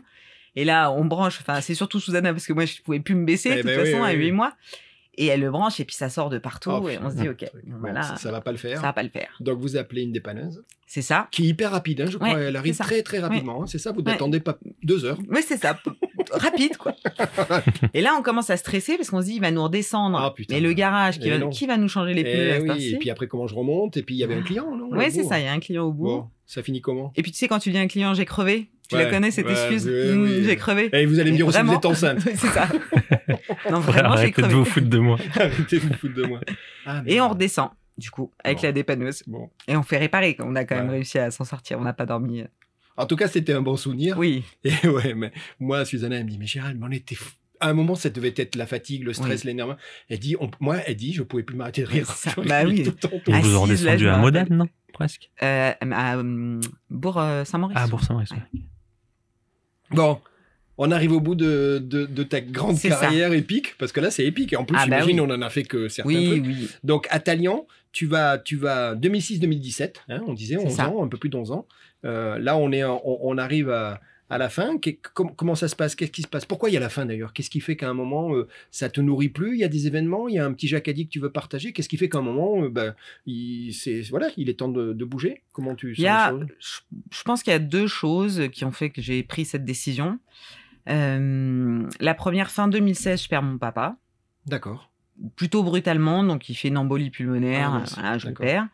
B: Et là, on branche. Enfin, c'est surtout Susanna parce que moi, je ne pouvais plus me baisser
E: Eh
B: de toute
E: ben oui,
B: façon
E: oui,
B: à 8
E: oui.
B: mois. Et elle le branche et puis ça sort de partout.
E: Oh,
B: et on se dit, OK,
E: Bon,
B: voilà,
E: ça,
B: ça
E: ça va pas le faire.
B: ne va pas le faire.
E: Donc, vous appelez une dépanneuse.
B: C'est ça.
E: qui est hyper rapide, hein, je crois.
B: Ouais,
E: Elle
B: c'est
E: arrive
B: ça.
E: très très rapidement. hein, c'est ça, vous
B: Ouais.
E: n'attendez pas deux heures.
B: Mais c'est ça. Rapide, quoi. et là, on commence à stresser parce qu'on se dit, il va nous redescendre.
E: Ah, putain.
B: mais le garage, qui
E: Eh
B: va,
E: non.
B: qui va nous changer les pneus
E: Eh
B: à cette
E: oui,
B: heure-ci Ah.
E: et puis après, comment je remonte Et puis il y avait un client, non
B: Ouais,
E: au
B: c'est
E: bout,
B: ça,
E: hein.
B: il y a un client au bout.
E: Bon, ça finit comment
B: Et puis tu sais, quand tu dis un client, j'ai crevé. Tu la
E: Ouais,
B: connais cette
E: ouais,
B: excuse
E: oui,
B: Mm,
E: oui.
B: J'ai crevé.
E: Et Eh, vous allez me dire aussi, vous
B: Vraiment
E: êtes enceinte.
B: c'est ça. non,
D: Ouais,
B: vraiment, j'ai
D: arrêtez de
B: crevé.
D: vous foutre de moi.
E: Arrêtez de vous foutre de moi. Ah,
B: Et on
E: merde.
B: redescend, du coup, avec
E: Bon.
B: la dépanneuse.
E: Bon.
B: Et on fait réparer. On a quand même
E: Ouais.
B: réussi à s'en sortir. On n'a pas dormi. euh,
E: En tout cas, c'était un bon souvenir.
B: Oui,
E: Et ouais, mais moi, Susanna, elle me dit, mais Gérald, mais on était fou. À un moment, ça devait être la fatigue, le stress, l'énervement. Elle dit, on- moi, elle dit, je pouvais plus m'arrêter de
B: Ouais,
E: rire.
B: c'est ça.
E: Je
B: Bah
E: riais
B: oui.
E: tout le temps.
D: Et vous en
B: Assise, là,
D: redescendu
B: je me
D: à
B: rappelle.
D: Modane, non Presque.
B: Euh, à euh, Bourg-Saint-Maurice.
D: Ah, Bourg-Saint-Maurice.
B: Ouais.
E: Bon, on arrive au bout de, de, de ta grande
B: C'est ça.
E: carrière épique, parce que là, c'est épique. Et en plus,
B: Ah, bah
E: j'imagine,
B: oui.
E: on en a fait que certains
B: Oui,
E: trucs.
B: oui.
E: Donc à Talian, tu vas, tu vas 2006-2017, hein, on disait
B: C'est
E: 11
B: ça.
E: ans, un peu plus d'11 ans. Euh, là, on, est, en- on, on arrive à, à la fin, qu'est- com- comment ça se passe Qu'est-ce qui se passe Pourquoi il y a la fin d'ailleurs Qu'est-ce qui fait qu'à un moment, euh, ça te nourrit plus Il y a des événements, il y a un petit jacadi que tu veux partager. Qu'est-ce qui fait qu'à un moment, euh, ben, il, c'est, voilà, il est temps de, de bouger Comment tu
B: Il
E: sens
B: y a-
E: les choses
B: je, je pense qu'il y a deux choses qui ont fait que j'ai pris cette décision. Euh, la première, fin 2016, je perds mon papa,
E: D'accord.
B: plutôt brutalement, donc il fait une embolie
E: Ah,
B: pulmonaire, euh,
E: mince,
B: voilà, je le
E: d'accord.
B: perds.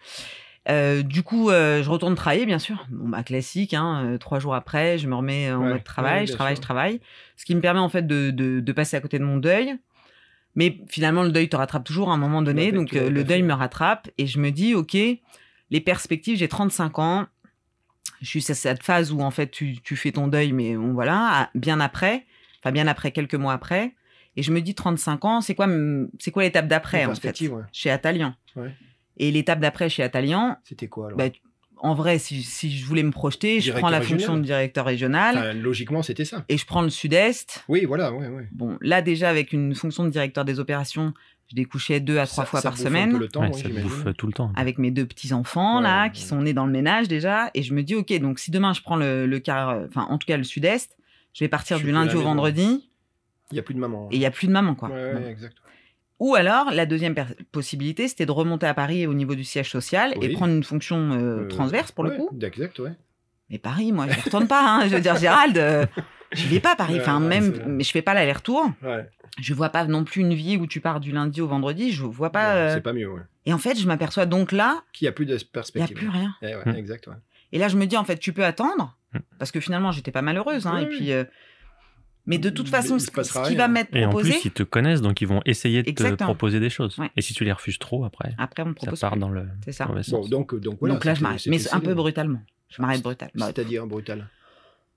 B: Euh, du coup, euh, je retourne travailler, bien sûr. Bon, bah, classique, hein, euh, trois jours après, je me remets en
E: Ouais,
B: mode travail,
E: ouais,
B: je
E: bien
B: travaille,
E: sûr.
B: je travaille. Ce qui me permet en fait de, de- de passer à côté de mon deuil. Mais finalement, le deuil te rattrape toujours à un moment donné.
E: Ouais,
B: donc,
E: tout à
B: euh, le
E: fait.
B: deuil me rattrape et je me dis, OK, les perspectives, j'ai 35 ans. Je suis à cette phase où en fait tu, tu fais ton deuil, mais on, voilà, à- bien après, enfin bien après, quelques mois après. Et je me dis, 35 ans, c'est quoi, m- c'est quoi l'étape d'après
E: Les
B: en fait
E: perspectives, ouais.
B: Chez Atalian.
E: Ouais.
B: Et l'étape d'après chez Atalian,
E: C'était quoi alors
B: bah, en vrai, si, si je voulais me projeter, je
E: Directeur
B: prends la
E: régional.
B: fonction de directeur régional
E: Enfin, Logiquement, c'était ça.
B: et je prends le sud-est.
E: Oui, voilà, ouais, ouais.
B: Bon, là déjà avec une fonction de directeur des opérations, je découchais deux à trois
E: Ça-
B: fois
E: ça
B: par
E: bouffe un peu
B: semaine
E: le temps,
D: Ouais,
E: oui,
D: ça te
E: j'imagine.
D: bouffe euh, tout le temps.
B: avec mes deux petits enfants
E: Ouais,
B: là
E: ouais,
B: qui
E: ouais.
B: sont nés dans le ménage déjà et je me dis OK, donc si demain je prends le, le car euh, enfin en tout cas le sud-est, je vais partir
E: Je
B: du
E: suis plus à
B: lundi
E: la
B: au
E: maison.
B: vendredi
E: Il n'y a plus de maman.
B: et il y a plus de maman quoi.
E: Ouais, ouais,
B: Bon.
E: exact.
B: Ou alors la deuxième per- possibilité, c'était de remonter à Paris au niveau du siège social et
E: Oui.
B: prendre une fonction euh,
E: Euh,
B: transverse pour
E: ouais,
B: le coup.
E: Exact, ouais.
B: Mais Paris, moi, je ne retourne pas. hein. Je veux dire, Gérald, euh, je vais pas à Paris.
E: Ouais,
B: Enfin,
E: ouais,
B: même,
E: c'est-
B: mais je fais pas l'aller-retour.
E: ouais.
B: Je vois pas non plus une vie où tu pars du lundi au vendredi. Je vois pas.
E: Ouais,
B: euh,
E: C'est pas mieux, ouais.
B: Et en fait, je m'aperçois donc là,
E: Qu'il n'y a plus de
B: il n'y a
E: perspective.
B: plus rien.
E: Eh ouais,
D: Hmm.
E: exact, ouais.
B: Et là, je me dis en fait, tu peux attendre
D: Mm.
B: parce que finalement, j'étais pas malheureuse. hein,
E: Oui,
B: et
E: oui.
B: puis, euh, mais de toute
E: Il-
B: façon,
E: il se
B: ce,
E: passera
B: ce qui
E: rien.
B: va m'être
D: Et en
B: proposé,
D: plus, ils te connaissent, donc ils vont essayer de te
B: Exactement.
D: proposer des choses.
B: Ouais.
D: Et si tu les refuses trop, après,
B: après, on me
D: ça
B: propose.
D: part
B: plus.
D: dans le
B: C'est ça.
D: mauvais
E: Bon,
D: sens.
E: donc, euh, donc voilà.
B: donc là, je
E: c'était-
B: m'arrête,
E: c'était
B: mais c'est un peu
E: célèbre.
B: brutalement. Je m'arrête brutalement. Bah,
E: C'est-à-dire brutal.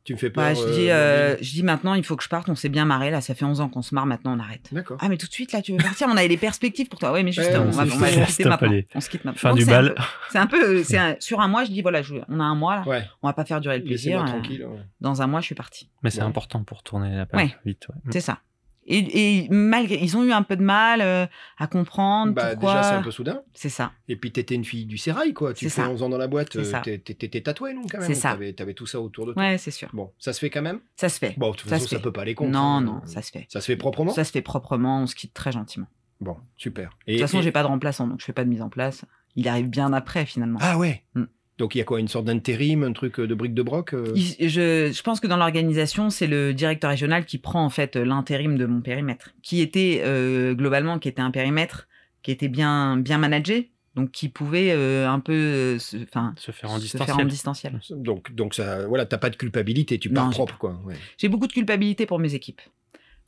E: Tu me fais peur.
B: bah, je,
E: euh,
B: dis, euh,
E: Blandine.
B: je dis maintenant, il faut que je parte. On s'est bien marré. Là, ça fait 11 ans qu'on se marre. Maintenant, on arrête.
E: D'accord.
B: Ah, mais tout de suite, là, tu veux partir On avait des perspectives pour toi. Ouais, mais juste,
E: Ouais, ouais,
B: on, va,
E: c'est
B: on va
E: juste.
B: se quitter
D: Stop,
B: maintenant.
D: allez.
B: On se quitte maintenant.
D: Fin
B: Donc,
D: du
B: c'est un
D: bal.
B: peu- C'est un peu, c'est un- sur un mois, je dis, voilà, je- on a un mois, là.
E: ouais.
B: On va pas faire durer le plaisir.
E: Laissez-moi
B: euh,
E: tranquille. ouais.
B: Dans un mois, je suis partie.
D: Mais c'est
E: Ouais.
D: important pour tourner la page
B: Ouais.
D: vite. ouais.
E: Mm.
B: C'est ça. Et, et malgré, ils ont eu un peu de mal euh, à comprendre
E: Bah,
B: pourquoi.
E: déjà, c'est un peu soudain.
B: C'est ça.
E: Et puis, t'étais une fille du sérail, quoi. Tu
B: C'est
E: fais
B: ça.
E: 11 ans dans la boîte.
B: C'est
E: euh,
B: ça.
E: t'es- t'es- T'étais tatoué, non, quand même.
B: C'est
E: ou
B: ça.
E: T'avais t'avais tout ça autour de toi.
B: Ouais, c'est sûr.
E: Bon, ça se fait quand même
B: Ça se fait.
E: Bon, de toute
B: Ça
E: façon,
B: se
E: ça
B: fait.
E: peut pas aller contre.
B: Non,
E: hein.
B: non, ça se fait.
E: Ça se fait proprement
B: Ça se fait proprement. On se quitte très gentiment.
E: Bon, super.
B: De
E: Et,
B: toute façon,
E: et-
B: j'ai pas de remplaçant, donc je fais pas de mise en place. Il arrive bien après, finalement.
E: Ah ouais
B: Hmm.
E: Donc, il y a quoi Une sorte d'intérim, un truc euh, de brique de broc euh,
B: Il- je, je pense que dans l'organisation, c'est le directeur régional qui prend en fait euh, l'intérim de mon périmètre, qui était euh, globalement, qui était un périmètre qui était bien bien managé, donc qui pouvait euh, un peu, euh, se, enfin,
D: Se faire en
B: se faire en
D: distanciel.
B: distanciel.
E: Donc, donc ça, voilà, t'as pas de culpabilité, tu
B: Non,
E: pars
B: j'ai
E: propre, quoi. ouais.
B: J'ai beaucoup de culpabilité pour mes équipes,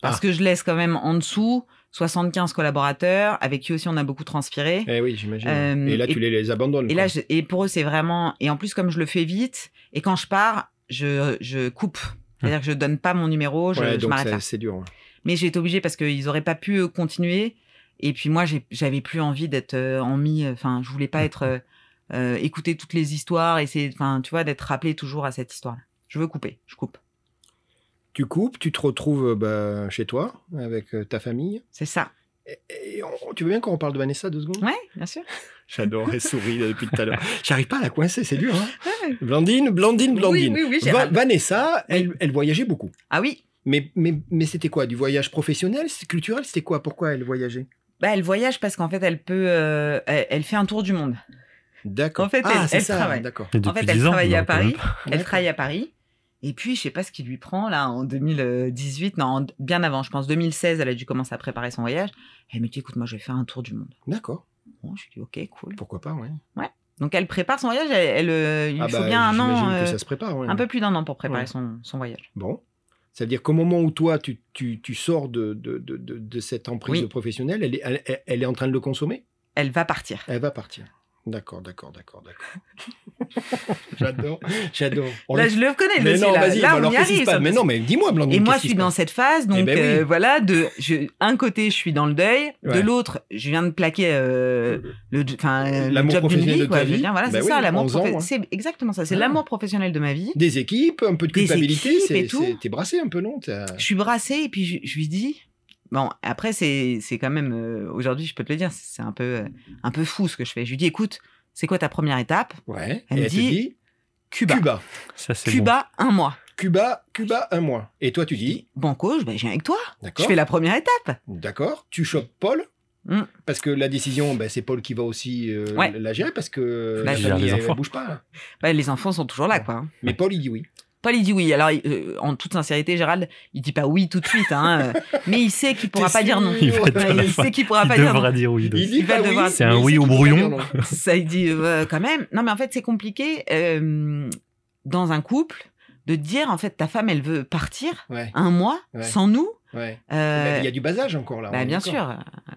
B: parce
E: Ah.
B: que je laisse quand même en dessous 75 collaborateurs avec qui aussi on a beaucoup transpiré.
E: Eh oui, j'imagine.
B: Euh,
E: et là,
B: et-
E: tu les, les abandonnes.
B: Et
E: quoi.
B: là, je- et pour eux, c'est vraiment. Et en plus, comme je le fais vite, et quand je pars, je, je coupe. C'est-à-dire que je donne pas mon numéro, je,
E: Ouais,
B: je
E: donc
B: m'arrête
E: c'est-
B: là.
E: c'est dur. ouais.
B: Mais j'ai été obligée parce qu'ils auraient pas pu euh, continuer. Et puis moi, j'ai- j'avais plus envie d'être euh, en mi. Enfin, je voulais pas être euh, euh, écouter toutes les histoires. Et c'est, enfin, tu vois, d'être rappelé toujours à cette histoire. là Je veux couper. Je coupe.
E: Tu coupes, tu te retrouves euh, bah, chez toi avec euh, ta famille.
B: C'est ça.
E: Et- et on- tu veux bien qu'on parle de Vanessa deux secondes
B: Ouais, bien sûr.
E: J'adore, elle sourit là, depuis tout à l'heure. J'arrive pas à la coincer, c'est dur. hein.
B: Ouais.
E: Blandine, Blandine, Blandine.
B: Oui, oui, oui, j'ai
E: Va-
B: hâte.
E: Vanessa, elle, elle voyageait beaucoup.
B: Ah oui.
E: Mais, mais, mais c'était quoi Du voyage professionnel c'est Culturel C'était quoi Pourquoi elle voyageait
B: Bah, elle voyage parce qu'en fait, elle peut. euh, elle, elle fait un tour du monde.
E: D'accord.
B: En fait,
E: ah,
B: elle-
E: c'est
B: elle
E: ça,
B: travaille.
E: D'accord.
D: Et
B: En
D: depuis
B: fait,
D: 10
B: elle
D: ans,
B: travaille à
D: donc, quand
B: Paris.
D: même.
B: Elle
E: D'accord.
B: travaille à Paris. Et puis, je sais pas ce qui lui prend, là, en 2018, non, en- bien avant, je pense, 2016, elle a dû commencer à préparer son voyage. Elle me dit, écoute, moi, je vais faire un tour du monde.
E: D'accord.
B: Bon, je lui dis, ok, cool.
E: Pourquoi pas, ouais.
B: Donc, elle prépare son voyage. Elle, elle, euh, il
E: Ah
B: faut
E: bah,
B: bien un an,
E: J'imagine que
B: euh,
E: ça se prépare. ouais.
B: un peu plus d'un an pour préparer
E: Ouais.
B: son, son voyage.
E: Bon. Ça veut dire qu'au moment où toi, tu, tu, tu sors de, de, de, de- de cette emprise
B: Oui.
E: de professionnelle, elle est, elle- elle, elle est en train de le consommer
B: Elle va partir.
E: Elle va partir. D'accord, d'accord, d'accord, d'accord. j'adore, j'adore. On
B: là,
E: le-
B: je le connais, le
E: mais
B: dossier,
E: non,
B: là.
E: vas-y,
B: Là,
E: bah
B: on
E: alors
B: y
E: qu'est-ce qui se
B: arrive,
E: passe
B: ça me
E: Mais non, mais dis-moi, Blandine.
B: Et moi, je
E: qu'est-ce qui
B: suis
E: se
B: dans
E: passe
B: cette phase, donc
E: ben oui.
B: euh, voilà, de je, un côté, je suis dans le deuil, de
E: Ouais.
B: l'autre, je viens de plaquer euh, le, enfin, euh, le
E: L'amour
B: job d'une
E: professionnel
B: vie,
E: de
B: quoi,
E: ta
B: je veux
E: vie.
B: dire, voilà,
E: Ben
B: c'est
E: oui,
B: ça, l'amour
E: 11 ans,
B: profe-
E: hein.
B: c'est exactement ça, c'est
E: Ah. Bah.
B: l'amour professionnel de ma vie.
E: Des équipes, un peu de
B: Des
E: culpabilité,
B: équipes et
E: c'est-
B: tout.
E: c'est- t'es brassé un peu, non T'as-
B: Je suis brassée et puis je, je lui dis, bon, après c'est c'est quand même, euh, aujourd'hui, je peux te le dire, c'est un peu euh, un peu fou ce que je fais. Je lui dis, écoute, c'est quoi ta première étape
E: Ouais.
B: Elle
E: et
B: me
E: elle te
B: dit,
E: dit
B: Cuba,
E: Cuba.
D: Ça, c'est bon.
B: Cuba, un mois.
E: Cuba, Cuba, un mois. Et toi, tu dis,
B: Banco, je, ben, je viens avec toi. Je
E: d'accord,
B: fais la première étape.
E: d'accord, tu chopes Paul.
B: Mm.
E: Parce que la décision, ben, c'est Paul qui va aussi euh,
B: Ouais.
E: la gérer parce que
B: Bah,
E: la
B: je-
E: famille,
D: Les
E: elle, elle
D: enfants.
E: bouge pas. hein.
B: Ben, les enfants sont toujours là, quoi. hein.
E: Mais Paul, il dit oui.
B: Paul, il dit oui. Alors, euh, en toute sincérité, Gérald, il dit pas oui tout de suite, hein, euh, mais il sait qu'il pourra
E: T'es
B: pas dire non.
E: sûr
D: Il va être à
B: Ouais,
D: la
B: il
D: fin.
B: sait qu'il pourra
D: Il
B: pas dire non.
D: devra dire oui. donc.
E: Il dit
B: va
E: pas oui.
B: devoir-
D: C'est un
E: mais il
D: oui
E: sait
D: au
E: qu'il
D: brouillon.
E: va dire non.
B: Ça, il dit euh, quand même. Non, mais en fait, c'est compliqué euh, dans un couple de dire en fait ta femme, elle veut partir
E: Ouais,
B: un mois
E: Ouais.
B: sans nous.
E: ouais.
B: Euh,
E: Mais Il y a du basage encore là.
B: bah,
E: on est
B: bien
E: d'accord.
B: sûr, euh,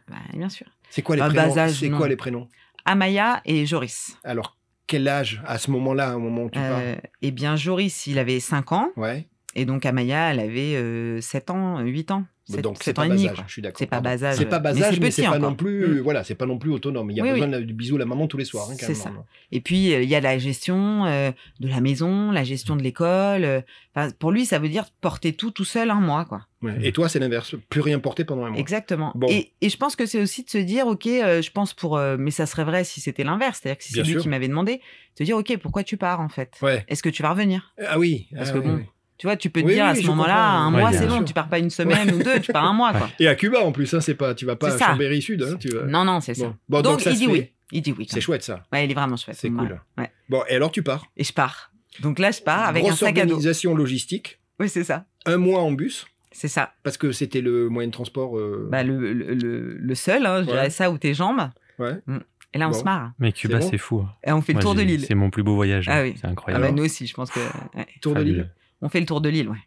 B: bah, bien sûr.
E: C'est quoi les
B: Un
E: prénoms
B: basage,
E: C'est
B: non.
E: quoi les prénoms
B: Amaya et Joris.
E: Alors, quel âge à ce moment-là, au moment où tu parles
B: Euh, eh bien, Joris, il avait 5 ans
E: Ouais.
B: et donc Amaya, elle avait 7 ans, 8 ans.
E: Bon,
B: sept-
E: Bah, donc c'est
B: sept ans
E: pas
B: et demi,
E: basage.
B: quoi.
E: Je suis d'accord.
B: C'est pas
E: pardon.
B: basage.
E: C'est pas
B: mais
E: basage, mais
B: petit
E: c'est pas
B: encore. Mm.
E: non plus. Voilà, c'est pas non plus autonome. Il y a
B: Oui,
E: besoin de- du bisou à la maman tous les soirs. hein,
B: C'est
E: carrément,
B: ça.
E: hein.
B: Et puis, euh, il y a la gestion euh, de la maison, la gestion de l'école. euh, enfin, pour lui, ça veut dire porter tout tout seul un mois, quoi.
E: Ouais. Et toi, c'est l'inverse. Plus rien porté pendant un mois.
B: Exactement.
E: Bon.
B: Et, et je pense que c'est aussi de se dire, OK, euh, je pense pour... euh, mais ça serait vrai si c'était l'inverse. C'est-à-dire que si c'est
E: Bien
B: lui
E: sûr.
B: qui m'avait demandé, se dire, OK, pourquoi tu pars, en fait
E: Ouais.
B: Est-ce que tu vas revenir
E: Ah oui.
B: Parce
E: ah
B: que
E: oui,
B: bon.
E: oui.
B: Tu vois, tu peux te
E: Oui,
B: dire
E: oui,
B: à ce
E: je
B: moment-là,
E: comprends.
B: un
D: Ouais,
B: mois,
D: bien
B: c'est long.
E: sûr.
B: Tu pars pas une semaine ou deux, tu pars un mois, quoi.
E: Et à Cuba en plus, hein, c'est pas. Tu vas pas
B: C'est
E: à
B: ça.
E: Chambéry Sud. hein, tu vas-
B: Non, non, c'est ça.
E: Bon. Bon,
B: donc,
E: ça
B: il
E: se
B: dit
E: fait.
B: oui. Il dit oui. quand
E: C'est chouette ça.
B: même. Ouais, il est vraiment chouette.
E: C'est
B: Ouais.
E: cool.
B: Ouais.
E: Bon, et alors tu pars.
B: Et je pars. Donc là, je pars avec
E: Grosse
B: un sac à dos.
E: organisation logistique.
B: Oui, c'est ça.
E: Un mois en bus
B: C'est ça.
E: parce que c'était le moyen de transport. euh,
B: Bah, le, le, le- le seul, hein, je
E: Ouais.
B: dirais ça, ou tes jambes.
E: Ouais.
B: Mm. Et là, on
E: Bon.
B: se marre.
D: Mais Cuba,
E: bon
D: c'est fou. hein.
B: Et on fait
D: Moi,
B: le tour de
D: j'ai-
B: l'île.
D: C'est mon plus beau voyage.
B: Ah
D: hein.
B: oui.
D: C'est
B: Ah
D: incroyable.
B: bah,
E: alors
B: nous aussi, je pense que ouais.
E: Tour de
D: Fabuleux.
E: l'île.
B: on fait le tour de l'île, ouais.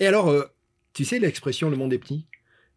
E: Et alors, euh, tu sais l'expression le monde est petit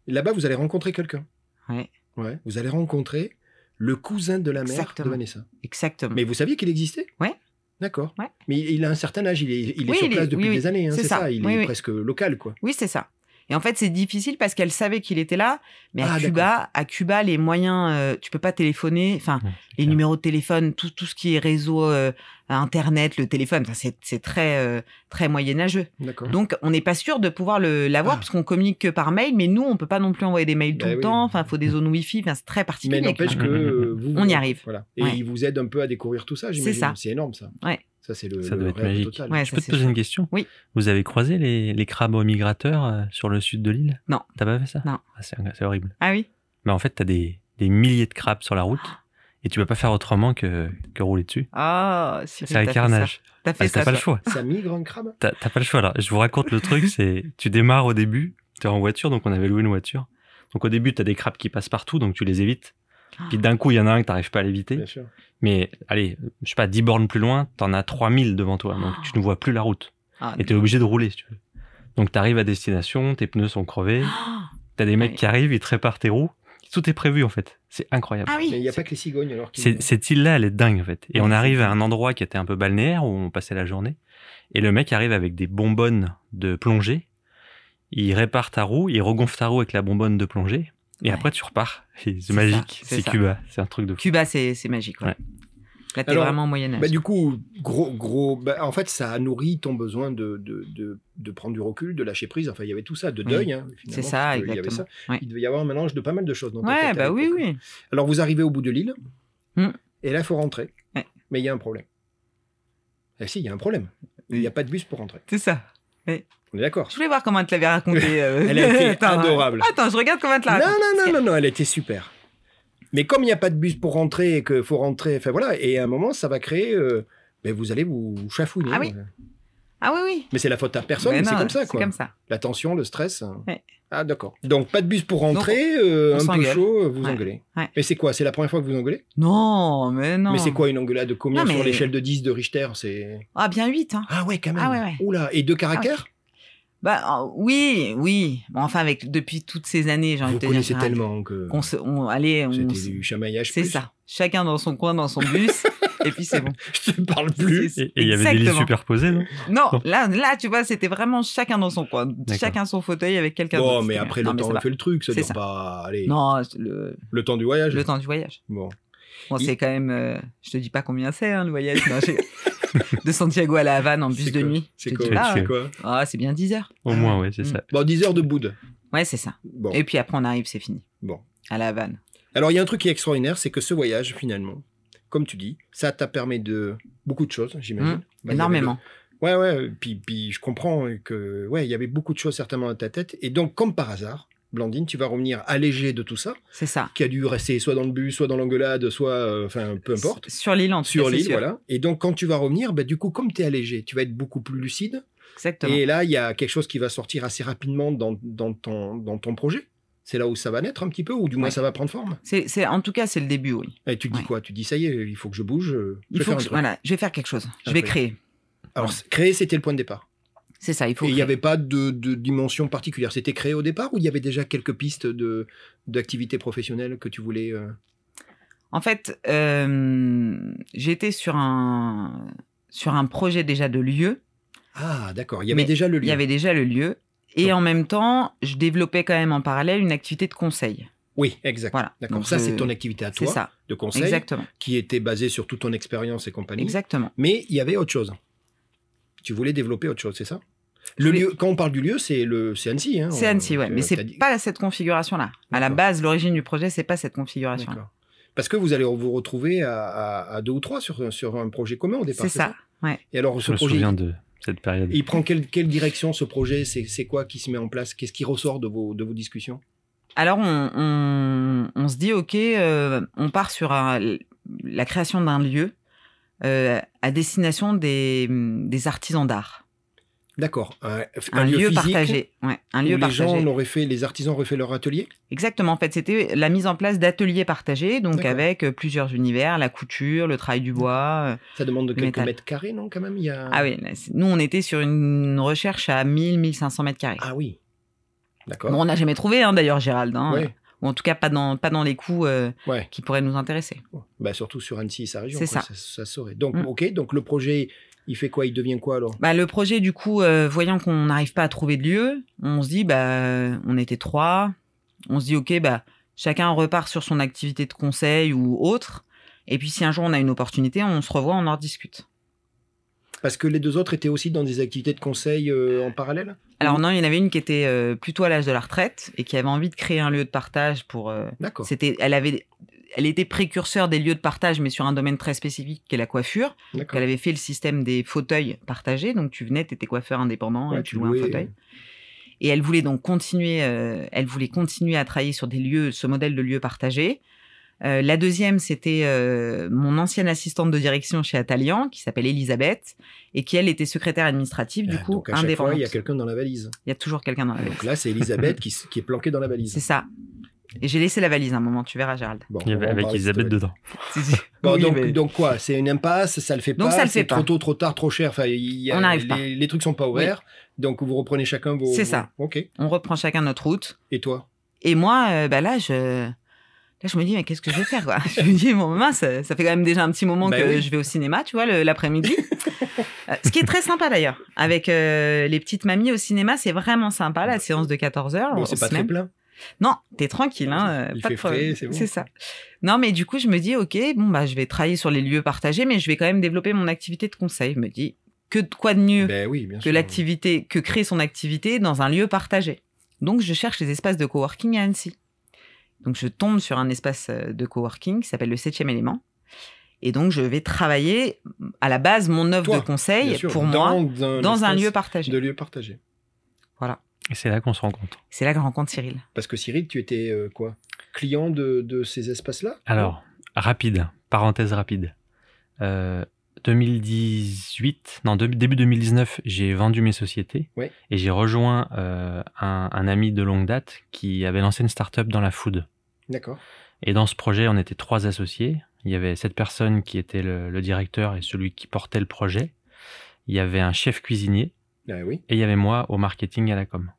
E: Là-bas, vous allez rencontrer quelqu'un.
B: Ouais.
E: Ouais. Vous allez rencontrer le cousin de la mère
B: Exactement.
E: de Vanessa.
B: Exactement.
E: Mais vous saviez qu'il existait
B: Ouais.
E: D'accord.
B: Ouais.
E: Mais il a un certain âge, il est, il est
B: Oui,
E: sur
B: il est-
E: place depuis
B: oui, oui.
E: des années, hein,
B: C'est
E: c'est ça.
B: ça.
E: Il
B: Oui,
E: est
B: oui.
E: presque local, quoi.
B: Oui, c'est ça. Et en fait, c'est difficile parce qu'elle savait qu'il était là, mais à
E: Ah,
B: Cuba, à Cuba, les moyens, euh, tu peux pas téléphoner, enfin,
D: Ouais, c'est
B: les
D: clair.
B: numéros de téléphone, tout, tout ce qui est réseau, euh, internet, le téléphone, enfin, c'est c'est très euh, très moyenâgeux.
E: D'accord.
D: Mm.
B: Donc, on n'est pas sûr de pouvoir le- l'avoir
E: Ah.
B: parce qu'on communique que par mail, mais nous, on peut pas non plus envoyer des mails
E: Bah
B: tout le
E: oui.
B: temps. Enfin, faut des zones Wi-Fi, enfin, c'est très
E: Mais
B: particulier.
E: n'empêche que
D: Cuba.
E: euh, vous.
B: On y arrive.
E: Voilà. Et
B: Ouais.
E: il vous aide un peu à découvrir tout ça, j'imagine.
B: ça.
E: C'est énorme, ça.
B: Ouais.
E: Ça, c'est le,
D: Ça
E: le
D: doit être
E: rêve
D: magique.
E: total.
B: Ouais,
D: Je
B: ça,
D: peux te
B: c'est
D: poser
B: chouette.
D: une question
B: Oui.
D: Vous avez croisé les, les crabes migrateurs euh, sur le sud de l'île
B: Non.
D: T'as pas fait ça
B: Non.
D: Ah, c'est, c'est horrible.
B: Ah oui.
D: Mais en fait, t'as des, des milliers de crabes sur la route et tu peux pas faire autrement que, que rouler dessus.
B: Ah,
D: c'est un carnage.
B: T'as
D: Ah,
B: fait
D: t'as
B: hein. ça.
D: pas le
B: toi.
D: choix.
E: Ça migre en crabe
D: T'as, t'as pas le choix. Alors, je vous raconte le truc c'est tu démarres au début, t'es en voiture, donc on avait loué une voiture. Donc au début, t'as des crabes qui passent partout, donc tu les évites. Puis d'un coup, il y en a un que t'arrives pas à l'éviter.
E: Bien sûr.
D: Mais allez, je sais pas, 10 bornes plus loin, t'en as 3000 devant toi. Donc tu ne vois plus la route.
B: Ah,
D: Et t'es obligé de rouler si tu veux. Donc t'arrives à destination, tes pneus sont crevés,
B: Ah
D: t'as des mecs
B: Ouais.
D: qui arrivent, ils te réparent tes roues. Tout est prévu en fait. C'est incroyable.
B: Ah
E: Mais
B: oui.
E: il n'y a pas que les cigognes, alors qu'ils-
D: C'est- Cette île-là, elle est dingue en fait. Et
B: Ouais,
D: on
B: c'est
D: arrive à
B: dingue.
D: un endroit qui était un peu balnéaire où on passait la journée. Et le mec arrive avec des bonbonnes de plongée. Il répare ta roue, il regonfle ta roue avec la bonbonne de plongée. Et
B: Ouais.
D: après, tu repars. Et
B: C'est
D: C'est magique.
B: ça, c'est
D: C'est
B: ça.
D: Cuba. C'est un truc de fou.
B: Cuba, c'est c'est magique. Ouais.
D: Ouais.
B: Là, t'es
E: Alors,
B: vraiment au Moyen Âge.
E: Bah, du coup, gros, gros. bah, en fait, ça a nourri ton besoin de, de, de, de prendre du recul, de lâcher prise. Enfin, il y avait tout ça, de
B: Oui.
E: deuil. hein, finalement,
B: Mm. c'est ça,
E: parce que il y avait
B: exactement.
E: ça.
B: Ouais.
E: Il devait y avoir un mélange de pas mal de choses dans ta
B: Ouais,
E: tête à
B: bah oui,
E: l'époque.
B: oui.
E: Alors, vous arrivez au bout de l'île,
B: Hmm.
E: et là, il faut rentrer.
B: Ouais.
E: Mais il y a un problème. Ah si, il y a un problème. Il
B: Mm.
E: n'y a pas de bus pour rentrer.
B: C'est ça.
E: On est d'accord.
B: Je voulais voir comment elle te l'avait raconté. euh,
E: Elle a été
B: attends,
E: adorable.
B: euh, Attends, je regarde comment elle te l'a
E: Non,
B: raconté.
E: non,
B: Parce
E: non, non, non, elle était super. Mais comme il n'y a pas de bus pour rentrer et qu'il faut rentrer, enfin voilà, et à un moment, ça va créer. euh, ben, vous allez vous chafouiner.
B: Ah oui.
E: voilà.
B: que- Ah oui, oui.
E: Mais c'est la faute à personne,
B: Mais
E: mais c'est
B: non,
E: comme ça, quoi.
B: C'est comme ça.
E: La tension, le stress. hein.
B: Ouais.
E: Ah, d'accord. Donc, pas de bus pour rentrer, euh,
B: on
E: un peu
B: s'engueule.
E: chaud, vous
B: Ouais.
E: engueulez.
B: Ouais.
E: Mais c'est quoi C'est la première fois que vous engueulez
B: Non, mais non.
E: Mais c'est quoi une engueulade de combien
B: Non, mais-
E: sur l'échelle de 10 de Richter C'est.
B: Ah, bien 8. Hein.
E: Ah ouais, quand même.
B: Ah ouais, ouais.
E: Oula, et deux caractères
B: Bah ah, oui, oui. Bon, enfin, avec, depuis toutes ces années, Ah, j'ai envie
E: Vous
B: de te
E: connaissez
B: dire. Gérald,
E: tellement que.
B: On se, on, allez, on.
E: C'était
B: se-
E: du chamaillage.
B: C'est
E: plus.
B: ça. Chacun dans son coin, dans son bus. et puis c'est bon.
E: Je te parle plus.
D: Et et il y avait des lits
B: Exactement.
D: superposés, non
B: Non,
D: Non.
B: là, là, tu vois, c'était vraiment chacun dans son coin, chacun son fauteuil avec quelqu'un d'autre.
E: Bon, mais
B: C'était bien.
E: après,
B: Non,
E: le
B: mais
E: temps
B: ça
E: on
B: va.
E: fait le truc, ça
B: C'est
E: dure
B: ça.
E: pas. Allez,
B: Non, le,
E: le temps du voyage.
B: le temps du voyage.
E: Bon.
B: Bon,
E: Il-
B: c'est quand même. euh, je te dis pas combien c'est, hein, le voyage. Non, j'ai- de Santiago à La Havane en
E: C'est
B: bus de
E: quoi
B: nuit.
E: C'est
B: Je te
E: quoi,
B: dis pas,
E: c'est
B: hein.
E: quoi
B: Ah, Mm. c'est bien 10 heures.
D: Au moins, ouais, c'est ça.
E: Bon, 10 heures de boude.
B: Ouais, c'est ça.
E: Bon.
B: Et puis après, on arrive, c'est fini.
E: Bon.
B: À La Havane.
E: Alors, il y a un truc qui est extraordinaire, c'est que ce voyage, finalement, comme tu dis, ça t'a permis de beaucoup de choses, j'imagine. Bah,
B: Mm,
E: il y avait
B: Énormément.
E: le- Ouais, ouais. Puis, puis je comprends que, ouais, il y avait beaucoup de choses certainement dans ta tête. Et donc, comme par hasard, Blandine, tu vas revenir allégée de tout ça,
B: C'est ça.
E: qui a dû rester soit dans le bus, soit dans l'engueulade, soit, euh, enfin, peu importe,
B: Sur l'île, en tout
E: sur
B: cas, c'est
E: l'île,
B: sûr.
E: voilà. Et donc, quand tu vas revenir, bah, du coup, comme tu es allégé, tu vas être beaucoup plus lucide.
B: Exactement.
E: Et là, il y a quelque chose qui va sortir assez rapidement dans, dans ton, dans ton projet. C'est là où ça va naître un petit peu, ou du moins
B: Ouais.
E: ça va prendre forme.
B: C'est, c'est- en tout cas, c'est le début, oui.
E: Et tu te dis
B: Ouais.
E: quoi Tu te dis, ça y est, il faut que je bouge. euh, je
B: Il
E: vais
B: faut
E: faire
B: que
E: un
B: je-
E: truc.
B: voilà, je vais faire quelque chose. Je vais
E: truc.
B: créer.
E: Alors, c- créer, c'était le point de départ.
B: C'est ça, il faut
E: Et il n'y
B: créer.
E: avait pas de, de dimension particulière. C'était créé au départ ou il y avait déjà quelques pistes de d'activités professionnelles que tu voulais. euh,
B: En fait, euh, j'étais sur un, sur un projet déjà de lieu.
E: Ah, d'accord. Il y avait
B: Mais
E: déjà le lieu.
B: Il y avait déjà le lieu. Et
E: Donc-
B: en même temps, je développais quand même en parallèle une activité de conseil.
E: Oui, exact.
B: Voilà.
E: D'accord.
B: Donc,
E: Ça,
B: euh,
E: c'est ton activité à
B: C'est
E: toi
B: ça,
E: de conseil
B: exactement.
E: qui était basée sur toute ton expérience et compagnie.
B: Exactement.
E: Mais il y avait autre chose. Tu voulais développer autre chose, c'est ça
B: Je
E: Le
B: voulais-
E: lieu. Quand on parle du lieu, c'est le c'est Annecy. Hein,
B: C'est
E: On-
B: Annecy, ouais.
E: tu-
B: Mais
E: t'as
B: c'est
E: dit-
B: pas cette configuration-là. À la
E: D'accord.
B: base, l'origine du projet, c'est pas cette configuration.
E: D'accord. Parce que vous allez vous retrouver à, à- à deux ou trois sur, sur un projet commun au départ.
B: C'est ça.
E: Et alors, ce
D: Je me
E: projet,
D: souviens de cette période.
E: Il prend quelle, quelle direction ce projet C'est c'est quoi qui se met en place Qu'est-ce qui ressort de vos, de vos discussions
B: Alors, on, on- on se dit, OK, euh, on part sur un- la création d'un lieu euh, à destination des, des artisans d'art.
E: D'accord. Un,
B: Un,
E: un
B: lieu,
E: physique
B: partagé. Ouais, un
E: où
B: lieu
E: les
B: partagé.
E: gens l'auraient fait, les artisans auraient fait leur atelier.
B: Exactement, en fait, c'était la mise en place d'ateliers partagés, donc
E: D'accord.
B: avec euh, plusieurs univers, la couture, le travail du bois. euh.
E: Ça demande de
B: Le
E: quelques
B: métal.
E: mètres carrés, non Quand même, il y a.
B: Ah oui, là, c'est- nous, on était sur une recherche à 1000-1500 mètres carrés.
E: Ah oui. D'accord.
B: Bon, on n'a jamais trouvé, hein, d'ailleurs, Gérald, hein,
E: Ouais,
B: ou en tout cas pas dans, pas dans les coûts euh,
E: ouais.
B: qui pourraient nous intéresser.
E: Bon. Bah, surtout sur Annecy et sa région.
B: C'est
E: quoi,
B: ça.
E: Ça, ça saurait. Donc,
B: Mm.
E: ok. Donc, le projet, il fait quoi Il devient quoi alors
B: Bah, le projet, du coup, euh, voyant qu'on n'arrive pas à trouver de lieu, on se dit, bah, on était trois, on se dit, ok, bah, chacun repart sur son activité de conseil ou autre, et puis si un jour on a une opportunité, on se revoit, on en discute.
E: Parce que les deux autres étaient aussi dans des activités de conseil euh, en parallèle
B: Alors non, il y en avait une qui était euh, plutôt à l'âge de la retraite et qui avait envie de créer un lieu de partage pour. euh,
E: D'accord.
B: c'était, elle avait, elle était précurseur des lieux de partage, mais sur un domaine très spécifique qui est la coiffure.
E: D'accord.
B: Elle avait fait le système des fauteuils partagés, donc tu venais, t'étais coiffeur indépendant
E: Ouais,
B: et tu louais, un fauteuil.
E: euh,
B: Et elle voulait donc continuer, euh, elle voulait continuer à travailler sur des lieux, ce modèle de lieu partagé. Euh, la deuxième, c'était euh, mon ancienne assistante de direction chez Atalian, qui s'appelle Elisabeth, et qui elle était secrétaire administrative, du
E: ah,
B: coup
E: donc à chaque fois,
B: indépendante.
E: il y a quelqu'un dans la valise.
B: Il y a toujours quelqu'un dans la
E: Donc là, c'est Elisabeth qui, s- qui est planquée dans la valise.
B: C'est ça. Et j'ai laissé la valise un moment, tu verras, Gérald.
E: Bon,
D: Il y
E: on
D: avait
E: va en
D: avec
E: parler
D: Elisabeth
E: tout à l'heure.
D: dedans.
E: Bon,
B: Oui,
E: donc,
B: mais
E: donc quoi C'est une impasse, ça le fait
B: Donc
E: pas.
B: ça le
E: c'est
B: fait
E: Trop
B: pas.
E: tôt, trop tard, trop cher. Enfin, il y a-
B: On n'arrive pas.
E: Les, les trucs sont pas ouverts. Donc vous reprenez chacun vos.
B: C'est
E: vos-
B: ça.
E: Ok.
B: on reprend chacun notre route.
E: Et toi
B: Et moi, euh, bah là, je. Là, je me dis, mais qu'est-ce que je vais faire quoi Je me dis, bon, mince, ça fait quand même déjà un petit moment
E: Bah
B: que
E: oui.
B: je vais au cinéma, tu vois, le- l'après-midi. Euh, ce qui est très sympa d'ailleurs, avec euh, les petites mamies au cinéma, c'est vraiment sympa, la séance de 14 heures.
E: Bah Bon,
B: on
E: c'est
B: se
E: pas très
B: met-
E: plein.
B: Non, t'es tranquille, hein, euh,
E: Il
B: pas
E: fait
B: de problème.
E: frais, c'est bon.
B: ça. Non, mais du coup, je me dis, ok, bon, bah, je vais travailler sur les lieux partagés, mais je vais quand même développer mon activité de conseil. Je me dis, que de quoi de mieux
E: Ben oui, bien
B: que
E: sûr.
B: l'activité, que créer son activité dans un lieu partagé. Donc, je cherche les espaces de coworking à Annecy. Donc, je tombe sur un espace euh, de coworking qui s'appelle le septième élément. Et donc, je vais travailler mm, à la base mon œuvre
E: Toi,
B: de conseil
E: Bien sûr,
B: pour
E: dans
B: moi
E: un,
B: dans un
E: espace
B: lieu partagé.
E: De lieu partagé.
D: Et c'est là qu'on se rencontre.
B: C'est là que je rencontre Cyril.
E: Parce que Cyril, tu étais euh, quoi Client de, de ces espaces-là
D: Alors, rapide, parenthèse rapide. Euh, 2018, non, de- début 2019, j'ai vendu mes sociétés
E: Ouais.
D: et j'ai rejoint euh, un, un ami de longue date qui avait lancé une start-up dans la food.
E: D'accord.
D: Et dans ce projet, on était trois associés. Il y avait cette personne qui était le, le directeur et celui qui portait le projet. Il y avait un chef cuisinier
E: Ah oui.
D: et il y avait moi au marketing et à la com.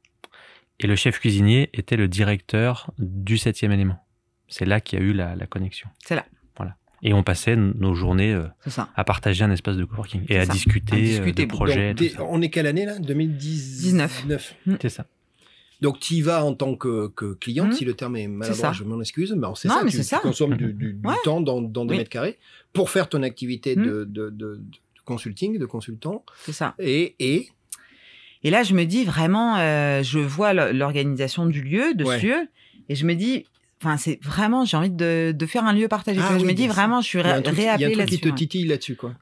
D: Et le chef cuisinier était le directeur du septième élément. C'est là qu'il y a eu la, la connexion.
B: C'est là.
D: Voilà. Et on passait n- nos journées euh,
B: C'est ça.
D: à partager un espace de coworking et
B: C'est
D: à
B: ça.
D: discuter,
B: À
D: euh,
B: discuter
D: de
B: beaucoup.
D: projets.
E: Donc,
D: tout
E: t'es-
D: ça.
E: on est quelle année là 2019.
D: C'est ça.
E: Donc tu y vas en tant que, que cliente,
B: Mhm.
E: si le terme est
B: ça.
E: maladroit, je m'en excuse, mais alors, c'est
B: Non,
E: ça,
B: mais
E: tu,
B: c'est
E: tu
B: ça.
E: consommes du, du- du
B: Ouais.
E: temps dans, dans des
B: Oui.
E: mètres carrés pour faire ton activité
B: Mhm.
E: de, de- de- de consulting, de consultant,
B: C'est ça.
E: et, et
B: Et là, je me dis vraiment, euh, je vois l- l'organisation du lieu, de
E: Ouais.
B: ce lieu, et je me dis, enfin, c'est vraiment, j'ai envie de, de faire un lieu partagé.
E: Ah
B: Tu vois, je
E: oui,
B: me dis
E: bien sûr.
B: vraiment, je suis
E: il y a un
B: ré-
E: truc, il y a un
B: réappelée
E: truc qui
B: là-dessus. hein.
E: te
B: ouais.
E: titille là-dessus, quoi.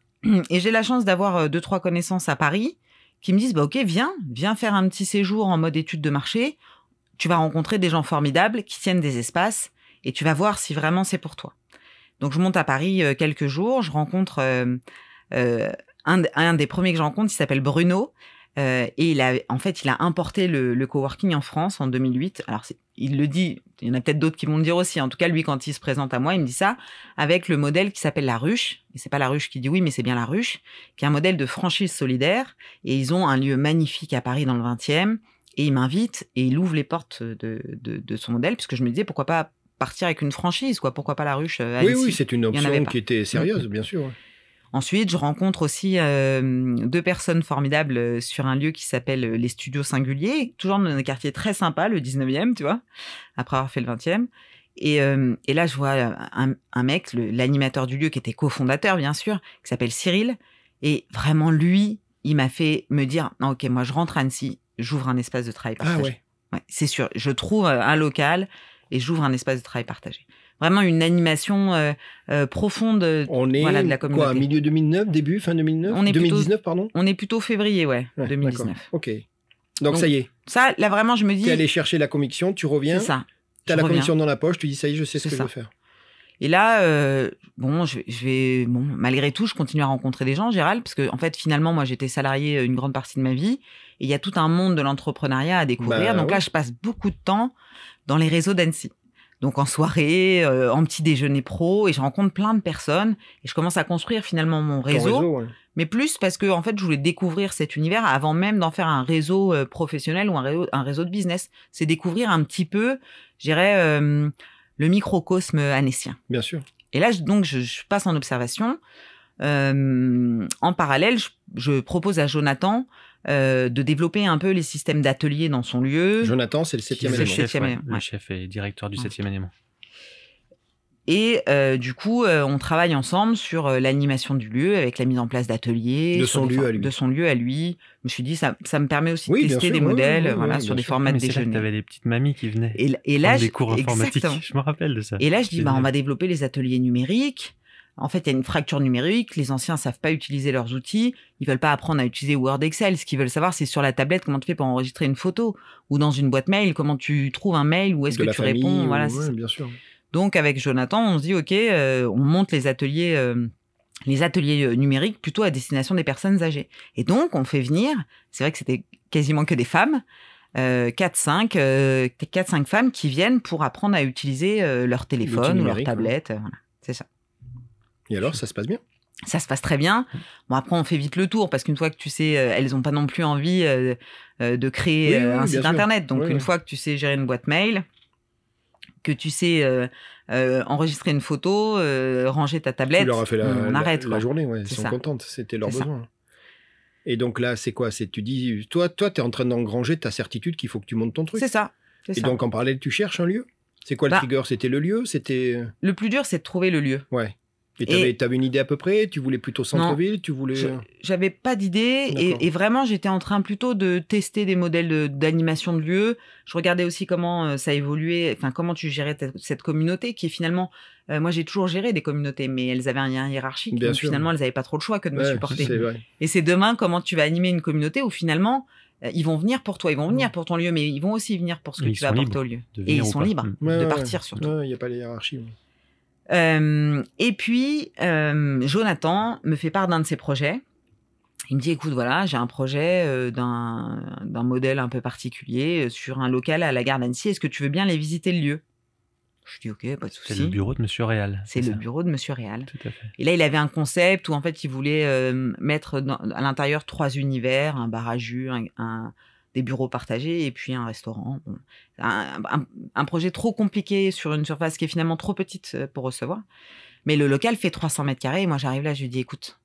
B: Et j'ai la chance d'avoir euh, deux, trois connaissances à Paris qui me disent, bah, OK, viens, viens faire un petit séjour en mode étude de marché. Tu vas rencontrer des gens formidables qui tiennent des espaces et tu vas voir si vraiment c'est pour toi. Donc, je monte à Paris euh, quelques jours, je rencontre euh, euh, un, d- un des premiers que je rencontre, il s'appelle Bruno. euh, et il a, en fait, il a importé le, le coworking en France en 2008. Alors, c'est- il le dit, il y en a peut-être d'autres qui vont le dire aussi. En tout cas, lui, quand il se présente à moi, il me dit ça avec le modèle qui s'appelle la ruche. Et c'est pas la ruche qui dit oui, mais c'est bien la ruche, qui est un modèle de franchise solidaire. Et ils ont un lieu magnifique à Paris dans le 20e. Et il m'invite et il ouvre les portes de, de, de son modèle, puisque je me disais pourquoi pas partir avec une franchise, quoi. Pourquoi pas la ruche euh, à
E: Oui,
B: Annecy
E: oui, c'est une
B: en avait
E: option
B: pas. Mmh.
E: qui était sérieuse, bien sûr.
B: Ensuite, je rencontre aussi euh, deux personnes formidables euh, sur un lieu qui s'appelle euh, les Studios Singuliers, toujours dans un quartier très sympa, le 19e, tu vois, après avoir fait le 20e. Et, euh, et là, je vois euh, un, un mec, le- l'animateur du lieu, qui était cofondateur, bien sûr, qui s'appelle Cyril. Et vraiment, lui, il m'a fait me dire, non, ok, moi, je rentre à Annecy, j'ouvre un espace de travail
E: Ah
B: partagé.
E: ouais.
B: Ouais, c'est sûr. Je trouve euh, un local et j'ouvre un espace de travail partagé. Vraiment une animation euh, euh, profonde euh,
E: On est
B: Voilà, de la
E: quoi,
B: communauté.
E: milieu 2009, début, fin 2009
B: On est plutôt-
E: 2019, pardon
B: On est plutôt février, ouais,
E: Ouais,
B: 2019.
E: d'accord. Ok. Donc,
B: Donc,
E: ça y est,
B: Ça, là, vraiment, je me
E: tu es allé
B: dis,
E: chercher la conviction, tu
B: c'est
E: reviens, tu
B: ça.
E: as
B: je
E: la
B: reviens.
E: conviction dans la poche, tu dis ça y est, je sais ce
B: C'est
E: que je
B: ça.
E: veux faire.
B: Et là, euh, bon, je, je vais, bon, malgré tout, je continue à rencontrer des gens, Gérald, parce que, en fait, finalement, moi, j'étais salarié euh, une grande partie de ma vie, et il y a tout un monde de l'entrepreneuriat à
E: Bah,
B: découvrir. Donc
E: ouais.
B: là, je passe beaucoup de temps dans les réseaux d'Annecy. Donc en soirée, euh, en petit déjeuner pro, et je rencontre plein de personnes, et je commence à construire finalement mon
E: Ton
B: réseau.
E: ouais.
B: mais plus parce que en fait je voulais découvrir cet univers avant même d'en faire un réseau euh, professionnel ou un réseau, un réseau de business. C'est découvrir un petit peu, je dirais, euh, le microcosme annécien.
E: Bien sûr.
B: Et là, je- donc, je, je passe en observation. Euh, en parallèle, je, je propose à Jonathan euh, de développer un peu les systèmes d'ateliers dans son lieu.
E: Jonathan, c'est le
D: Qui est
E: septième
D: le,
E: élément.
B: chef.
D: chef,
B: septième
D: ouais,
B: élément,
D: le
B: ouais.
D: chef et directeur du
B: Ouais.
D: 7 élément.
B: Et euh, du coup, euh, on travaille ensemble sur euh, l'animation du lieu avec la mise en place d'ateliers.
E: De
B: sur
E: son
B: des
E: lieu
B: for-
E: à lui.
B: De son lieu à lui. Je me suis dit, ça, ça me permet aussi
E: Oui,
B: de
E: bien
B: tester
E: sûr,
B: des
E: oui,
B: modèles
E: oui,
B: euh,
E: oui,
B: voilà,
E: oui, bien
B: sur des
E: sûr.
B: formats
D: mais
B: de
D: c'est là que
B: déjeuner.
D: t'avais les petites mamies qui venaient.
B: Et, et là,
D: prendre
B: je,
D: des cours informatiques.
B: exactement.
D: Je me rappelle de ça.
B: Et là, je dis,
D: C'est
B: bah, on
D: génial.
B: va développer les ateliers numériques. En fait, il y a une fracture numérique. Les anciens savent pas utiliser leurs outils. Ils veulent pas apprendre à utiliser Word, Excel. Ce qu'ils veulent savoir, c'est sur la tablette comment tu fais pour enregistrer une photo ou dans une boîte mail comment tu trouves un mail ou est-ce
E: De
B: que
E: la
B: tu
E: famille,
B: réponds.
E: ou-
B: Voilà, c'est
E: ouais,
B: ça.
E: bien sûr.
B: Donc avec Jonathan, on se dit ok, euh, on monte les ateliers, euh, les ateliers euh, numériques plutôt à destination des personnes âgées. Et donc on fait venir, c'est vrai que c'était quasiment que des femmes, euh, 4-5 euh, 4-5 femmes qui viennent pour apprendre à utiliser euh, leur téléphone ou leur
E: numérique,
B: tablette. euh, voilà.
E: Et alors, ça se passe bien
B: Ça se passe très bien. Bon après on fait vite le tour parce qu'une fois que tu sais, euh, elles n'ont pas non plus envie euh, euh, de
E: Oui,
B: créer euh,
E: oui,
B: un
E: bien
B: site
E: sûr.
B: internet. Donc
E: Oui,
B: une
E: oui.
B: fois que tu sais gérer une boîte mail, que tu sais euh, euh, enregistrer une photo, euh, ranger ta tablette,
E: Tu leur as fait la,
B: on
E: la-
B: arrête.
E: la
B: quoi.
E: journée, ouais. Elles
B: C'est
E: sont
B: ça.
E: contentes, c'était leur
B: C'est ça.
E: besoin. Et donc là, c'est quoi C'est tu dis, toi, toi, t'es en train d'engranger ta certitude qu'il faut que tu montes ton truc.
B: C'est ça. c'est
E: Et
B: ça.
E: donc en parallèle, tu cherches un lieu. C'est quoi le
B: Bah.
E: trigger C'était le lieu C'était
B: le plus dur, c'est de trouver le lieu.
E: ouais. Et
B: Et-
E: t'avais avais une idée à peu près Tu voulais plutôt centre-ville Tu voulais
B: Je- J'avais pas d'idée et,
E: D'accord.
B: et vraiment, j'étais en train plutôt de tester des modèles de- d'animation de, lieu. Je regardais aussi comment euh, ça évoluait, enfin comment tu gérais ta- cette communauté qui est finalement. euh, moi, j'ai toujours géré des communautés, mais elles avaient un lien hiérarchique.
E: Bien
B: donc
E: sûr.
B: finalement, elles n'avaient pas trop le choix que de me
E: Ouais,
B: supporter.
E: c'est vrai.
B: Et c'est demain comment tu vas animer une communauté où finalement euh, ils vont venir pour toi, ils vont
E: Mmh.
B: venir pour ton lieu, mais ils vont aussi venir pour ce que
D: Et ils
B: tu vas
D: sont
B: apporter
D: libres
B: au lieu.
D: De
B: et
D: venir
B: ils
D: ou
B: sont
D: pas.
B: libres
D: Mm.
E: Ouais,
B: de
E: ouais,
B: partir surtout.
E: Ouais, Il n'y a pas la hiérarchie. ouais.
B: Euh, et puis, euh, Jonathan me fait part d'un de ses projets. Il me dit, écoute, voilà, j'ai un projet euh, d'un d'un modèle un peu particulier euh, sur un local à la gare d'Annecy. Est-ce que tu veux bien aller visiter le lieu Je dis, ok, pas de
D: C'est le
B: souci.
D: bureau de Monsieur Réal.
B: C'est le
D: ça
B: bureau de Monsieur Réal.
D: Tout à fait.
B: Et là, il avait un concept où, en fait, il voulait euh, mettre dans- à l'intérieur trois univers, un bar à jus, un, un- des bureaux partagés et puis un restaurant. Bon. Un, un- un projet trop compliqué sur une surface qui est finalement trop petite euh, pour recevoir. Mais le local fait 300 mètres carrés. Et moi, j'arrive là, je lui dis, écoute,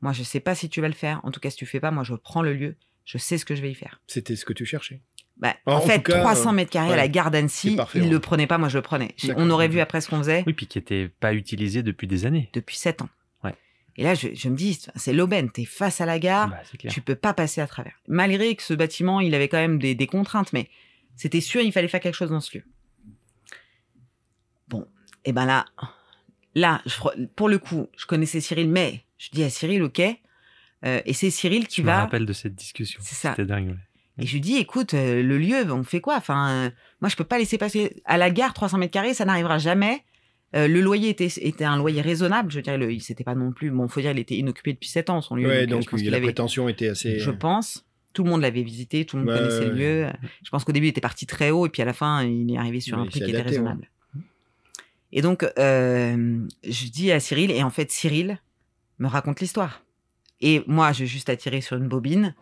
B: moi, je sais pas si tu vas le faire. En tout cas, si tu fais pas, moi, je prends le lieu. Je sais ce que je vais y faire.
E: C'était ce que tu cherchais.
B: Bah,
E: Ah,
B: en,
E: en
B: fait,
E: tout cas,
B: 300 mètres carrés à la
E: ouais.
B: gare d'Annecy,
E: C'est parfait,
B: il
E: ouais.
B: le prenait pas, moi, je le prenais.
E: D'accord.
B: On aurait vu après ce qu'on faisait
D: Oui, puis qui n'était pas utilisé depuis des années.
B: depuis 7 ans.
D: Ouais.
B: Et là, je, je me dis, c'est l'aubaine, t'es face à la gare,
D: Bah, c'est clair.
B: tu peux pas passer à travers. Malgré que ce bâtiment, il avait quand même des, des contraintes, mais c'était sûr, il fallait faire quelque chose dans ce lieu. Bon, et ben là, là, je re- pour le coup, je connaissais Cyril, mais Je dis à Cyril, ok. Euh, et c'est Cyril qui
D: Je me
B: va.
D: rappelle de cette discussion.
B: C'est ça.
D: C'était dingue. ouais.
B: Et je lui dis, écoute, euh, le lieu, on fait quoi Enfin, euh, moi, je peux pas laisser passer à la gare 300 mètres carrés, ça n'arrivera jamais. Euh, le loyer était, était un loyer raisonnable, je veux dire, le- il s'était pas non plus. Bon, faut dire, il était inoccupé depuis 7 ans, son lieu.
E: Ouais,
B: donc, euh,
E: donc
B: je pense
E: oui,
B: qu'il
E: la
B: avait-
E: prétention était assez. euh,
B: je pense. Tout le monde l'avait visité, tout le monde
E: Ouais,
B: connaissait le
E: ouais,
B: lieu. Je pense qu'au début, il était parti très haut, et puis à la fin, il est arrivé sur
E: Ouais,
B: un
E: il
B: prix
E: s'est
B: qui était
E: adapté, ouais.
B: raisonnable. Et donc, euh, je dis à Cyril, et en fait, Cyril me raconte l'histoire. Et moi, j'ai juste attiré sur une bobine,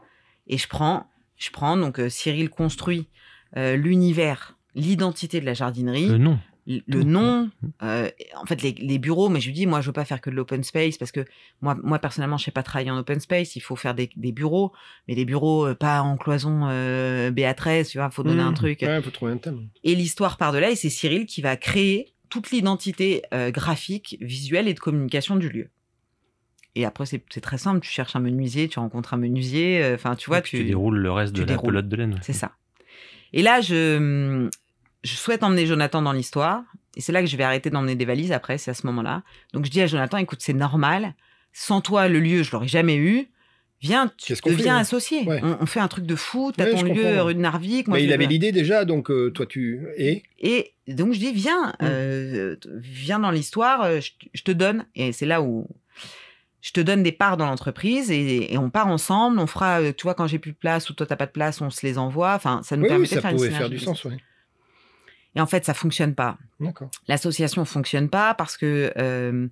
B: et je prends, je prends donc euh, Cyril construit euh, l'univers, l'identité de la jardinerie
D: Le nom.
B: le le nom, euh, en fait les, les bureaux, mais je lui dis moi je veux pas faire que de l'open space parce que moi moi personnellement je sais pas travailler en open space, il faut faire des, des bureaux, mais des bureaux euh, pas en cloison euh, Béatrice, tu vois, faut donner
E: Mmh.
B: un truc.
E: Ouais, faut trouver un thème.
B: Et l'histoire part de là et c'est Cyril qui va créer toute l'identité euh, graphique, visuelle et de communication du lieu. Et après c'est c'est très simple, tu cherches un menuisier, tu rencontres un menuisier, euh, enfin tu vois
D: Et puis tu déroules le reste
B: tu
D: de la
B: déroules.
D: pelote de laine. ouais.
B: c'est ça. Et là, je, je souhaite emmener Jonathan dans l'histoire. Et c'est là que je vais arrêter d'emmener des valises après, c'est à ce moment-là. Donc je dis à Jonathan, écoute, c'est normal. Sans toi, le lieu, je l'aurais jamais eu. Viens, tu
E: Qu'est-ce qu'on fait,
B: deviens
E: ouais.
B: associé.
E: Ouais.
B: On, on fait un truc de fou. T'as
E: Ouais,
B: ton
E: je
B: lieu
E: comprends, ouais.
B: rue de Narvik. moi,
E: Mais
B: je
E: il
B: vais-
E: avait l'idée déjà, donc euh, toi tu. Et
B: Et donc je dis,
E: Hum.
B: viens, euh, viens dans l'histoire. euh, Je, je te donne. Et c'est là où je te donne des parts dans l'entreprise et, et on part ensemble. On fera, euh, tu vois, quand j'ai plus de place ou toi t'as pas de place, on se les envoie. Enfin, ça nous
E: Oui,
B: permet
E: oui, ça
B: de faire une
E: pouvait faire
B: synergie
E: du sens, ouais.
B: et en fait, ça fonctionne pas.
E: D'accord.
B: L'association fonctionne pas parce que euh,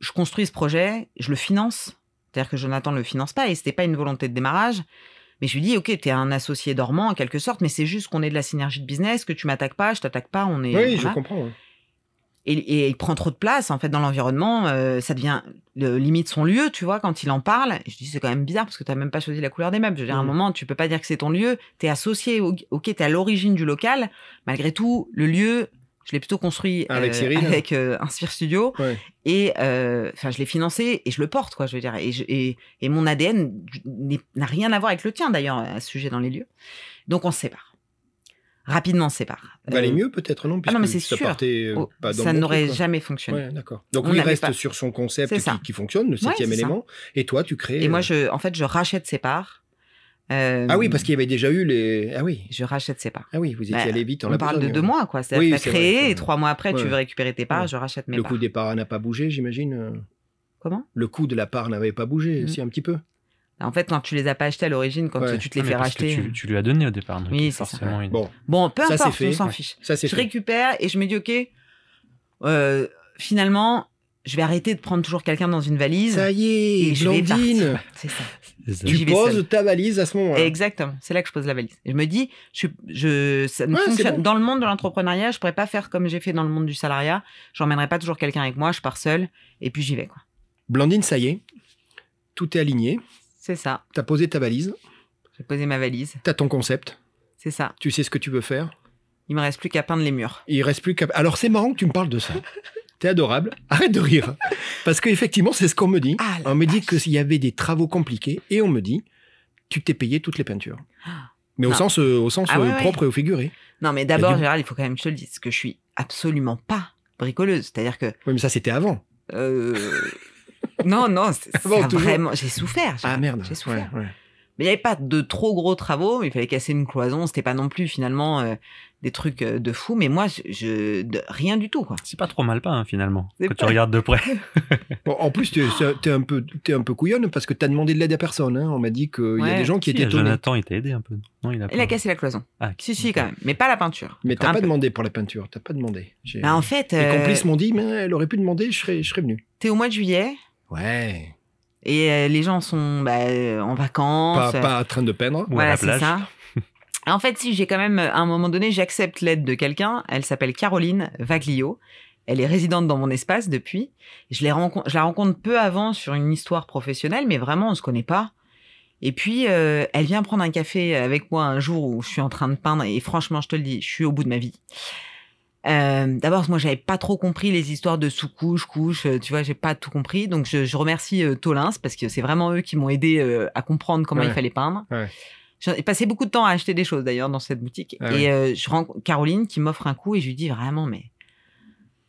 B: je construis ce projet, je le finance. C'est-à-dire que Jonathan le finance pas et c'était pas une volonté de démarrage. Mais je lui dis, OK, t'es un associé dormant en quelque sorte, mais c'est juste qu'on est de la synergie de business, que tu m'attaques pas, je t'attaque pas, on est.
E: oui, je
B: voilà.
E: comprends. ouais.
B: et, et il prend trop de place en fait dans l'environnement, euh, ça devient euh, limite son lieu, tu vois, quand il en parle. Et je dis, c'est quand même bizarre parce que t'as même pas choisi la couleur des meubles. Je veux dire, à un
E: Mhm.
B: moment, tu peux pas dire que c'est ton lieu, t'es associé, au- ok, t'es à l'origine du local. Malgré tout, le lieu, je l'ai plutôt construit
E: Avec Cyril.
B: avec euh, Inspire Studio
E: Ouais.
B: et euh, enfin je l'ai financé et je le porte quoi je veux dire et, je- et, et mon ADN n'est- n'a rien à voir avec le tien d'ailleurs à ce sujet dans les lieux donc on se sépare rapidement on se sépare
E: Valait
B: Euh,
E: mieux peut-être, non
B: ah non, mais
E: Puisque
B: c'est
E: ça
B: sûr.
E: partait Bah, euh,
B: oh,
E: pas dans
B: ça
E: le bon
B: n'aurait
E: truc, quoi.
B: jamais fonctionné
E: Ouais, d'accord. Donc
B: On
E: lui, il
B: n'avait
E: reste
B: pas-
E: sur son
B: C'est
E: concept
B: ça.
E: qui, qui fonctionne, le
B: Ouais,
E: septième
B: c'est ça.
E: élément. Et toi, tu crées.
B: et moi
E: euh,
B: je en fait je rachète sépare Euh,
E: Ah oui, parce qu'il y avait déjà eu les. Ah oui.
B: je rachète sépare
E: Ah oui, vous étiez
B: Bah,
E: allé vite en hein. la
B: on parle de
E: besogne,
B: deux
E: ouais.
B: mois quoi c'est
E: Oui,
B: à
E: c'est vrai,
B: créé
E: c'est vrai.
B: et trois mois après tu
E: Ouais.
B: veux récupérer tes parts
E: Ouais.
B: je rachète mes
E: Le
B: parts
E: coût des parts n'a pas bougé, j'imagine. euh,
B: comment
E: Le coût de la part n'avait pas bougé,
B: Mm.
E: si un petit peu.
B: en fait quand tu les as pas achetés à l'origine quand
E: Ouais. Ah,
B: tu te les
D: Non, mais
B: fais
D: parce que
B: racheter
D: Tu, tu lui as donné au départ. donc
B: Oui,
D: il y a
B: c'est ça.
D: forcément une-
E: Bon,
B: bon peu
E: Ça, c'est
B: importe
E: fait.
B: on s'en
E: Ouais.
B: fiche
E: ça c'est
B: je
E: fait.
B: récupère et je me dis, OK, euh, finalement, je vais arrêter de prendre toujours quelqu'un dans une valise.
E: Ça y est,
B: et je vais
E: Blandine,
B: partir. C'est ça.
D: C'est
B: Tu-
E: tu
B: J'y vais
E: poses
B: seule.
E: ta valise à ce moment-là.
B: Exactement. C'est là que je pose la valise. Et je me dis, je, je, ça ne
E: Ouais, c'est
B: fonctionne.
E: bon.
B: Dans le monde de l'entrepreneuriat, je pourrais pas faire comme j'ai fait dans le monde du salariat. J'emmènerai pas toujours quelqu'un avec moi. Je pars seul et puis j'y vais, quoi.
E: Blandine, ça y est, tout est aligné.
B: C'est ça.
E: T'as posé ta valise,
B: J'ai posé ma valise.
E: t'as ton concept,
B: C'est ça.
E: tu sais ce que tu veux faire.
B: Il me reste plus qu'à peindre les murs.
E: Il reste plus qu'à. Alors c'est marrant que tu me parles de ça. T'es adorable. Arrête de rire. Parce qu'effectivement, c'est ce qu'on me dit.
B: Ah, la
E: on me dit
B: vache.
E: qu'il y avait des travaux compliqués et on me dit tu t'es payé toutes les peintures. Mais au
B: Non.
E: sens, euh, au sens
B: Ah ouais,
E: euh,
B: ouais.
E: propre et au figuré.
B: Non, mais
E: Il y a
B: d'abord,
E: du-
B: Gérald, il faut quand même que je te le dise, que je suis absolument pas bricoleuse. C'est-à-dire que
E: Oui, mais ça, c'était avant.
B: Euh, non, non, c'est
E: Ah bon,
B: ça a
E: toujours
B: vraiment. J'ai souffert. j'ai-
E: Ah merde.
B: J'ai souffert.
E: Ouais, ouais.
B: Mais il n'y avait pas de trop gros travaux. Il fallait casser une cloison. C'était pas non plus finalement euh, des trucs euh, de fou. Mais moi, je, je- de- rien du tout quoi.
D: C'est pas trop mal pas hein, finalement
B: C'est
D: quand tu
B: pas-
D: regardes de près.
E: Bon, en plus, t'es t'es un, peu- t'es un peu couillonne parce que t'as demandé de l'aide à personne. hein. On m'a dit qu'il y a
B: Ouais.
E: des gens qui étaient
D: Si,
E: étonnés.
D: Jonathan il t'a aidé un peu. Non il a.
B: Il a cassé la cloison.
D: Ah,
B: Si, si, quand même. Mais pas la peinture.
E: Mais
B: Un
E: t'as pas
B: peu.
E: demandé pour la peinture. T'as pas demandé. J'ai-
B: Bah, en fait,
E: Les
B: euh,
E: complices m'ont dit mais elle aurait pu demander, je serais, je serais venu.
B: t'es au mois de juillet
E: Ouais.
B: et euh, les gens sont bah, euh, en
E: Pas,
B: vacances.
E: pas en train de peindre.
D: Ou à
B: voilà,
D: la
B: c'est
D: plage.
B: ça. En fait, si j'ai quand même, euh, à un moment donné, j'accepte l'aide de quelqu'un. Elle s'appelle Caroline Vaglio. Elle est résidente dans mon espace depuis. Je, les rencontre, je la rencontre peu avant sur une histoire professionnelle, mais vraiment, on se connaît pas. Et puis, euh, elle vient prendre un café avec moi un jour où je suis en train de peindre. Et franchement, je te le dis, je suis au bout de ma vie. Euh, D'abord, moi, j'avais pas trop compris les histoires de sous-couche, couche. euh, Tu vois, j'ai pas tout compris. Donc, je, je remercie euh, Tolins parce que c'est vraiment eux qui m'ont aidé euh, à comprendre comment il
E: Ouais.
B: fallait peindre.
E: Ouais.
B: J'en ai passé beaucoup de temps à acheter des choses d'ailleurs dans cette boutique.
E: Ah
B: et
E: oui.
B: euh, je rencontre Caroline qui m'offre un coup et je lui dis vraiment, mais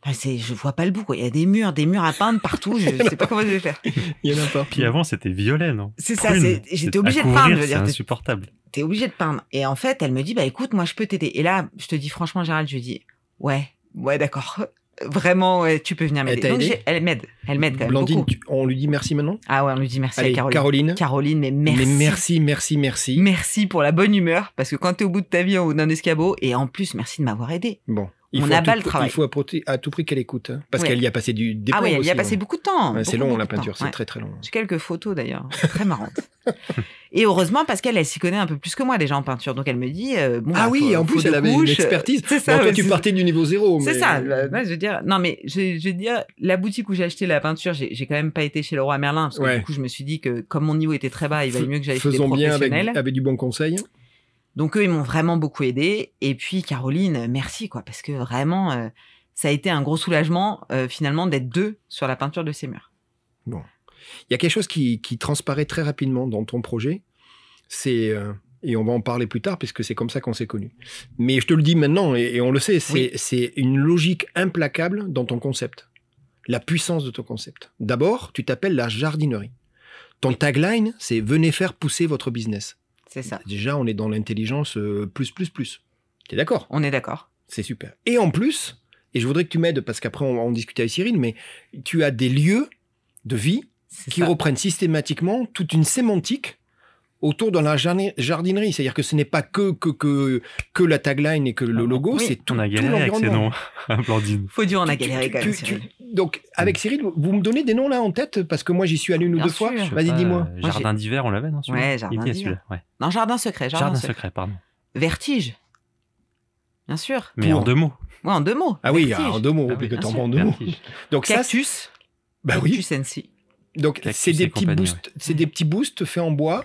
B: Enfin, c'est, je vois pas le bout, quoi. Il y a des murs, des murs à peindre partout. Je, je sais pas comment je vais faire.
E: Il y en a pas.
B: euh,
D: Puis avant, c'était violet, non
B: C'est ça,
D: Prune.
B: c'est- j'étais
D: À
B: obligée de
D: courir,
B: peindre, je veux
D: C'est
B: dire, t'es-
D: insupportable.
B: T'es obligée de peindre. Et en fait, elle me dit, bah écoute, moi je peux t'aider. Et là, je te dis franchement, Gérald, je lui dis, ouais, ouais, d'accord. Vraiment, ouais, tu peux venir
E: Elle
B: m'aider.
E: t'a
B: Donc,
E: aidé
B: j'ai- elle m'aide. Elle m'aide quand même.
E: Blandine,
B: beaucoup.
E: tu- on lui dit merci maintenant
B: Ah ouais, on lui dit merci
E: Allez,
B: à Caroline.
E: Caroline.
B: Caroline, mais merci.
E: Mais merci, merci, merci.
B: Merci pour la bonne humeur, parce que quand t'es au bout de ta vie en haut d'un escabeau, et en plus, merci de m'avoir aidé.
E: Bon.
B: On
E: faut à
B: n'a pas
E: tout-
B: le travail.
E: Il faut à, proté- à tout prix qu'elle écoute. hein, parce
B: Ouais.
E: qu'elle y a passé du des
B: ah
E: plombes
B: oui, elle y a
E: aussi,
B: passé
E: hein.
B: beaucoup de temps.
E: Ouais, C'est
B: beaucoup,
E: long
B: beaucoup
E: la
B: de temps.
E: peinture, c'est
B: Ouais.
E: très très long.
B: J'ai quelques photos d'ailleurs, très marrantes. Et heureusement, Pascal, elle s'y connaît un peu plus que moi déjà en peinture. Donc elle me dit. euh, bon,
E: Ah
B: bah,
E: oui,
B: faut-
E: en
B: faut
E: plus
B: deux
E: elle avait une
B: couches.
E: expertise.
B: C'est
E: Bon,
B: ça.
E: toi
B: ouais,
E: tu
B: c'est-
E: partais du niveau zéro.
B: C'est
E: Oh, mais-
B: ça. euh, ouais, je veux dire, non, mais je, je veux dire, la boutique où j'ai acheté la peinture, j'ai j'ai quand même pas été chez le roi Merlin parce que
E: Ouais.
B: du coup, je me suis dit que comme mon niveau était très bas, il valait mieux que j'aille chez des
E: Faisons bien avec,
B: professionnels.
E: avec du bon conseil.
B: Donc eux, ils m'ont vraiment beaucoup aidé. Et puis Caroline, merci quoi, parce que vraiment, euh, ça a été un gros soulagement euh, finalement d'être deux sur la peinture de ces murs.
E: Il y a quelque chose qui, qui transparaît très rapidement dans ton projet. C'est euh, et on va en parler plus tard puisque c'est comme ça qu'on s'est connus. Mais je te le dis maintenant et, et on le sait, c'est
B: Oui.
E: c'est une logique implacable dans ton concept. La puissance de ton concept. D'abord, tu t'appelles la jardinerie. Ton tagline, c'est venez faire pousser votre business.
B: C'est ça.
E: Déjà, on est dans l'intelligence euh, plus plus plus. T'es d'accord
B: On est d'accord.
E: C'est super. Et en plus, et je voudrais que tu m'aides parce qu'après on va en discuter avec Cyril, mais tu as des lieux de vie
B: C'est
E: qui
B: ça.
E: reprennent systématiquement toute une sémantique autour de la jarni- jardinerie. C'est-à-dire que ce n'est pas que, que, que, que la tagline et que le
D: Ah,
E: logo,
B: Bah, oui.
E: c'est tout,
D: On a
E: tout
D: galéré avec ces
E: l'environnement.
D: noms, Blandine.
B: Faut dire, on a
E: Tu- tu-
B: galéré quand
E: tu-
B: même.
E: tu-
B: Cyril.
E: Donc, avec Cyril, vous me donnez des noms là en tête Parce que moi, j'y suis allé une ou
B: Bien
E: deux
B: sûr.
E: fois.
B: Je sais
D: Je sais
E: Vas-y,
D: pas,
E: dis-moi.
D: euh,
B: Moi, j'ai-
D: Jardin d'hiver, on l'avait, non celui-là
B: Ouais, Jardin
D: Il était
B: d'hiver.
D: celui-là, ouais.
B: Non, jardin secret, jardin,
D: Jardin
B: secret.
D: secret, pardon.
B: Vertige. Bien sûr.
D: Mais
E: Pour-
D: en deux mots.
B: Ouais, en deux mots.
E: Ah oui,
B: Vertige.
E: en deux mots,
D: Ah
E: puis
D: oui,
E: que t'en
B: bien
E: prends
B: sûr.
E: deux mots.
D: Vertige.
E: Donc ça, c'est-
B: Cactus.
E: bah oui.
B: Cactus NC.
E: Donc
D: Cactus
E: c'est des
D: et
E: petits
D: compagnie,
E: boosts, c'est des petits boosts faits en bois.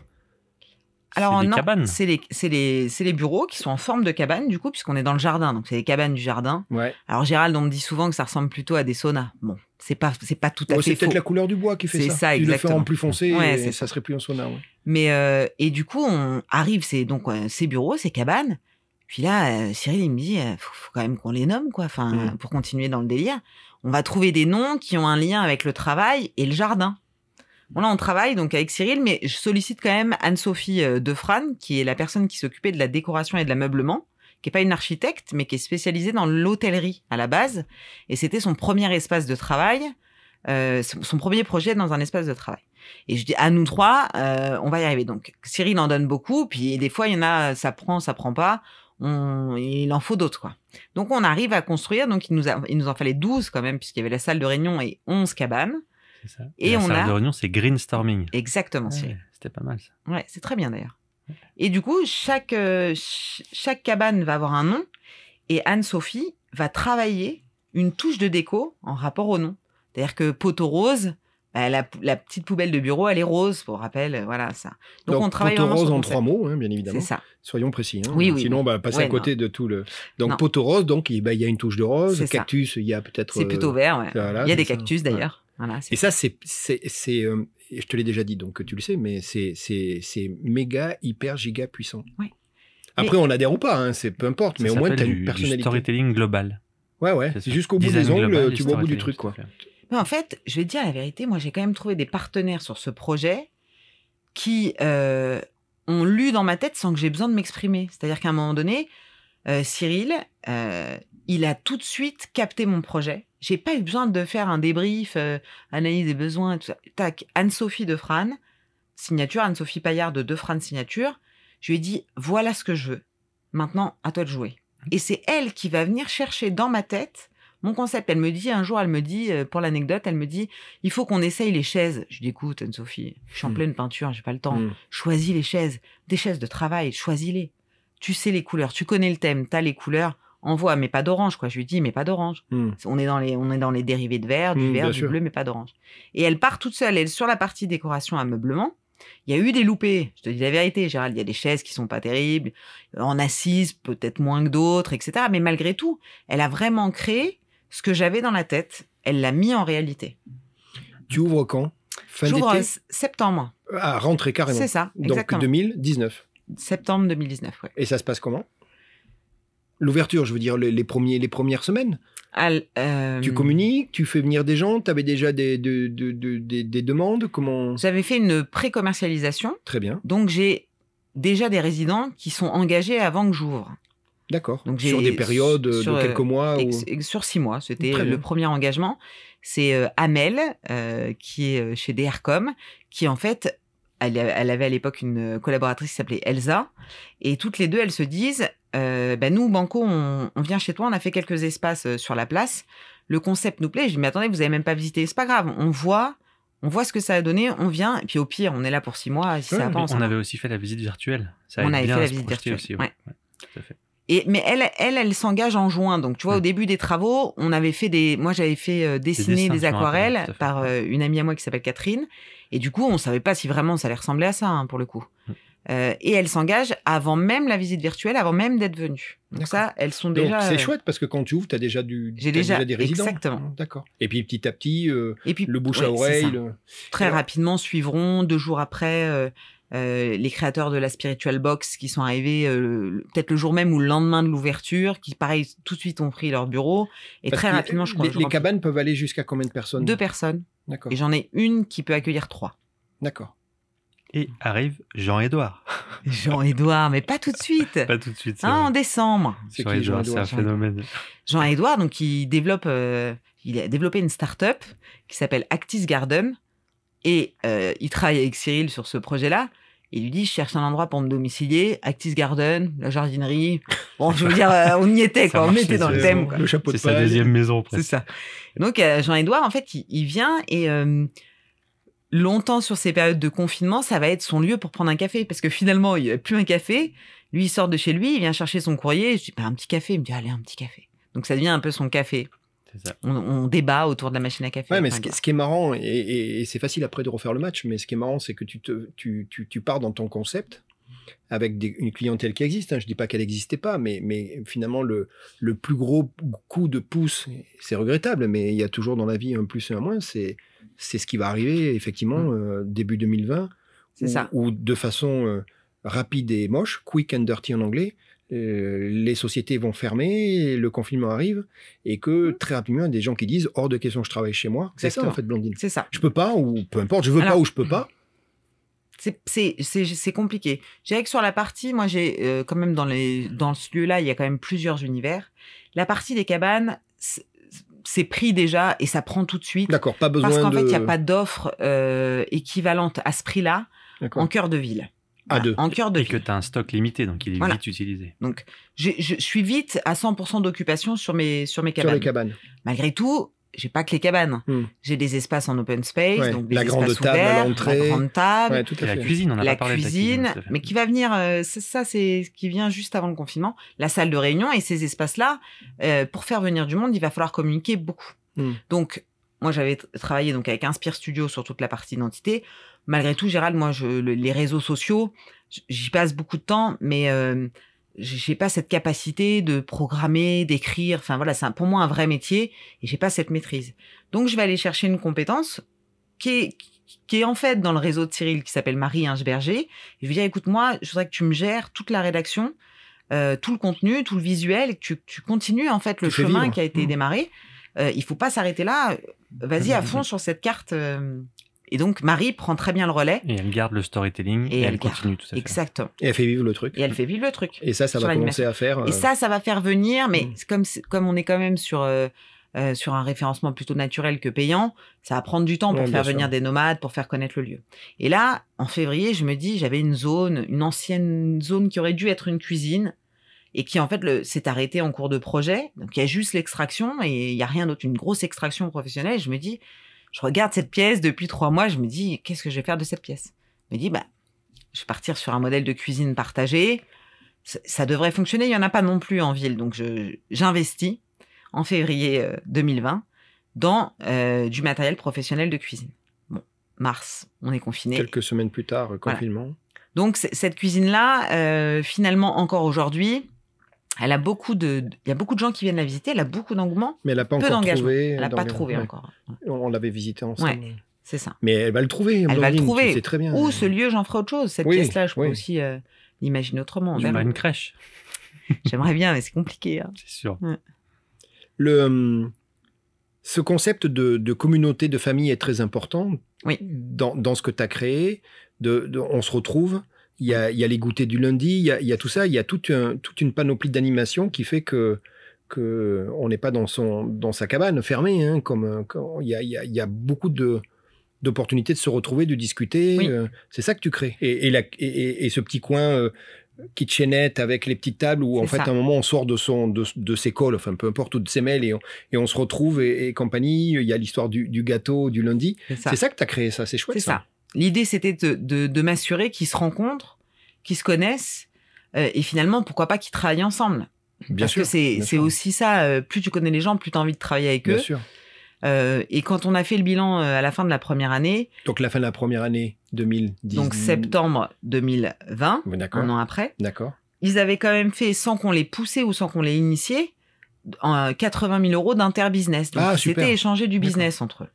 B: Alors
D: C'est des
B: non,
D: cabanes.
B: c'est les, c'est les, c'est les bureaux qui sont en forme de cabane du coup, puisqu'on est dans le jardin, donc c'est les cabanes du jardin.
E: Ouais.
B: Alors Gérald, on me dit souvent que ça ressemble plutôt à des saunas. Bon, c'est pas, c'est pas tout à
E: Ouais,
B: fait
E: c'est
B: faux.
E: peut-être la couleur du bois qui fait
B: C'est
E: ça.
B: ça,
E: tu le fais en
B: exactement.
E: plus foncé
B: Ouais,
E: et
B: c'est
E: ça serait plus un sauna. ouais.
B: Mais euh, et du coup, on arrive, c'est donc euh, ces bureaux, ces cabanes. Puis là, euh, Cyril, il me dit, euh, faut, faut quand même qu'on les nomme, quoi. Enfin,
E: Mm.
B: euh, pour continuer dans le délire, on va trouver des noms qui ont un lien avec le travail et le jardin. Bon là, on travaille donc avec Cyril, mais je sollicite quand même Anne-Sophie euh, Defrane, qui est la personne qui s'occupait de la décoration et de l'ameublement, qui est pas une architecte, mais qui est spécialisée dans l'hôtellerie à la base. Et c'était son premier espace de travail, euh, son son premier projet dans un espace de travail. Et je dis à nous trois, euh, on va y arriver. Donc Cyril en donne beaucoup, puis des fois il y en a, ça prend, ça prend pas. On, il en faut d'autres quoi. Donc on arrive à construire. Donc il nous, a- il nous en fallait 12 quand même puisqu'il y avait la salle de réunion et 11 cabanes.
D: C'est ça.
B: Et
D: la
B: on
D: salle
B: a-
D: de réunion, c'est Greenstorming.
B: Exactement. Cyril.
D: Ouais, C'était pas mal, ça.
B: Ouais, c'est très bien d'ailleurs. Et du coup, chaque, euh, ch- chaque cabane va avoir un nom et Anne-Sophie va travailler une touche de déco en rapport au nom. C'est-à-dire que poteau rose, bah, la, la petite poubelle de bureau, elle est rose, pour rappel, euh, voilà ça. Donc, on travaille
E: poteau
B: vraiment
E: rose
B: sur
E: en
B: le concept.
E: trois mots, hein, bien
B: C'est
E: évidemment.
B: ça,
E: Soyons précis. hein.
B: Oui, oui,
E: Sinon, on va passer
B: Ouais,
E: à côté de tout le. Donc,
B: Non.
E: poteau rose, donc il bah, il y a une touche de rose.
B: C'est ça.
E: Cactus, il y a peut-être.
B: c'est
E: euh,
B: plutôt vert. ouais.
E: voilà,
B: Il y a
E: c'est
B: des
E: ça.
B: cactus
E: Ouais.
B: d'ailleurs. Voilà, c'est-
E: Et ça, c'est. c'est- c'est, euh, et je te l'ai déjà dit, donc tu le sais, mais c'est c'est- c'est méga, hyper, giga puissant.
B: Ouais.
E: Après, on adhère ou pas, hein, c'est peu importe,
D: Ça
E: mais au moins,
D: s'appelle
E: tu as
D: du-
E: une
D: Du
E: personnalité.
D: storytelling global.
E: Ouais, ouais,
D: C'est
E: c'est
D: ça.
E: jusqu'au bout
D: Design
E: des ongles,
D: global
E: tu vois au bout du
D: storytelling,
E: truc, quoi.
D: tout à fait.
B: Mais en fait, je vais te dire la vérité, moi j'ai quand même trouvé des partenaires sur ce projet qui euh, ont lu dans ma tête sans que j'ai besoin de m'exprimer. C'est-à-dire qu'à un moment donné, euh, Cyril, euh, il a tout de suite capté mon projet. J'ai pas eu besoin de faire un débrief, euh, analyse des besoins, et tout ça. Tac, Anne-Sophie Defrane, signature, Anne-Sophie Paillard de Defrane signature. Je lui ai dit, voilà ce que je veux. Maintenant, à toi de jouer. Et c'est elle qui va venir chercher dans ma tête mon concept. Elle me dit, un jour, elle me dit, euh, pour l'anecdote, elle me dit, il faut qu'on essaye les chaises. Je dis, écoute, Anne-Sophie, je suis en
E: Hmm.
B: pleine peinture, j'ai pas le temps.
E: Mm.
B: Choisis les chaises, des chaises de travail, choisis-les. Tu sais les couleurs, tu connais le thème, t'as les couleurs, envoie, mais pas d'orange, quoi. Je lui dis, mais pas d'orange.
E: Mm.
B: On est dans les, on est dans les dérivés de vert, du
E: Mm, bien
B: vert, du
E: sûr.
B: bleu, mais pas d'orange. Et elle part toute seule, elle est sur la partie décoration ameublement. Il y a eu des loupés, je te dis la vérité, Gérald, il y a des chaises qui sont pas terribles, en assise, peut-être moins que d'autres, etc. Mais malgré tout, elle a vraiment créé ce que j'avais dans la tête. Elle l'a mis en réalité.
E: Tu ouvres quand Fin
B: J'ouvre en
E: d'été
B: s- septembre.
E: À rentrer carrément.
B: C'est ça,
E: Donc
B: exactement.
E: 2019.
B: Septembre 2019, ouais.
E: Et ça se passe comment L'ouverture, je veux dire, les, les premiers, les premières semaines.
B: Ah, l- euh,
E: Tu communiques, tu fais venir des gens, tu avais déjà des, de- de- de- des, des demandes, comment
B: J'avais fait une pré-commercialisation,
E: Très bien,
B: donc j'ai déjà des résidents qui sont engagés avant que j'ouvre.
E: d'accord.
B: Donc,
E: Sur
B: j'ai-
E: des périodes
B: sur,
E: de
B: euh,
E: quelques mois.
B: Et-
E: ou-
B: et sur six mois, c'était euh,
E: Très bien.
B: le premier engagement. C'est euh, Amel, euh, qui est euh, chez DRCOM, qui en fait, elle, a- elle avait à l'époque une euh, collaboratrice qui s'appelait Elsa. Et toutes les deux, elles se disent, euh, bah, nous, Banco, on, on vient chez toi, on a fait quelques espaces euh, sur la place. Le concept nous plaît. Je dis, mais attendez, vous n'avez même pas visité. C'est pas grave, on voit. On voit ce que ça a donné, on vient, et puis au pire, on est là pour six mois, si
E: Ouais,
B: ça
E: mais
B: avance.
D: Ah,
B: hein.
D: on avait aussi fait la visite virtuelle. Ça
B: On
D: aide
B: avait
D: bien
B: fait
D: à
B: la
D: se
B: visite
D: projeter aussi.
B: virtuelle,
D: ouais. Ouais,
B: ouais.
D: tout à fait.
B: Et, mais elle, elle, elle s'engage en juin. Donc, tu vois,
D: Mm.
B: au début des travaux, on avait fait des, moi, j'avais fait euh, dessiner
D: dessins,
B: des,
D: je me rappelle,
B: aquarelles
D: tout à fait.
B: par euh, une amie à moi qui s'appelle Catherine. Et du coup, on savait pas si vraiment ça allait ressembler à ça, hein, pour le coup.
D: Mm.
B: Euh, et elle s'engage avant même la visite virtuelle, avant même d'être venue. Donc
E: D'accord.
B: ça, elles sont
E: Donc,
B: déjà.
E: c'est
B: euh,
E: chouette parce que quand tu ouvres, tu as déjà, du,
B: J'ai
E: t'as
B: déjà-
E: des résidents.
B: exactement.
E: D'accord. Et puis petit à petit, euh,
B: Et puis
E: le bouche
B: ouais,
E: à
B: c'est
E: oreille. euh,
B: ça.
E: le-
B: Très
E: Alors-
B: rapidement suivront deux jours après euh, euh, les créateurs de la Spiritual Box qui sont arrivés euh, le- peut-être le jour même ou le lendemain de l'ouverture, qui pareil tout de suite ont pris leur bureau. Et
E: Parce
B: très
E: que
B: rapidement, je crois.
E: Les,
B: je
E: les
B: remplis-
E: cabanes peuvent aller jusqu'à combien de personnes
B: deux personnes.
E: D'accord.
B: Et j'en ai une qui peut accueillir trois.
E: D'accord.
D: Et arrive Jean-Édouard.
B: Jean-Édouard, mais pas tout de suite.
D: Pas tout de suite.
B: Hein, en décembre.
E: C'est qui,
D: Jean-Édouard, c'est un
E: Jean-Édouard
D: phénomène.
B: Jean-Édouard, donc, il développe, euh, il a développé une start-up qui s'appelle Actis Garden. Et euh, il travaille avec Cyril sur ce projet-là. Il lui dit, je cherche un endroit pour me domicilier. Actis Garden, la jardinerie. Bon, je veux dire, euh, on y était,
D: Ça
B: quoi. On
D: marche,
B: était dans le
D: c'est-
B: thème, quoi.
E: Le chapeau de
D: C'est sa
E: paille.
D: deuxième maison,
B: C'est
D: presque.
B: ça. Donc, euh, Jean-Édouard, en fait, il, il vient et euh, longtemps sur ces périodes de confinement, ça va être son lieu pour prendre un café. Parce que finalement, il n'y a plus un café. Lui, il sort de chez lui, il vient chercher son courrier. Je dis, bah, un petit café. Il me dit, allez, un petit café. Donc, ça devient un peu son café.
D: C'est ça.
B: On, on débat autour de la machine à café.
E: Ouais, mais
B: Enfin,
E: ce qui, ce qui est marrant, et, et- et c'est facile après de refaire le match, mais ce qui est marrant, c'est que tu, te, tu, tu, tu pars dans ton concept avec des- une clientèle qui existe. hein. Je ne dis pas qu'elle n'existait pas, mais, mais finalement, le, le plus gros coup de pouce, c'est regrettable, mais il y a toujours dans la vie un plus et un moins, c'est c'est ce qui va arriver, effectivement,
B: Mm.
E: euh, début 2020,
B: C'est
E: où-
B: ça.
E: où de façon euh, rapide et moche, quick and dirty en anglais, euh, les sociétés vont fermer, le confinement arrive, et que très rapidement, il y a des gens qui disent hors de question que je travaille chez moi. C'est ça, en
B: Mmh. Exactement.
E: fait, Blandine.
B: C'est ça.
E: Je peux pas, ou peu importe, je veux
B: Alors-
E: pas, ou je peux pas.
B: C'est- c'est c'est- c'est compliqué. Je dirais que sur la partie, moi j'ai euh, quand même dans, les, dans ce lieu-là, il y a quand même plusieurs univers. La partie des cabanes, c'est- c'est pris déjà et ça prend tout de suite.
E: D'accord, pas besoin
B: Parce qu'en
E: de.
B: fait, il n'y a pas d'offre euh, équivalente à ce prix-là
E: D'accord.
B: en cœur de ville.
E: À
B: Voilà,
E: deux.
B: En cœur de
D: Et que
B: ville.
D: tu as un stock limité, donc il est
B: Voilà.
D: vite utilisé.
B: Je, je- je suis vite à 100% d'occupation sur mes, sur mes
E: Sur
B: cabanes.
E: les cabanes.
B: Malgré tout, j'ai pas que les cabanes.
E: Hmm.
B: J'ai des espaces en open space,
E: Ouais,
B: donc des
E: la grande
B: espaces
E: table à
B: ouverts,
E: l'entrée.
B: la grande table,
E: Ouais, tout
D: Et
E: à
D: la
E: fait.
D: cuisine, on n'a
B: la
D: pas parlé de la cuisine.
B: cuisine,
D: tout à fait.
B: mais qui va venir, euh, c'est- ça c'est ce qui vient juste avant le confinement, la salle de réunion et ces espaces-là, euh, pour faire venir du monde, il va falloir communiquer beaucoup.
E: Hmm.
B: Donc, moi j'avais t- travaillé donc avec Inspire Studio sur toute la partie identité. Malgré tout, Gérald, moi je, le- les réseaux sociaux, j- j'y passe beaucoup de temps, mais euh, j'ai j'ai pas cette capacité de programmer, d'écrire. Enfin voilà, c'est un- pour moi un vrai métier et j'ai pas cette maîtrise. Donc je vais aller chercher une compétence qui est, qui est en fait dans le réseau de Cyril qui s'appelle Marie Ingeberger. Et je lui dis écoute moi, je voudrais que tu me gères toute la rédaction, euh, tout le contenu, tout le visuel, et que tu, tu continues en fait le
E: Tu fais
B: chemin
E: vivre.
B: qui a été
E: Mmh.
B: démarré. Euh, il faut pas s'arrêter là. Vas-y à
E: mmh.
B: fond sur cette carte. euh. Et donc Marie prend très bien le relais.
D: Et elle garde le storytelling et,
B: Et
D: elle,
B: elle garde.
D: continue tout à fait.
B: Exactement.
E: Et elle fait vivre le truc.
B: Et elle fait vivre le truc.
E: Et ça, ça
B: Sur
E: va
B: l'animation.
E: commencer à faire. euh,
B: Et ça, ça va faire venir, mais
E: Mm.
B: c'est comme, c'est- comme on est quand même sur, euh, euh, sur un référencement plutôt naturel que payant, ça va prendre du temps pour
E: Ouais, bien
B: faire
E: sûr.
B: venir des nomades, pour faire connaître le lieu. Et là, en février, je me dis, j'avais une zone, une ancienne zone qui aurait dû être une cuisine et qui en fait le- s'est arrêtée en cours de projet. Donc il y a juste l'extraction et il n'y a rien d'autre, une grosse extraction professionnelle. Je me dis, je regarde cette pièce depuis trois mois, je me dis, qu'est-ce que je vais faire de cette pièce Je me dis, bah, je vais partir sur un modèle de cuisine partagée. Ça, ça devrait fonctionner, il n'y en a pas non plus en ville. Donc je- j'investis en février euh, 2020 dans euh, du matériel professionnel de cuisine. Bon, mars, on est confiné.
E: Quelques semaines plus tard, euh,
B: Voilà.
E: confinement.
B: Donc c- cette cuisine-là, euh, finalement encore aujourd'hui, elle a beaucoup de, il y a beaucoup de gens qui viennent la visiter, elle a beaucoup d'engouement,
E: Mais elle n'a pas
B: Peu
E: encore
B: d'engagement.
E: trouvé.
B: elle
E: euh,
B: n'a
E: dans
B: pas
E: les-
B: trouvé hein.
E: ouais.
B: encore.
E: On, on l'avait visité ensemble.
B: C'est ça.
E: Mais elle va le trouver.
B: va le
E: Blandine,
B: trouver.
E: Tu sais très bien.
B: Ou ce lieu, j'en ferai autre chose. Cette
E: Ah, Oui,
B: pièce-là, je peux
E: oui.
B: aussi euh, l'imaginer autrement. on
D: Tu
B: verra.
D: vas à une crèche.
B: J'aimerais bien, mais c'est compliqué. hein.
D: c'est sûr.
E: Le, hum, ce concept de, de communauté de famille est très important
B: Oui.
E: dans, dans ce que tu as créé. De, de- on se retrouve. Il y, a, il y a les goûters du lundi, il y a, il y a tout ça, il y a toute, un- toute une panoplie d'animations qui fait que, que on n'est pas dans, son, dans sa cabane fermée. hein, comme, euh, quand- il, y a, il y a- il y a beaucoup de, d'opportunités de se retrouver, de discuter.
B: Oui.
E: euh, c'est ça que tu crées. Et, et, la- et- et- et ce petit coin euh, kitchenette avec les petites tables où, en
B: C'est
E: fait,
B: ça.
E: à un moment, on sort de, son, de, de ses cols, enfin, peu importe, ou de ses mails, et on, et on se retrouve et, et compagnie. Il y a l'histoire du, du gâteau du lundi.
B: C'est ça.
E: C'est ça que tu as créé, ça. C'est chouette.
B: C'est ça. L'idée, c'était de, de- de m'assurer qu'ils se rencontrent, qu'ils se connaissent, euh, et finalement, pourquoi pas qu'ils travaillent ensemble.
E: Bien
B: Parce
E: sûr.
B: que c'est
E: bien
B: c'est
E: sûr.
B: aussi ça, euh, plus tu connais les gens, plus tu as envie de travailler avec
E: Bien
B: eux.
E: sûr.
B: Euh, et quand on a fait le bilan euh, à la fin de la première année,
E: Donc, la fin de la première année 2010.
B: donc septembre 2020,
E: Oui, D'accord.
B: un an après,
E: D'accord.
B: ils avaient quand même fait, sans qu'on les poussait ou sans qu'on les initiait, en 80 000 euros d'interbusiness. Donc,
E: Ah,
B: ils
E: super.
B: s'étaient échangé du business entre eux.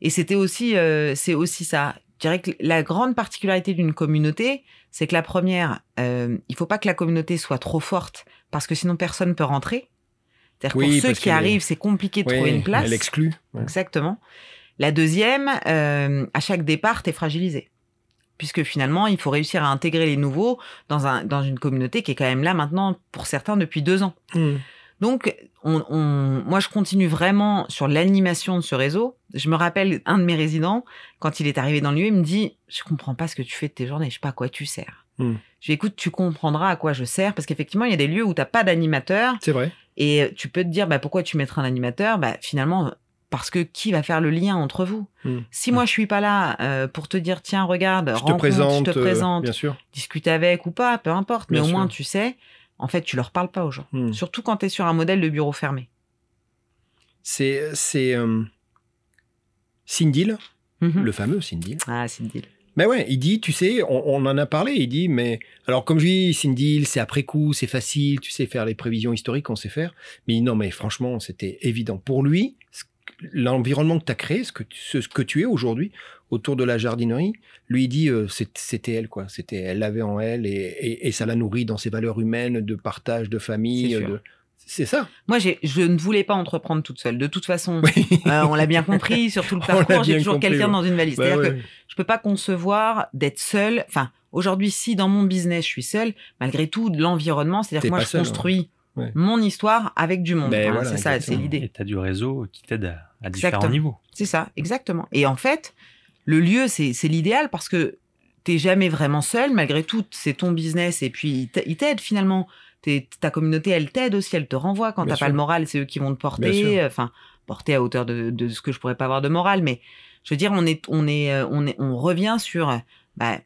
B: Et c'était aussi, euh, c'est aussi ça. Je dirais que la grande particularité d'une communauté, c'est que la première, euh, il faut pas que la communauté soit trop forte, parce que sinon personne peut rentrer. C'est-à-dire
E: Oui,
B: pour ceux
E: parce
B: qui
E: qu'elle est-
B: arrivent, c'est compliqué de
E: Ouais,
B: trouver une place.
E: Elle exclut. Ouais.
B: Exactement. La deuxième, euh, à chaque départ, t'es fragilisé. Puisque finalement, il faut réussir à intégrer les nouveaux dans, un, dans une communauté qui est quand même là maintenant, pour certains, depuis deux ans. Donc, on, on- moi, je continue vraiment sur l'animation de ce réseau. Je me rappelle, un de mes résidents, quand il est arrivé dans le lieu, il me dit « Je comprends pas ce que tu fais de tes journées, je sais pas à quoi tu sers.
E: Mm.
B: Je lui ai dit, écoute, tu comprendras à quoi je sers, parce qu'effectivement, il y a des lieux où t'as pas d'animateur,
E: C'est vrai.
B: et tu peux te dire, bah, pourquoi tu mettrais un animateur bah, Finalement, parce que qui va faire le lien entre vous
E: Mm.
B: Si moi, je suis pas là euh, pour te dire, tiens, regarde,
E: Je te
B: rencontre,
E: présente.
B: je te
E: euh,
B: présente,
E: bien sûr.
B: discute avec ou pas, peu importe, mais
E: Bien
B: au
E: sûr.
B: moins, tu sais, en fait, tu leur parles pas aux gens.
E: Hmm.
B: Surtout quand tu es sur un modèle de bureau fermé.
E: C'est. c'est euh, Sindil,
B: Mhm.
E: le fameux Sindil.
B: Ah, c'est le deal.
E: Mais Ben ouais, il dit, tu sais, on, on en a parlé, il dit, mais alors comme je dis, Cindy, c'est après coup, c'est facile, tu sais faire les prévisions historiques, on sait faire. Mais non, mais franchement, c'était évident. Pour lui, ce que- l'environnement que tu as créé, ce que, tu- ce, ce que tu es aujourd'hui autour de la jardinerie, lui il dit, euh, c'est- c'était elle, quoi. C'était, elle l'avait en elle et, et- et ça la nourrit dans ses valeurs humaines de partage, de famille.
B: C'est sûr.
E: de- C'est ça.
B: Moi, j'ai- je ne voulais pas entreprendre toute seule. De toute façon,
E: Oui.
B: euh, on l'a bien compris, sur tout le
E: On l'a
B: parcours, j'ai
E: bien
B: toujours
E: compris,
B: quelqu'un
E: ouais.
B: dans une valise.
E: Bah
B: C'est-à-dire que
E: ouais.
B: je peux pas concevoir d'être seule. Enfin, aujourd'hui, si dans mon business je suis seule, malgré tout, de l'environnement, c'est-à-dire
E: T'es
B: que moi
E: pas
B: je
E: seule, hein.
B: construis
E: ouais.
B: mon histoire avec du monde.
E: Ben
B: Voilà,
E: voilà,
B: c'est ça, c'est
E: exactement.
B: l'idée.
D: Et t'as du réseau qui t'aide à, à différents
B: Exactement.
D: niveaux.
B: C'est ça, exactement. Et en fait, le lieu, c'est c'est l'idéal parce que t'es jamais vraiment seul. Malgré tout, c'est ton business et puis il t'a- il t'aide finalement. T'es- Ta communauté, elle t'aide aussi, elle te renvoie. Quand
E: Bien
B: t'as
E: sûr.
B: pas le moral, c'est eux qui vont te
E: Bien
B: porter.
E: sûr.
B: Enfin, porter à hauteur de, de ce que je pourrais pas avoir de moral. Mais je veux dire, on est, on est, euh, on est, on revient sur euh, bah,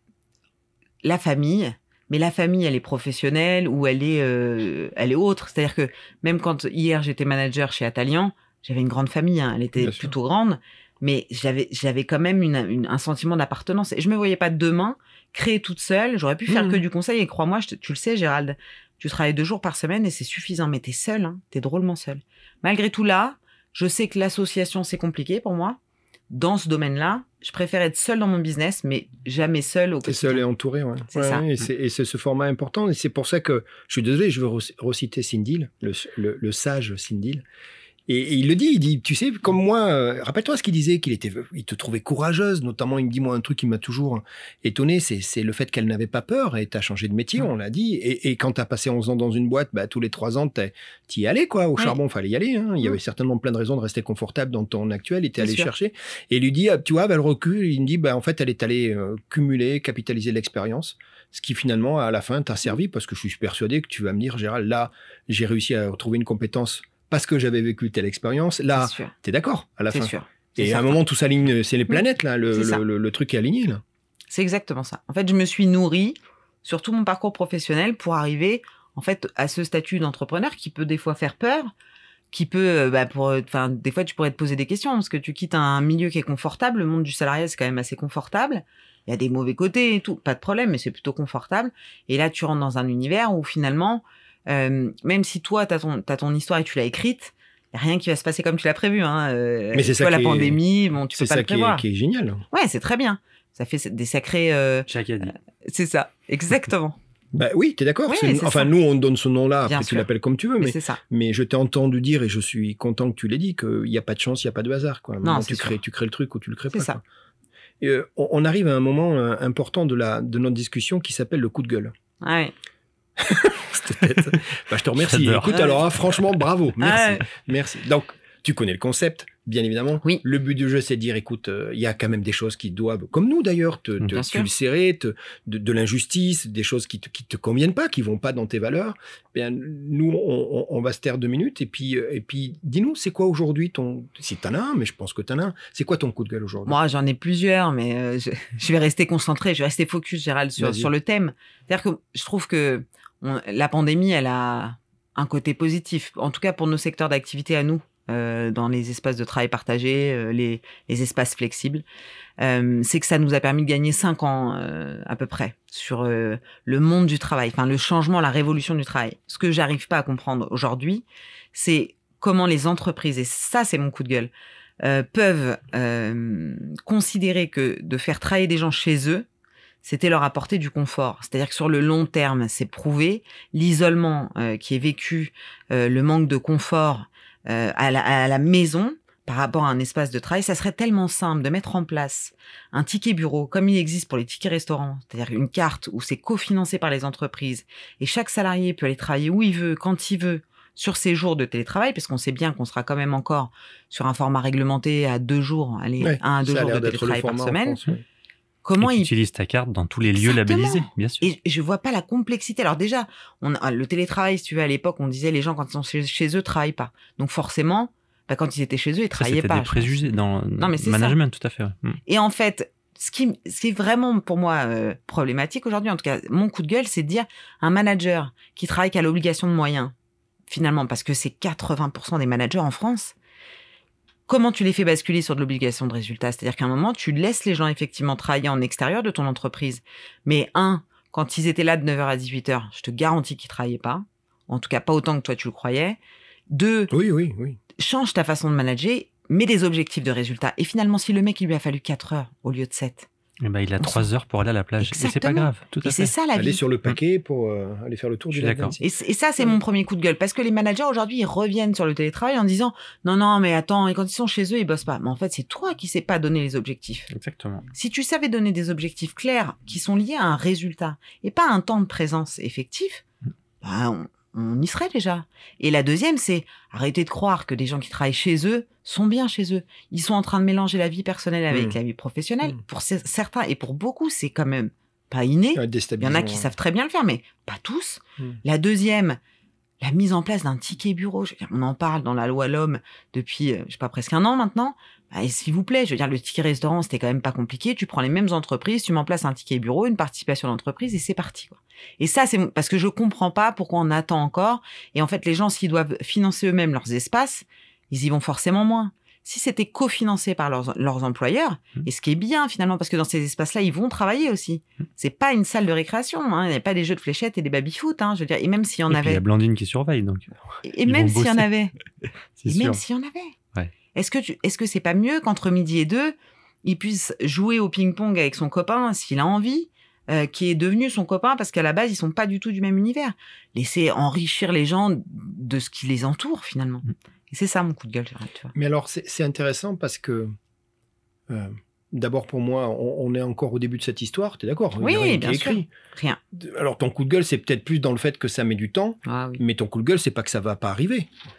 B: la famille. Mais la famille, elle est professionnelle ou elle est, euh, elle est autre. C'est-à-dire que même quand hier j'étais manager chez Atalian, j'avais une grande famille. hein, elle était
E: Bien sûr.
B: plutôt grande, mais j'avais, j'avais quand même une, une- un sentiment d'appartenance. Et je me voyais pas demain créer toute seule. J'aurais pu faire
E: Mhm.
B: que du conseil. Et crois-moi, je te- tu le sais, Gérald, tu travailles deux jours par semaine et c'est suffisant. Mais t'es seul, hein, t'es drôlement seul. Malgré tout là, je sais que l'association c'est compliqué pour moi. Dans ce domaine-là, je préfère être seul dans mon business, mais jamais seul au
E: T'es
B: quotidien.
E: seul et entouré, ouais.
B: C'est
E: Ouais,
B: ça. Mm.
E: ouais, Et c'est et c'est ce format important. Et c'est pour ça que je suis désolé, je veux re- reciter Sindil, le, le- le sage Sindil. Et, et il le dit, il dit, tu sais, comme moi, euh, rappelle-toi ce qu'il disait, qu'il était, il te trouvait courageuse, notamment, il me dit, moi, un truc qui m'a toujours étonné, c'est c'est le fait qu'elle n'avait pas peur, et t'as changé de métier, on l'a dit, et, et quand t'as passé 11 ans dans une boîte, bah, tous les 3 ans, t'as- t'y allais, quoi, au
B: Ouais.
E: charbon, fallait y aller, hein. il y avait certainement plein de raisons de rester confortable dans ton actuel, et t'es
B: Bien
E: allé
B: sûr.
E: chercher, et il lui dit, ah, tu vois, bah, le recul, il me dit, bah, en fait, elle est allée euh, cumuler, capitaliser l'expérience, ce qui finalement, à la fin, t'a servi, parce que je suis persuadé que tu vas me dire, Gérald, là, j'ai réussi à retrouver une compétence parce que j'avais vécu telle expérience. Là,
B: C'est sûr,
E: t'es d'accord, à Ah, la
B: c'est
E: fin.
B: sûr. c'est
E: Et à un
B: certain.
E: moment, tout s'aligne, c'est les planètes, là, le,
B: C'est ça.
E: le, le- le truc est aligné, là.
B: C'est exactement ça. En fait, je me suis nourrie sur tout mon parcours professionnel pour arriver en fait à ce statut d'entrepreneur qui peut des fois faire peur, qui peut euh, bah, pour enfin des fois tu pourrais te poser des questions parce que tu quittes un milieu qui est confortable, le monde du salariat c'est quand même assez confortable. Il y a des mauvais côtés et tout, pas de problème, mais c'est plutôt confortable. Et là, tu rentres dans un univers où finalement, euh, même si toi, tu as ton, t'as ton histoire et tu l'as écrite, il n'y a rien qui va se passer comme tu l'as prévu. Hein. Euh,
E: Mais c'est
B: tu
E: ça
B: vois, la
E: qui est-
B: pandémie, bon, tu
E: C'est
B: peux pas
E: ça
B: le
E: qui est,
B: prévoir.
E: qui est génial.
B: Ouais, c'est très bien. Ça fait des sacrés... euh,
D: Jacques a dit.
B: c'est ça, exactement.
E: Bah oui, t'es d'accord.
B: Oui,
E: c'est-
B: c'est
E: enfin,
B: ça.
E: nous, on donne ce nom-là.
B: Bien
E: Après, tu
B: sûr.
E: l'appelles comme tu veux.
B: Mais
E: Mais,
B: c'est ça.
E: mais je t'ai entendu dire, et je suis content que tu l'aies dit, qu'il n'y a pas de chance, il n'y a pas de hasard. Quoi. Maintenant,
B: c'est
E: tu,
B: sûr.
E: crées, tu crées le truc ou tu le crées
B: C'est
E: pas.
B: ça.
E: quoi. Et, euh, on, on arrive à un moment euh, important de, la, de notre discussion qui s'appelle le coup de gueule.
B: Ouais.
E: Cette tête. bah, je te remercie.
D: J'adore.
E: Écoute, alors, hein, franchement, bravo. Merci.
B: Ouais.
E: Merci. Donc, tu connais le concept, bien évidemment.
B: Oui.
E: Le but du jeu, c'est de dire, écoute, euh, il y a quand même des choses qui doivent, comme nous d'ailleurs, te,
D: Mm.
E: te
B: Bien sûr.
E: ulcérer, te- de, de l'injustice, des choses qui te, qui te conviennent pas, qui vont pas dans tes valeurs. Bien, nous, on, on- on va se taire deux minutes et puis, euh, et puis, dis-nous, c'est quoi aujourd'hui ton, si t'en as un, mais je pense que t'en as un, c'est quoi ton coup de gueule aujourd'hui
B: Moi, j'en ai plusieurs, mais euh, je, je vais rester concentrée, je vais rester focus, Gérald, sur,
E: Vas-y.
B: sur le thème. C'est-à-dire que je trouve que on- la pandémie, elle a un côté positif, en tout cas pour nos secteurs d'activité à nous, euh, dans les espaces de travail partagés, euh, les, les espaces flexibles. Euh, c'est que ça nous a permis de gagner cinq ans euh, à peu près sur euh, le monde du travail, enfin le changement, la révolution du travail. Ce que j'arrive pas à comprendre aujourd'hui, c'est comment les entreprises, et ça c'est mon coup de gueule, euh, peuvent euh, considérer que de faire travailler des gens chez eux, c'était leur apporter du confort. C'est-à-dire que sur le long terme, c'est prouvé, l'isolement euh, qui est vécu, euh, le manque de confort euh, à, la, à la maison par rapport à un espace de travail, ça serait tellement simple de mettre en place un ticket bureau comme il existe pour les tickets restaurants, c'est-à-dire une carte où c'est cofinancé par les entreprises et chaque salarié peut aller travailler où il veut, quand il veut, sur ses jours de télétravail, parce qu'on sait bien qu'on sera quand même encore sur un format réglementé à deux jours, allez,
E: Ouais,
B: un à deux
E: Ça a
B: jours de
E: l'air d'être le
B: télétravail par
E: format en
B: semaine.
E: France, ouais.
B: Comment
D: Et tu
B: il
D: utilises ta carte dans tous les lieux
B: Exactement.
D: labellisés, bien sûr.
B: et je vois pas la complexité. Alors déjà, on a, le télétravail, si tu veux, à l'époque, on disait les gens quand ils sont chez, chez eux travaillent pas. Donc forcément, bah, quand ils étaient chez eux, ils
D: Ça,
B: travaillaient
D: c'était
B: pas.
D: des préjugés dans
B: Non, mais c'est
D: le
B: ça.
D: management, tout à fait. ouais. Mm.
B: Et en fait, ce qui, ce qui est vraiment pour moi euh, problématique aujourd'hui, en tout cas, mon coup de gueule, c'est de dire un manager qui travaille qu'à l'obligation de moyens, finalement, parce que c'est 80% des managers en France. Comment tu les fais basculer sur de l'obligation de résultat C'est-à-dire qu'à un moment, tu laisses les gens effectivement travailler en extérieur de ton entreprise. Mais un, quand ils étaient là de 9h à 18h, je te garantis qu'ils travaillaient pas. En tout cas, pas autant que toi tu le croyais. Deux,
E: Oui, oui, oui.
B: change ta façon de manager, mets des objectifs de résultat. Et finalement, si le mec, il lui a fallu 4 heures au lieu de 7.
D: Eh ben, il a
B: On
D: trois heures pour aller à la plage. Et c'est pas
B: Exactement.
D: grave, tout
B: Et
D: à
B: c'est
D: fait.
B: ça la
E: Aller
B: vie.
E: sur le paquet pour euh, aller faire le tour
D: Je
E: du
D: suis
E: lac
D: d'accord.
E: d'Annecy.
B: Et, c- et ça, c'est mon
D: Mm.
B: premier coup de gueule. Parce que les managers, aujourd'hui, ils reviennent sur le télétravail en disant Non, non, mais attends, et quand ils sont chez eux, ils bossent pas. Mais en fait, c'est toi qui sais pas donner les objectifs.
D: Exactement.
B: Si tu savais donner des objectifs clairs qui sont liés à un résultat et pas à un temps de présence effectif, bah, on, on y serait déjà. Et la deuxième, c'est arrêter de croire que des gens qui travaillent chez eux sont bien chez eux. Ils sont en train de mélanger la vie personnelle avec
E: Mm.
B: la vie professionnelle.
E: Mm.
B: Pour ce- certains et pour beaucoup, c'est quand même pas inné.
E: Ouais,
B: Il y
E: déstabilisant,
B: en a qui
E: ouais.
B: savent très bien le faire, mais pas tous.
E: Mm.
B: La deuxième, la mise en place d'un ticket bureau. Je veux dire, on en parle dans la loi l'homme depuis, euh, je sais pas, presque un an maintenant. Bah, et s'il vous plaît, je veux dire, le ticket restaurant, c'était quand même pas compliqué. Tu prends les mêmes entreprises, tu mets en place un ticket bureau, une participation d'entreprise et c'est parti. quoi. Et ça, c'est mon- parce que je comprends pas pourquoi on attend encore. Et en fait, les gens, s'ils doivent financer eux-mêmes leurs espaces, ils y vont forcément moins. Si c'était cofinancé par leurs, leurs employeurs,
D: Mm.
B: et ce qui est bien finalement, parce que dans ces espaces-là, ils vont travailler aussi.
D: Mmh.
B: C'est pas une salle de récréation, hein. il n'y a pas des jeux de fléchettes et des baby-foot, hein, je veux dire. Et même s'il y en
D: Et puis, il y
B: avait,
D: a Blandine qui surveille, donc
B: et
D: ils vont
B: même s'il y en
D: bosser.
B: avait,
D: c'est
B: et même
D: sûr.
B: s'il y en avait,
D: Ouais.
B: est-ce que tu, est-ce que c'est pas mieux qu'entre midi et deux, il puisse jouer au ping-pong avec son copain s'il a envie, euh, qui est devenu son copain parce qu'à la base ils sont pas du tout du même univers. Laisser enrichir les gens de ce qui les entoure finalement.
D: Mm.
B: Et c'est ça mon coup de gueule, Gérald, tu vois.
E: Mais alors, c'est c'est intéressant parce que, euh, d'abord pour moi, on, on est encore au début de cette histoire, tu es d'accord Il y a
B: Oui,
E: rien qui
B: bien
E: est
B: sûr.
E: écrit.
B: Rien.
E: De- Alors, ton coup de gueule, c'est peut-être plus dans le fait que ça met du temps,
B: Ah oui.
E: mais ton coup de gueule, c'est pas que ça va pas arriver. Parce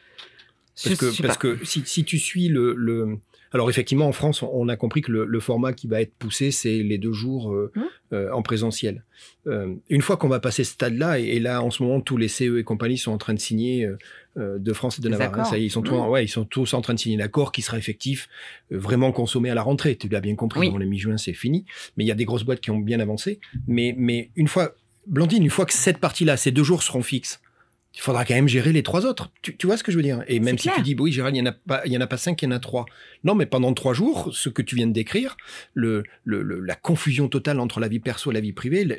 B: Je sais
E: que, parce
B: pas.
E: que si, si tu suis le, le- Alors, effectivement, en France, on, on a compris que le, le format qui va être poussé, c'est les deux jours euh,
B: Hum.
E: euh, en présentiel. Euh, une fois qu'on va passer ce stade-là, et, et là, en ce moment, tous les CE et compagnie sont en train de signer euh, euh, de France et de
B: Des
E: Navarre. hein,
B: accords.
E: ça y est, ils, sont tous,
B: Hum.
E: en- ouais, ils sont tous en train de signer l'accord qui sera effectif, euh, vraiment consommé à la rentrée. Tu l'as bien compris,
B: Oui.
E: dans les mi-juin, c'est fini. Mais il y a des grosses boîtes qui ont bien avancé. Mais, mais une fois, Blandine, une fois que cette partie-là, ces deux jours seront fixes, il faudra quand même gérer les trois autres. Tu, tu vois ce que je veux dire Et même si
B: clair.
E: tu dis, oui, Gérald, il n'y en, a pas- il y en a pas cinq, il y en a trois. Non, mais pendant trois jours, ce que tu viens de décrire, le, le- le- la confusion totale entre la vie perso et la vie privée, l-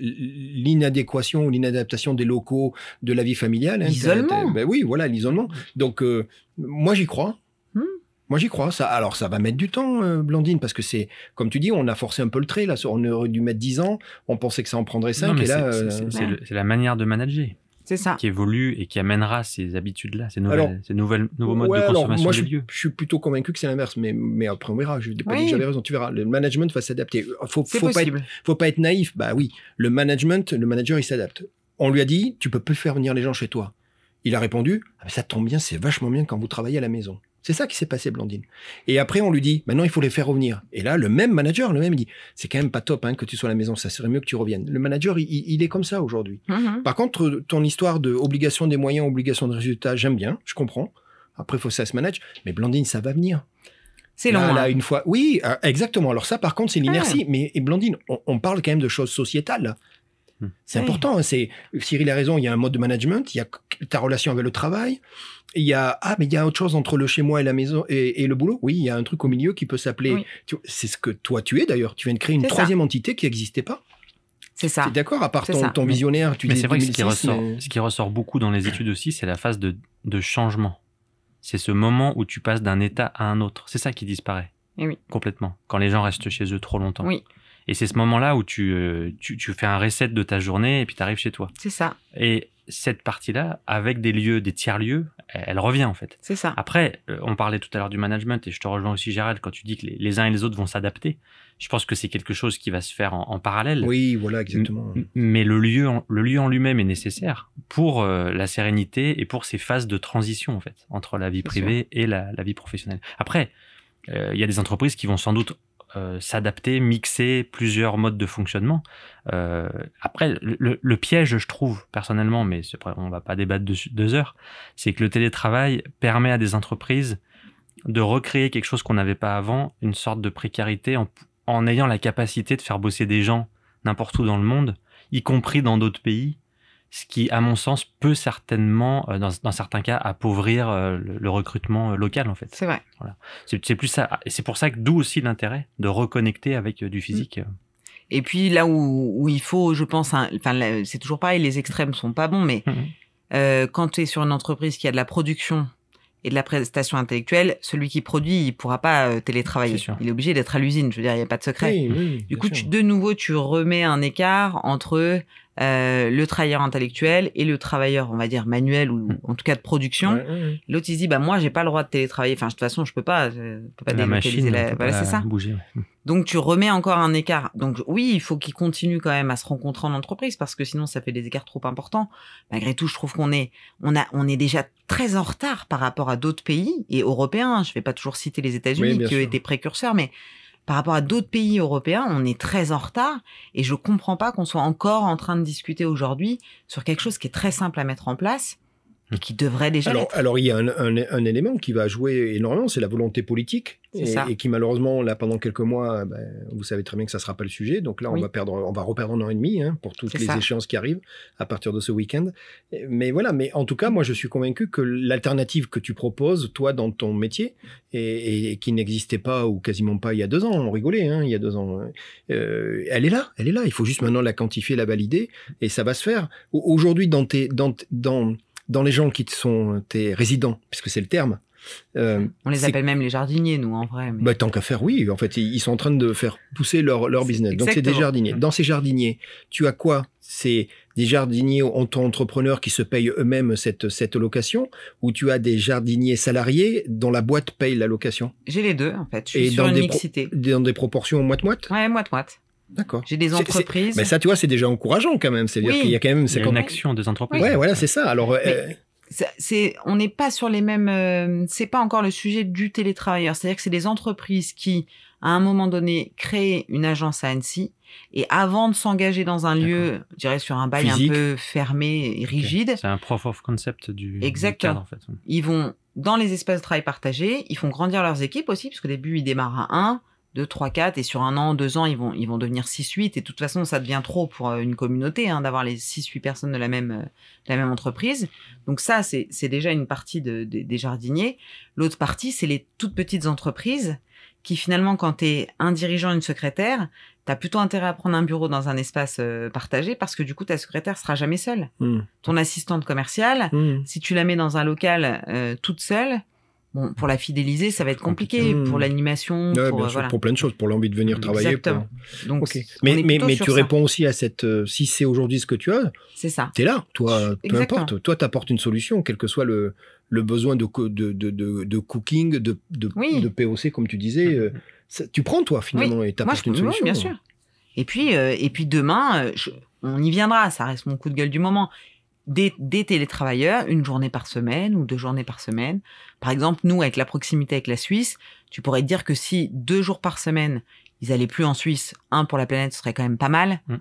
E: l'inadéquation ou l'inadaptation des locaux de la vie familiale. hein, t'as-
B: L'isolement.
E: t'as- Ben oui, voilà, l'isolement. Donc, euh, moi, j'y crois.
B: Hmm.
E: Moi, j'y crois. Ça, alors, ça va mettre du temps, euh, Blandine, parce que c'est, comme tu dis, on a forcé un peu le trait. Là, on aurait dû mettre 10 ans. On pensait que ça en prendrait 5.
D: Non, mais
E: et là,
D: c'est-
E: euh,
D: c'est- c'est le- c'est la manière de manager
B: C'est ça.
D: qui évolue et qui amènera ces habitudes-là, ces, nouvelles,
E: Alors,
D: ces nouvelles, nouveaux modes
E: Ouais,
D: de
E: alors,
D: consommation
E: moi,
D: des
E: je,
D: lieux.
E: je suis plutôt convaincu que c'est l'inverse, mais, mais après on verra. Je n'ai pas
B: Oui.
E: dit que j'avais raison, tu verras. Le management va s'adapter. Faut,
B: C'est
E: faut pas être,
B: possible.
E: faut pas être naïf. Bah oui, le management, le manager, il s'adapte. On lui a dit, tu peux plus faire venir les gens chez toi. Il a répondu, ah, mais ça tombe bien, c'est vachement bien quand vous travaillez à la maison. C'est ça qui s'est passé, Blandine. Et après, on lui dit, maintenant, il faut les faire revenir. Et là, le même manager, le même, il dit, c'est quand même pas top hein, que tu sois à la maison, ça serait mieux que tu reviennes. Le manager, il- il- il est comme ça aujourd'hui.
B: Mhm.
E: Par contre, ton histoire de obligation des moyens, obligation de résultats, j'aime bien, je comprends. Après, il faut que ça se manage. Mais Blandine, ça va venir.
B: C'est long.
E: là, là,
B: hein. Ah.
E: une fois. Oui, euh, exactement. Alors, ça, par contre, c'est l'inertie. Mais et Blandine, on, on parle quand même de choses sociétales. là.
D: Hmm.
E: C'est
B: Ouais.
E: important. hein, C'est Cyril a raison. Il y a un mode de management. Il y a ta relation avec le travail. Il y a ah mais il y a autre chose entre le chez moi et la maison et, et le boulot. Oui, il y a un truc au milieu qui peut s'appeler.
B: Oui.
E: tu- C'est ce que toi tu es d'ailleurs. Tu viens de créer une
B: C'est ça.
E: troisième entité qui n'existait pas. T'es
B: C'est ça.
E: d'accord À part
B: C'est
E: ton,
B: ça.
E: ton visionnaire, tu
D: mais
E: dis
D: c'est vrai que ce qui,
E: 2006,
D: ressort,
E: mais-
D: ce qui ressort beaucoup dans les études aussi, c'est la phase de, de changement. C'est ce moment où tu passes d'un état à un autre. C'est ça qui disparaît
B: Eh oui.
D: complètement, quand les gens restent chez eux trop longtemps.
B: Oui.
D: Et c'est ce moment-là où tu, euh, tu, tu fais un reset de ta journée et puis tu arrives chez toi.
B: C'est ça.
D: Et cette partie-là, avec des lieux, des tiers-lieux, elle elle revient en fait.
B: C'est
E: Ah.
B: ça.
D: Après, euh, on parlait tout à l'heure du management et je te rejoins aussi Gérald quand tu dis que les, les uns et les autres vont s'adapter. Je pense que c'est quelque chose qui va se faire en, en parallèle.
E: Oui, voilà, exactement.
D: M- Mais le lieu, en- le lieu en lui-même est nécessaire pour euh, la sérénité et pour ces phases de transition en fait entre la vie
E: Bien
D: privée et la, la vie professionnelle. Après, euh, il y a des entreprises qui vont sans doute euh, s'adapter, mixer plusieurs modes de fonctionnement. Euh, après, le, le- le piège, je trouve personnellement, mais c'est vrai, on va pas débattre dessus deux heures, c'est que le télétravail permet à des entreprises de recréer quelque chose qu'on n'avait pas avant, une sorte de précarité en, en ayant la capacité de faire bosser des gens n'importe où dans le monde, y compris dans d'autres pays, ce qui, à mon sens, peut certainement, euh, dans, dans certains cas, appauvrir euh, le, le recrutement euh, local, en fait.
B: C'est vrai.
D: C'est c'est plus ça. Et c'est pour ça que d'où aussi l'intérêt de reconnecter avec euh, du physique. euh.
B: Et puis là où, où il faut, je pense, un- enfin là, c'est toujours pareil, les extrêmes sont pas bons, mais
D: Mhm.
B: euh, quand tu es sur une entreprise qui a de la production et de la prestation intellectuelle, celui qui produit, il pourra pas euh, télétravailler.
D: C'est sûr.
B: Il est obligé d'être à l'usine. Je veux dire, il n'y a pas de secret.
E: Oui, oui,
B: Du
E: bien
B: coup,
E: sûr.
B: tu, de nouveau, tu remets un écart entre euh, le travailleur intellectuel et le travailleur, on va dire, manuel ou
D: Mhm.
B: en tout cas de production.
E: Ouais, ouais, ouais.
B: L'autre, il se dit, bah, moi, j'ai pas le droit de télétravailler. Enfin, de toute façon, je peux pas, je peux pas
D: la
B: Bah,
D: machine,
B: délocaliser la-
D: on peut
B: Voilà,
D: pas
B: c'est ça.
D: bouger. ouais.
B: Donc tu remets encore un écart. Donc oui, il faut qu'ils continuent quand même à se rencontrer en entreprise parce que sinon ça fait des écarts trop importants. Malgré tout, je trouve qu'on est on a on est déjà très en retard par rapport à d'autres pays et européens. Je vais pas toujours citer les États-Unis
E: Oui, bien
B: qui eux
E: sûr.
B: étaient précurseurs, mais par rapport à d'autres pays européens, on est très en retard et je comprends pas qu'on soit encore en train de discuter aujourd'hui sur quelque chose qui est très simple à mettre en place et qui devrait déjà
E: Alors,
B: l'être.
E: alors, il y a un, un- un élément qui va jouer énormément, c'est la volonté politique,
B: C'est
E: et,
B: ça.
E: et qui malheureusement, là, pendant quelques mois, ben, vous savez très bien que ça ne sera pas le sujet. Donc là, on
B: Oui.
E: va perdre, on va reperdre un an et demi hein, pour toutes
B: C'est
E: les
B: ça.
E: échéances qui arrivent à partir de ce week-end. Mais voilà, mais en tout cas, moi, je suis convaincu que l'alternative que tu proposes, toi, dans ton métier, et, et- et qui n'existait pas ou quasiment pas il y a deux ans, on rigolait, hein, il y a deux ans, euh, elle est là, elle est là. Il faut juste maintenant la quantifier, la valider, et ça va se faire. Au- Aujourd'hui, dans tes, dans, t- dans, dans les gens qui te sont tes résidents, puisque c'est le terme, euh,
B: On les
E: c'est-
B: appelle même les jardiniers, nous, en vrai. mais-
E: bah, tant qu'à faire, oui. En fait, ils ils sont en train de faire pousser leur, leur
B: C'est-
E: business. Donc, c'est des
B: exactement.
E: jardiniers. Dans ces jardiniers, tu as quoi C'est des jardiniers auto-entrepreneurs qui se payent eux-mêmes cette, cette location ou tu as des jardiniers salariés dont la boîte paye la location
B: J'ai les deux, en fait. Je suis
E: Et
B: sur
E: dans
B: une
E: des pro-
B: mixité.
E: Dans des proportions moite-moite
B: Ouais, moite-moite.
E: D'accord.
B: J'ai des
E: C'est- c'est-
B: entreprises.
E: Mais ça, tu vois, c'est déjà encourageant quand même. C'est-à-dire
B: Oui.
E: qu'il y a quand même.
D: Il y a
E: 50
D: une action des entreprises.
E: Ouais, voilà, c'est ça. Alors, euh,
B: Mais- Ça- c'est on n'est pas sur les mêmes euh, c'est pas encore le sujet du télétravailleur c'est-à-dire que c'est des entreprises qui à un moment donné créent une agence à Annecy et avant de s'engager dans un lieu je dirais sur un bail
E: Physique.
B: un peu fermé et
D: Ok.
B: rigide
D: C'est un prof of concept du, du
B: Exactement.
D: cadre, en fait.
B: ils vont dans les espaces de travail partagés ils font grandir leurs équipes aussi parce qu'au début ils démarrent à 1 2 3 4 et sur un an deux ans ils vont ils vont devenir 6 8 et de toute façon ça devient trop pour euh, une communauté hein, d'avoir les 6 8 personnes de la même euh, de la même entreprise. Donc ça, c'est c'est déjà une partie de- de- des jardiniers. L'autre partie, c'est les toutes petites entreprises qui finalement, quand tu es un dirigeant, une secrétaire, tu as plutôt intérêt à prendre un bureau dans un espace euh, partagé parce que du coup, ta secrétaire sera jamais seule.
E: Hmm.
B: Ton assistante commerciale,
E: hmm.
B: si tu la mets dans un local euh, toute seule, Bon, pour la fidéliser, ça va être compliqué.
E: Compliqué.
B: Pour l'animation,
E: Ouais,
B: pour,
E: bien
B: euh,
E: sûr,
B: voilà.
E: pour plein de choses, pour l'envie de venir travailler. pour-
B: Exactement. Donc,
E: Ok.
B: on
E: Mais, mais,
B: est plutôt
E: mais
B: sur
E: tu
B: ça.
E: réponds aussi à cette. euh, si c'est aujourd'hui ce que tu as,
B: C'est ça.
E: t'es là, toi, euh, peu
B: Exactement.
E: importe. Toi, t'apportes une solution, quel que soit le, le besoin de, co- de, de, de, de cooking, de, de,
B: Oui. Mm.
E: de POC, comme tu disais. euh, ça- tu prends, toi, finalement, et
B: Moi,
E: t'apportes
B: je
E: une
B: oui,
E: solution.
B: bien sûr. Et puis, euh, et puis demain, euh, je- on y viendra. Ça reste mon coup de gueule du moment. Des, des télétravailleurs, une journée par semaine ou deux journées par semaine. Par exemple, nous, avec la proximité avec la Suisse, tu pourrais te dire que si deux jours par semaine, ils allaient plus en Suisse, un pour la planète, ce serait quand même pas mal.
D: Mm.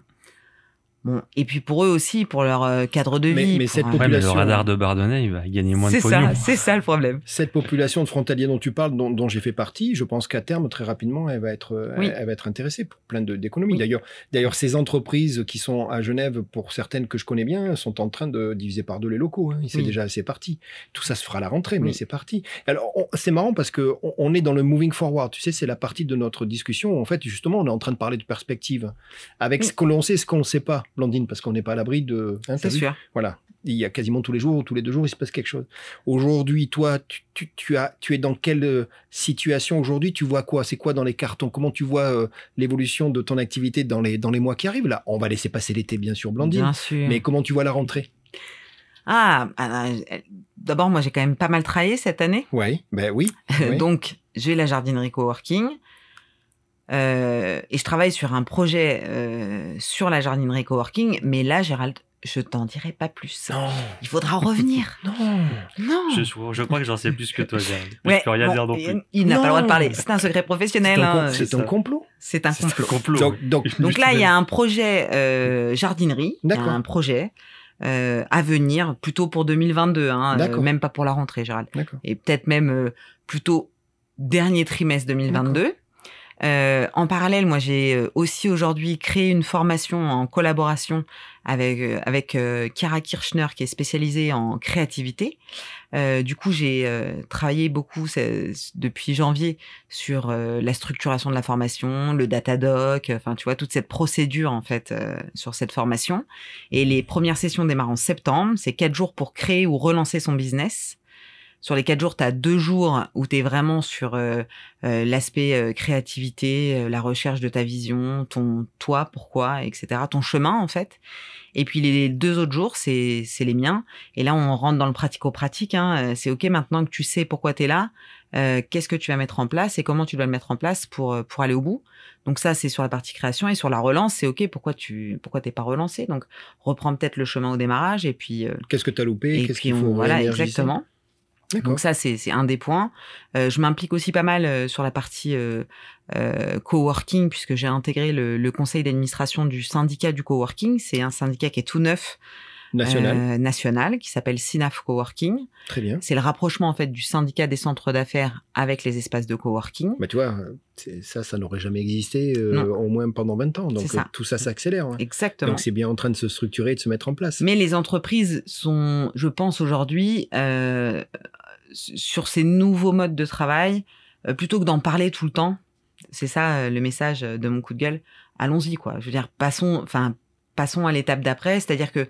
B: Bon, et puis pour eux aussi, pour leur euh, cadre de
E: Mais-
B: vie.
E: mais
B: pour
E: cette
B: un-
D: Ouais, mais le
E: Population.
D: radar de Bardonnay, il va gagner moins de
B: c'est ça,
D: pognon.
B: c'est ça le problème.
E: Cette population de frontaliers dont tu parles, dont, dont j'ai fait partie, je pense qu'à terme, très rapidement, elle va être, euh,
B: Oui.
E: elle, elle va être intéressée pour plein de- d'économies.
B: Oui.
E: D'ailleurs, D'ailleurs, ces entreprises qui sont à Genève, pour certaines que je connais bien, sont en train de diviser par deux les locaux. Hein. C'est
B: Oui.
E: déjà assez parti. Tout ça se fera à la rentrée, mais
B: Oui.
E: c'est parti. Alors, on- c'est marrant parce que on, on est dans le moving forward. Tu sais, c'est la partie de notre discussion. où, En fait, justement, on est en train de parler de perspective avec
B: Oui.
E: ce que l'on sait, ce qu'on ne sait pas, Blandine, parce qu'on n'est pas à l'abri de. hein, t'as
B: C'est
E: vu
B: sûr.
E: voilà. Il y a quasiment tous les jours ou tous les deux jours, il se passe quelque chose. Aujourd'hui, toi, tu, tu, tu as, tu es dans quelle euh, situation aujourd'hui Tu vois quoi C'est quoi dans les cartons Comment tu vois euh, l'évolution de ton activité dans les, dans les mois qui arrivent Là, on va laisser passer l'été, bien sûr, Blandine.
B: Bien sûr.
E: Mais comment tu vois la rentrée
B: Ah, ah, ah, d'abord, moi, j'ai quand même pas mal travaillé cette année.
E: Ouais, ben oui. oui.
B: Donc, j'ai la jardinerie coworking. Euh, et je travaille sur un projet euh, sur la jardinerie coworking. Mais là, Gérald, je t'en dirai pas plus.
E: Non,
B: Il faudra revenir.
E: non.
B: Non.
D: Je, je crois que j'en sais plus que toi, Gérald. Je
B: Ouais,
D: peux rien
B: bon,
D: dire non plus.
B: Il, il n'a pas
E: Non.
B: le droit de parler. C'est un secret
E: C'est
B: professionnel.
E: un,
B: hein.
E: com- c'est
D: c'est
E: un
D: ça.
E: complot.
B: C'est un
D: C'est
B: complot.
D: un complot.
E: Donc, donc,
B: Donc là, il y a un projet euh, jardinerie, il y a
E: D'accord.
B: un projet euh, à venir, plutôt pour 2022, hein, euh,
E: D'accord.
B: même pas pour la rentrée, Gérald.
E: D'accord.
B: Et peut-être même euh, plutôt dernier trimestre 2022. Euh, en parallèle, moi, j'ai euh, aussi aujourd'hui créé une formation en collaboration avec euh, avec euh, Chiara Kirchner, qui est spécialisée en créativité. Euh, du coup, j'ai euh, travaillé beaucoup c'est- depuis janvier sur euh, la structuration de la formation, le datadoc, euh, enfin tu vois toute cette procédure en fait euh, sur cette formation. Et les premières sessions démarrent en septembre. C'est quatre jours pour créer ou relancer son business. Sur les quatre jours, tu as deux jours où tu es vraiment sur euh, euh, l'aspect euh, créativité, euh, la recherche de ta vision, ton toi, pourquoi, etc., ton chemin en fait. Et puis les deux autres jours, c'est c'est les miens. Et là, on rentre dans le pratico-pratique. Hein. Euh, C'est OK maintenant que tu sais pourquoi tu es là, euh, qu'est-ce que tu vas mettre en place et comment tu dois le mettre en place pour, euh, pour aller au bout. Donc ça, c'est sur la partie création et sur la relance, c'est OK, pourquoi tu pourquoi t'es pas relancé Donc reprends peut-être le chemin au démarrage et puis... euh,
E: Qu'est-ce que tu as loupé
B: et
E: Qu'est-ce
B: puis
E: qu'il
B: on-
E: faut
B: voilà,
E: réénergiser
B: exactement.
E: D'accord.
B: Donc ça, c'est c'est un des points. Euh, je m'implique aussi pas mal euh, sur la partie euh, euh, coworking, puisque j'ai intégré le, le conseil d'administration du syndicat du coworking. C'est un syndicat qui est tout neuf,
E: National,
B: euh, national, qui s'appelle SINAF Coworking.
E: très bien.
B: C'est le rapprochement en fait du syndicat des centres d'affaires avec les espaces de coworking.
E: Bah, tu vois, c'est- ça, ça n'aurait jamais existé, euh,
B: Non.
E: au moins pendant 20 ans. Donc
B: C'est ça.
E: euh, tout ça s'accélère. hein.
B: Exactement.
E: Donc c'est bien en train de se structurer et de se mettre en place.
B: Mais euh, les entreprises sont, je pense aujourd'hui, euh, sur ces nouveaux modes de travail, euh, plutôt que d'en parler tout le temps, c'est ça euh, le message euh, de mon coup de gueule. Allons-y quoi. Je veux dire, passons, enfin, passons à l'étape d'après, c'est-à-dire que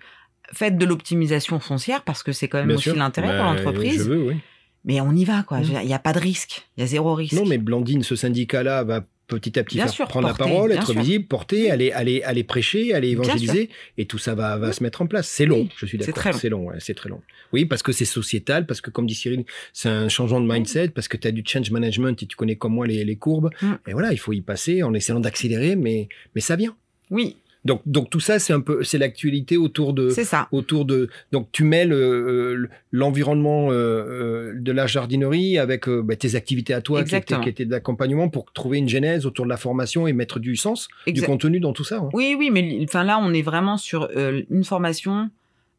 B: faites de l'optimisation foncière parce que c'est quand même
E: Bien
B: aussi
E: sûr.
B: l'intérêt pour
E: Bah,
B: l'entreprise.
E: Je veux, oui.
B: Mais on y va quoi. Je veux dire, Il n'y a pas de risque, il y a zéro risque.
E: Non, mais Blandine, ce syndicat-là va petit à petit
B: Bien
E: faire
B: sûr,
E: prendre
B: porter,
E: la parole,
B: bien
E: être
B: sûr.
E: visible, porter, aller, aller, aller prêcher, aller
B: Bien
E: évangéliser, et tout ça va, va
B: Oui.
E: se mettre en place. C'est long,
B: Oui,
E: je suis
B: c'est
E: d'accord.
B: très long.
E: C'est long, ouais, c'est très long. Oui, parce que c'est sociétal, parce que comme dit Cyril, c'est un changement de mindset, parce que tu as du change management et tu connais comme moi les, les courbes.
B: Mm.
E: Et voilà, il faut y passer en essayant d'accélérer, mais, mais ça vient.
B: Oui,
E: Donc, donc tout ça, c'est un peu, c'est l'actualité autour de,
B: c'est ça.
E: autour de donc tu mêles euh, euh, l'environnement euh, euh, de la jardinerie avec euh, bah, tes activités à toi qui étaient,
B: Exactement.
E: qui étaient d'accompagnement pour trouver une genèse autour de la formation et mettre du sens du
B: Exact-
E: contenu dans tout ça hein.
B: Oui, oui, mais li- enfin là, on est vraiment sur euh, une formation.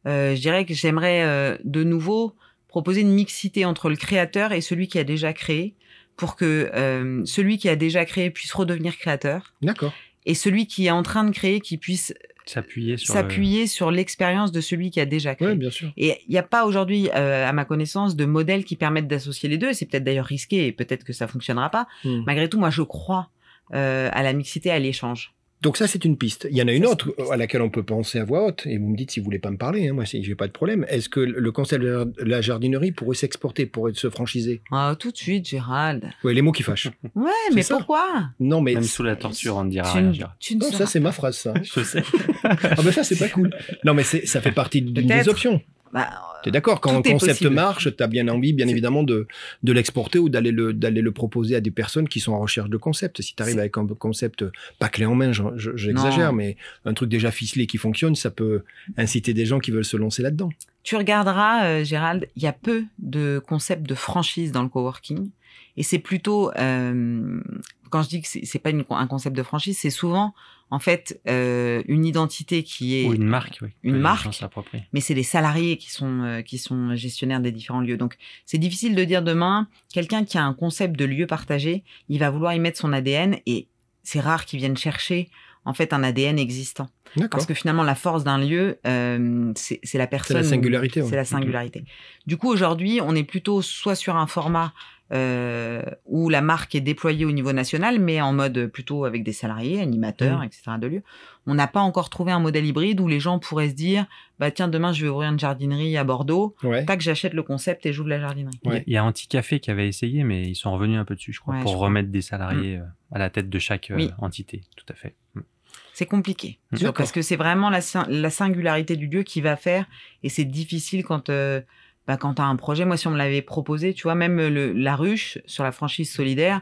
B: Euh, je dirais que j'aimerais euh, de nouveau proposer une mixité entre le créateur et celui qui a déjà créé, pour que euh, celui qui a déjà créé puisse redevenir créateur
E: d'accord
B: et celui qui est en train de créer qui puisse
D: S'appuyer sur.
B: s'appuyer sur l'expérience de celui qui a déjà créé.
E: ouais bien sûr
B: Et il n'y a pas aujourd'hui, euh, à ma connaissance, de modèles qui permettent d'associer les deux. C'est peut-être d'ailleurs risqué et peut-être que ça fonctionnera pas.
E: Hmm.
B: Malgré tout, moi, je crois euh, à la mixité, à l'échange.
E: Donc ça, c'est une piste. Il y en a une
B: Ça, c'est
E: autre
B: une piste.
E: à laquelle on peut penser à voix haute, et vous me dites si vous voulez pas me parler, hein, moi, si j'ai pas de problème. Est-ce que le concept de la jardinerie pourrait s'exporter, pourrait se franchiser
B: Ah, tout de suite, Gérald.
E: Oui, les mots qui fâchent.
B: Ouais,
E: C'est
B: mais
E: ça.
B: pourquoi
E: Non, mais...
D: euh, Même sous la torture, on ne dira
B: tu,
D: rien.
B: ne-
D: je dirais.
B: tu ne
E: Non,
B: seras-
E: Oh, ça, c'est ma phrase, ça.
D: Je sais.
E: Ah ben ça, c'est pas cool. Non, mais c'est- ça fait partie d'une des
B: Peut-être.
E: options.
B: Bah,
E: T'es d'accord, quand
B: Tout
E: un
B: est
E: concept
B: possible.
E: marche, t'as bien envie, bien évidemment, de, de l'exporter ou d'aller le, d'aller le proposer à des personnes qui sont en recherche de concepts. Si t'arrives
B: C'est-
E: avec un concept pas clé en main, j'en- je- j'exagère,
B: Non.
E: mais un truc déjà ficelé qui fonctionne, ça peut inciter des gens qui veulent se lancer là-dedans.
B: Tu regarderas, euh, Gérald, il y a peu de concepts de franchise dans le coworking. Et c'est plutôt, euh, quand je dis que c'est c'est pas une- un concept de franchise, c'est souvent, en fait, euh, une identité qui est...
D: Ou une marque, oui.
B: Une
D: Que les gens
B: marque.
D: s'approprient.
B: mais c'est les salariés qui sont, euh, qui sont gestionnaires des différents lieux. Donc, c'est difficile de dire demain, quelqu'un qui a un concept de lieu partagé, il va vouloir y mettre son ADN et c'est rare qu'ils viennent chercher, en fait, un ADN existant.
E: D'accord.
B: Parce que finalement, la force d'un lieu, euh, c'est c'est la personne.
E: singularité, ouais.
B: C'est la singularité. Du coup, aujourd'hui, on est plutôt soit sur un format euh, où la marque est déployée au niveau national, mais en mode plutôt avec des salariés, animateurs,
E: Mhm.
B: etc. de lieux. On n'a pas encore trouvé un modèle hybride où les gens pourraient se dire, bah tiens, demain, je vais ouvrir une jardinerie à Bordeaux.
E: Ouais.
B: Tac, j'achète le concept et j'ouvre la jardinerie.
D: Il y a-
E: Ouais.
D: Il y a Anticafé qui avait essayé, mais ils sont revenus un peu dessus, je crois,
B: Ouais,
D: pour
B: je Mm.
D: remettre des salariés euh, à la tête de chaque euh,
B: Oui.
D: entité. Tout à fait. Mm.
B: C'est compliqué.
D: Mm.
B: Sur-
E: D'accord.
B: Parce que c'est vraiment la, sin- la singularité du lieu qui va faire. Et c'est difficile quand, euh, bah, quand tu as un projet. Moi, si on me l'avait proposé, tu vois, même euh, le- la ruche sur la franchise solidaire,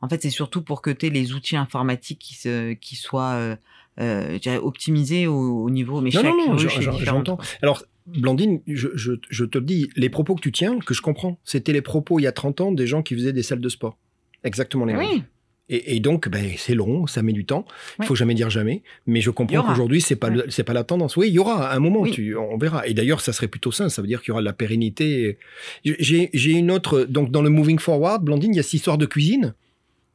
B: en fait, c'est surtout pour que tu aies les outils informatiques qui, se, qui soient euh, euh, je dirais, optimisés au, au niveau. Mais
E: Non,
B: chaque
E: non, non,
B: ruche
E: j'en-
B: est
E: j'en-
B: différente.
E: j'entends. Alors, Blandine, je, je- je te le dis, les propos que tu tiens, que je comprends, c'était les propos il y a 30 ans des gens qui faisaient des salles de sport. Exactement les mêmes.
B: Oui,
E: Et, et donc, ben, c'est long, ça met du temps. Il
B: Ouais.
E: faut jamais dire jamais. Mais je
B: Il y
E: comprends
B: aura.
E: qu'aujourd'hui, c'est pas
B: Ouais.
E: le- c'est pas la tendance. Oui, il y aura à un moment,
B: Oui.
E: tu, on verra. Et d'ailleurs, ça serait plutôt sain. Ça veut dire qu'il y aura de la pérennité. J'ai j'ai une autre. Donc, dans le moving forward, Blandine, il y a cette histoire de cuisine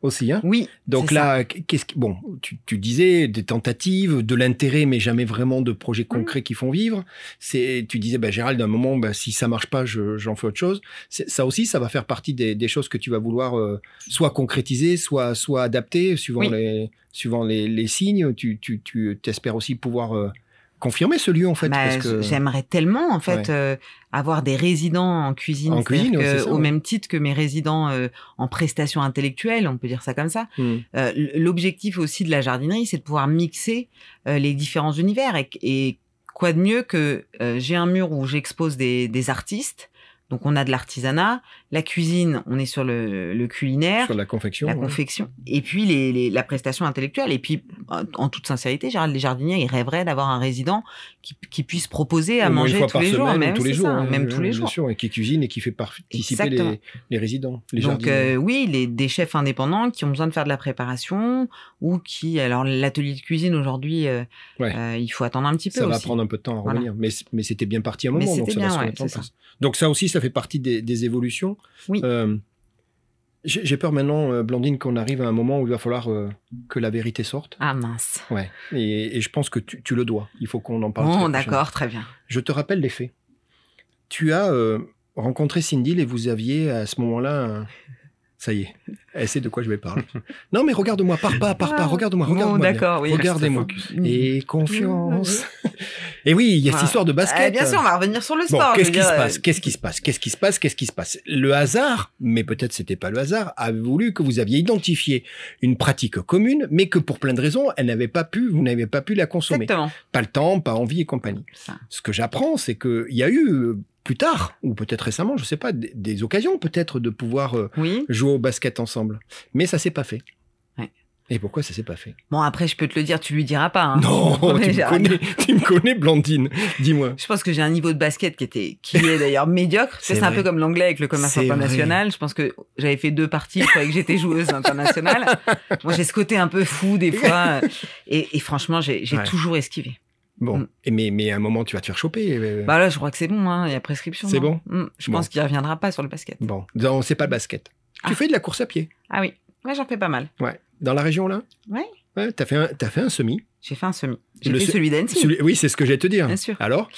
E: aussi. Hein
B: oui.
E: donc
B: c'est ça.
E: là, qu'est-ce qui- bon, tu, tu disais des tentatives, de l'intérêt, mais jamais vraiment de projets
B: Mmh.
E: concrets qui font vivre. C'est, tu disais, bah, Gérald, d'un moment, bah, si ça marche pas, je- j'en fais autre chose. C'est- Ça aussi, ça va faire partie des, des choses que tu vas vouloir euh, soit concrétiser, soit soit adapter, suivant
B: Oui.
E: les suivant les, les signes. Tu tu tu espères aussi pouvoir euh, confirmer ce lieu en fait,
B: Bah,
E: parce que
B: J'aimerais tellement, en fait,
E: Ouais.
B: euh, avoir des résidents en cuisine,
E: En
B: c'est-à-dire
E: cuisine, ouais,
B: que,
E: c'est ça,
B: au
E: ouais.
B: même titre que mes résidents euh, en prestation intellectuelle, on peut dire ça comme ça.
E: Hmm.
B: Euh, l- L'objectif aussi de la jardinerie, c'est de pouvoir mixer euh, les différents univers. Et, et quoi de mieux que euh, j'ai un mur où j'expose des, des artistes, donc on a de l'artisanat, la cuisine, on est sur le, le culinaire,
E: sur la confection. euh,
B: la
E: ouais.
B: confection, et puis les, les- la prestation intellectuelle. Et puis, en- en toute sincérité, Gérald, les jardiniers, ils rêveraient d'avoir un résident qui, qui puisse proposer à
E: Au moins une
B: manger
E: fois
B: tous
E: par
B: les jours,
E: semaine,
B: même,
E: tous les
B: c'est
E: jours,
B: ça,
E: hein,
B: même
E: oui,
B: tous les
E: bien
B: jours.
E: sûr, et qui cuisine et qui fait participer
B: Exactement.
E: les, les résidents, les
B: Donc
E: jardiniers.
B: euh, oui, les, des chefs indépendants qui ont besoin de faire de la préparation ou qui, alors l'atelier de cuisine aujourd'hui, euh,
E: Ouais.
B: euh, il faut attendre un petit peu
E: ça va
B: aussi.
E: prendre un peu de temps à
B: Voilà.
E: revenir, mais, c- mais c'était bien parti à un
B: Mais
E: moment, donc
B: c'était
E: ça
B: bien,
E: va se
B: ouais,
E: remettre en
B: c'est ça.
E: place. Donc ça aussi, ça fait partie des, des évolutions.
B: Oui.
E: Euh, J'ai j'ai peur maintenant, euh, Blandine, qu'on arrive à un moment où il va falloir euh, que la vérité sorte.
B: Ah mince.
E: Ouais. Et, et je pense que tu, tu le dois. Il faut qu'on en parle.
B: Bon,
E: très prochainement.
B: d'accord, très bien.
E: Je te rappelle les faits. Tu as euh, rencontré Cindy et vous aviez à ce moment-là. un- Ça y est, elle sait de quoi je vais parler. non, mais regarde-moi, pars pas, pars pas,
B: Ah.
E: regarde-moi,
B: Bon,
E: regarde-moi. bien.
B: d'accord, oui. Mm.
E: Regardez-moi.
B: Mmh.
E: Et confiance. et oui, il y a cette
B: Ah.
E: histoire de basket.
B: Eh, bien sûr, on va revenir sur le
E: Bon,
B: sport. je
E: qu'est-ce
B: veux
E: qui
B: dire,
E: se
B: euh,
E: passe Qu'est-ce qui se passe Qu'est-ce qui se passe Qu'est-ce qui se passe Le hasard, mais peut-être c'était pas le hasard, a voulu que vous aviez identifié une pratique commune, mais que pour plein de raisons, elle n'avait pas pu, vous n'avez pas pu la consommer.
B: Exactement.
E: Pas le temps, pas envie et compagnie.
B: Ça.
E: Ce que j'apprends, c'est qu'il y a eu euh, plus tard, ou peut-être récemment, je sais pas, des, des occasions peut-être de pouvoir euh,
B: Oui.
E: jouer au basket ensemble, mais ça s'est pas fait.
B: Ouais.
E: Et pourquoi ça s'est pas fait
B: Bon, après, je peux te le dire, tu lui diras pas. hein.
E: Non, tu
B: Mais
E: me,
B: j'ai-
E: connais, tu me connais, Blandine. Dis-moi.
B: Je pense que j'ai un niveau de basket qui était, qui est d'ailleurs médiocre. Tu sais,
E: C'est
B: C'est un
E: vrai.
B: peu comme l'anglais avec le commerce
E: C'est vrai.
B: international. Je pense que j'avais fait deux parties. Je croyais que j'étais joueuse internationale. Moi, j'ai ce côté un peu fou des fois. Et, et franchement, j'ai j'ai
E: Ouais.
B: toujours esquivé.
E: Bon,
B: Mm.
E: Et mais, mais à un moment, tu vas te faire choper. euh,
B: Bah là, je crois que c'est bon. hein, Il y a prescription.
E: C'est
B: non Mm, Je
E: Bon.
B: pense qu'il reviendra pas sur le basket.
E: Bon, non, c'est pas le basket. Tu
B: Ah.
E: fais de la course à pied.
B: Ah oui. Ouais, j'en fais pas mal.
E: Ouais. Dans la région là
B: Ouais.
E: Ouais, t'as fait un, t'as fait un semi.
B: J'ai fait un semi. J'ai
E: Le
B: fait
E: se-
B: celui d'Annecy.
E: Celui- Oui, c'est ce que j'allais te dire.
B: Bien sûr.
E: Alors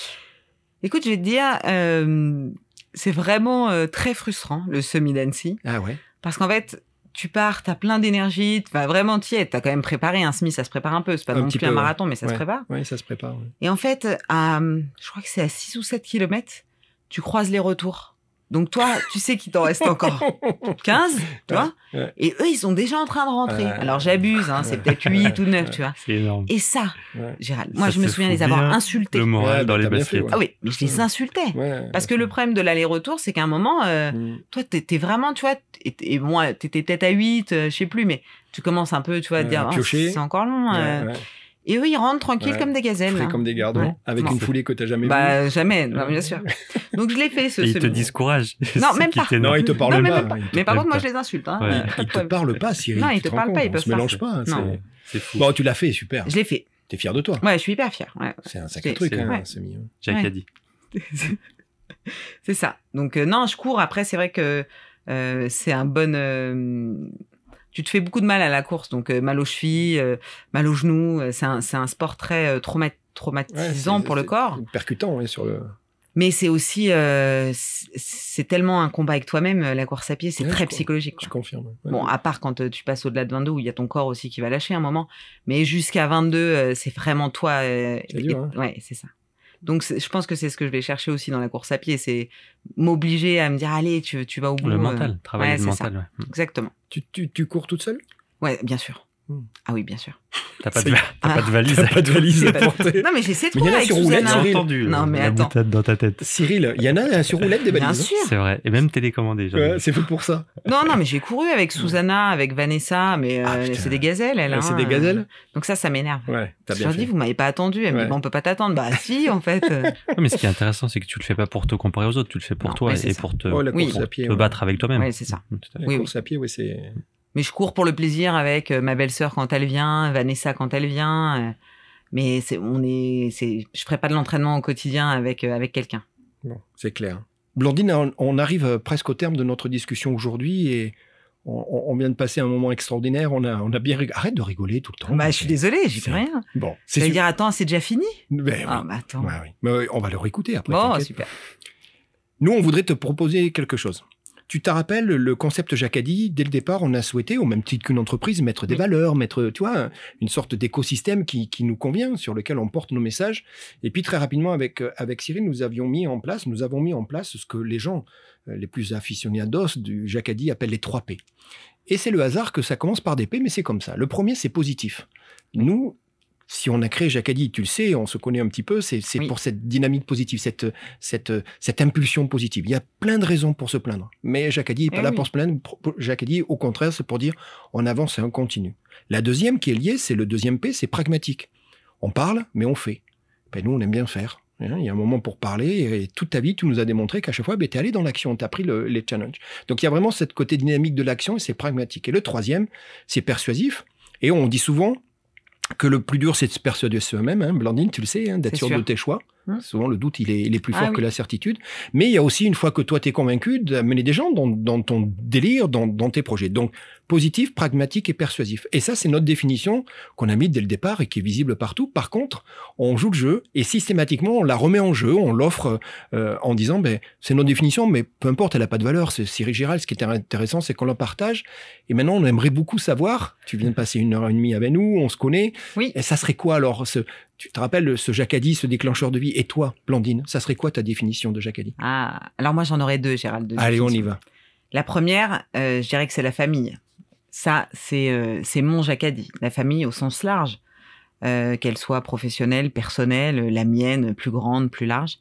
B: Écoute, je vais te dire, euh, c'est vraiment euh, très frustrant le semi d'Annecy.
E: Ah ouais.
B: Parce qu'en fait, tu pars, t'as plein d'énergie, t- enfin, vraiment t'y es, t'as quand même préparé un semi, ça se prépare un peu, c'est pas
E: Un
B: non
E: petit
B: plus
E: peu, ouais.
B: un marathon, mais ça se prépare.
E: Oui, ça se prépare. ouais.
B: Et en fait, à, je crois que c'est à 6 ou 7 kilomètres, tu croises les retours. Donc toi, tu sais qu'il t'en reste encore 15, tu vois
E: Ouais.
B: Et eux, ils sont déjà en train de rentrer.
E: Ouais.
B: Alors j'abuse, hein, c'est peut-être 8 ou 9, tu vois.
D: C'est énorme.
B: Et ça,
E: Ouais.
B: Gérald, moi
D: Ça
B: je me
D: te
B: souviens
D: fout
B: les avoir
D: bien
B: insultés.
D: Le moral
E: Ouais,
D: dans
E: bah,
D: les
E: t'as bien
D: baskets.
E: fait, ouais.
B: Ah oui, mais je les insultais.
E: Ouais.
B: Parce que le problème de l'aller-retour, c'est qu'à un moment, euh,
E: Mm.
B: toi, t'étais vraiment, tu vois, et, et moi, t'étais peut-être à 8, euh, je sais plus, mais tu commences un peu, tu vois, à
E: Ouais,
B: dire,
E: Euh, à
B: Ah,
E: piocher.
B: c'est encore long. euh.
E: Ouais, ouais.
B: Et eux, ils rentrent tranquilles
E: Ouais.
B: comme des gazelles.
E: Frais
B: hein.
E: comme des gardons,
B: Ouais.
E: avec
B: Non.
E: une foulée que t'as jamais vue.
B: Bah, jamais, non,
E: Ouais.
B: bien sûr. Donc, je l'ai fait, ce
D: Et ils te
B: semi.
D: disent courage.
B: euh, Non,
D: C'est
B: même
D: qu'ils
B: pas.
D: t'énorment.
E: Non, il te parle
B: mais
E: pas.
B: même
E: Il te-
B: Mais par
D: Même
B: contre, moi,
D: pas.
B: je les insulte. Hein,
D: Ouais.
B: euh, pas
E: Il
B: de
E: te
B: problème.
E: parle pas, Cyril.
B: Non, il
E: tu
B: te
E: rends
B: parle pas,
E: compte,
B: il
E: on
B: peut
E: se
B: pas.
E: mélange pas. hein,
B: Non.
E: c'est-
D: C'est fou.
E: Bon, tu l'as fait, super.
B: Je l'ai fait.
E: T'es fier de toi.
B: Ouais, je suis hyper fière. Ouais.
E: C'est un sacré
B: C'est-
E: truc,
D: c'est-
E: hein,
B: ouais.
E: c'est mignon.
D: Jacques a dit.
B: c'est ça. Donc, euh, non, je cours. Après, c'est vrai que euh, c'est un bon. euh, tu te fais beaucoup de mal à la course. Donc, euh, mal aux chevilles, euh, mal aux genoux. euh, c'est un, c'est un sport très euh, trauma-
E: Ouais,
B: traumatisant
E: c'est-
B: pour le
E: c'est
B: corps.
E: Percutant, ouais, sur le.
B: Mais c'est aussi. euh, c'est- c'est tellement un combat avec toi-même, euh, la course à pied. C'est
E: Ouais,
B: très
E: je crois.
B: psychologique. quoi.
E: Je confirme. ouais.
B: Bon, à part quand euh, tu passes au-delà de 22, où il y a ton corps aussi qui va lâcher un moment. Mais jusqu'à 22, euh, c'est vraiment toi. euh,
E: C'est dur,
B: et-
E: hein.
B: Ouais, c'est ça. Donc, c'est- je pense que c'est ce que je vais chercher aussi dans la course à pied. C'est m'obliger à me dire, allez, tu, tu vas au bout.
D: Le
B: euh.
D: mental, travailler
B: ouais,
D: le
B: c'est ça.
D: mental. ouais.
B: Exactement.
E: Tu, tu, tu cours toute seule
B: Ouais, bien sûr.
E: Hmm.
B: Ah oui, bien sûr.
D: T'as pas, de...
E: C'est-
D: t'as pas de valise.
E: T'as pas de valise
B: C'est
E: à
B: Ah. pas-
E: porter.
B: Non, mais j'essaie de
E: Mais il y en
B: trouver
E: a
B: avec
E: sur roulette,
B: Suzanne, hein.
E: Cyril.
D: entendu.
B: Non,
D: euh,
B: mais
D: la
B: attends.
D: boutade dans ta tête.
E: Cyril, il y en a sur roulette des
B: Bien
E: valises. hein
B: sûr.
D: C'est vrai. Et même télécommandé. j'en ai.
E: Ouais, c'est fait pour ça.
B: Non, non, mais j'ai couru avec Susanna, avec Vanessa, mais
E: Ah,
B: euh,
E: putain.
B: c'est des gazelles, elle.
E: Ouais, c'est
B: hein.
E: des gazelles
B: Donc ça, ça m'énerve.
E: Ouais, t'as
B: Je
E: bien
B: leur dis,
E: fait.
B: vous m'avez pas attendu. Elle me
E: Ouais.
B: dit, bon, on peut pas t'attendre. Bah, si, en fait. euh,
D: Ouais, mais ce qui est intéressant, c'est que tu le fais pas pour te comparer aux autres. Tu le fais pour
B: Non,
D: toi
B: mais c'est
D: et
B: ça.
D: pour te,
E: Oh, la
B: Oui.
E: course
D: pour
E: à pied.
D: te
E: ouais.
D: battre avec toi-même.
B: Ouais, c'est ça.
D: Tout à fait.
E: La
B: Oui,
E: course à pied, oui, c'est.
B: Mais je cours pour le plaisir avec euh, ma belle-sœur quand elle vient, Vanessa quand elle vient. euh, mais c'est, on est, c'est, je ferai pas de l'entraînement au quotidien avec euh, avec quelqu'un.
E: Bon, c'est clair. Blondine, on, on arrive euh, presque au terme de notre discussion aujourd'hui et on, on- on vient de passer un moment extraordinaire. On a, on a bien rig- Arrête de rigoler tout le temps.
B: bah, je suis désolée, j'y
E: c'est-
B: peux rien.
E: Bon, c'est
B: Tu vas
E: super.
B: dire attends, c'est déjà fini
E: Ben oui.
B: Ah, bah attends.
E: Ouais, oui. Mais oui, on va le réécouter après.
B: bon,
E: t'inquiète.
B: super.
E: Nous, on voudrait te proposer quelque chose. Tu te rappelles le concept Jacadi Dès le départ, on a souhaité, au même titre qu'une entreprise, mettre des
B: Oui.
E: valeurs, mettre, tu vois, une sorte d'écosystème qui, qui nous convient, sur lequel on porte nos messages. Et puis très rapidement, avec euh, avec Cyril, nous avions mis en place, nous avons mis en place ce que les gens euh, les plus aficionados du Jacadi appellent les 3 P. Et c'est le hasard que ça commence par des P, mais c'est comme ça. Le premier, c'est positif. Nous, si on a créé Jacadi, tu le sais, on se connaît un petit peu, c'est c'est
B: Oui.
E: pour cette dynamique positive, cette cette, cette impulsion positive. Il y a plein de raisons pour se plaindre. Mais Jacques n'est pas
B: Eh
E: là
B: oui.
E: pour se plaindre. Pro- pro- Jacques Haddy, au contraire, c'est pour dire on avance et on continue. La deuxième qui est liée, c'est le deuxième P, c'est pragmatique. On parle, mais on fait. Ben, nous, on aime bien faire. hein. Il y a un moment pour parler et toute ta vie, tu nous as démontré qu'à chaque fois, ben, tu es allé dans l'action, tu as pris le- les challenges. Donc il y a vraiment cette côté dynamique de l'action et c'est pragmatique. Et le troisième, c'est persuasif. Et on dit souvent que le plus dur, c'est de se persuader soi-même. Hein. Blandine, tu le sais, hein, d'être
B: C'est
E: sûr,
B: sûr.
E: de tes choix.
B: Hmm.
E: Hein, Souvent, le doute, il est, il est plus
B: Ah
E: fort que
B: oui.
E: la certitude. Mais il y a aussi, une fois que toi, tu es convaincu, d'amener des gens dans, dans ton délire, dans, dans tes projets. Donc, positif, pragmatique et persuasif. Et ça, c'est notre définition qu'on a mise dès le départ et qui est visible partout. Par contre, on joue le jeu et systématiquement, on la remet en jeu, on l'offre euh, en disant, ben, c'est notre définition, mais peu importe, elle n'a pas de valeur. C'est Cyril Gérald. Ce qui est intéressant, c'est qu'on la partage. Et maintenant, on aimerait beaucoup savoir, tu viens de passer une heure et demie avec nous, on se connaît.
B: Oui.
E: Et ça serait quoi alors ce, Tu te rappelles ce Jacadi, ce déclencheur de vie Et toi, Blandine, ça serait quoi ta définition de Jacadi
B: Ah, alors moi j'en aurais deux, Gérald. deux
E: Allez, on y
B: définitions.
E: va.
B: La première, euh, je dirais que c'est la famille. Ça, c'est euh, c'est mon jacadi. La famille au sens large, euh, qu'elle soit professionnelle, personnelle, euh, la mienne, plus grande, plus large.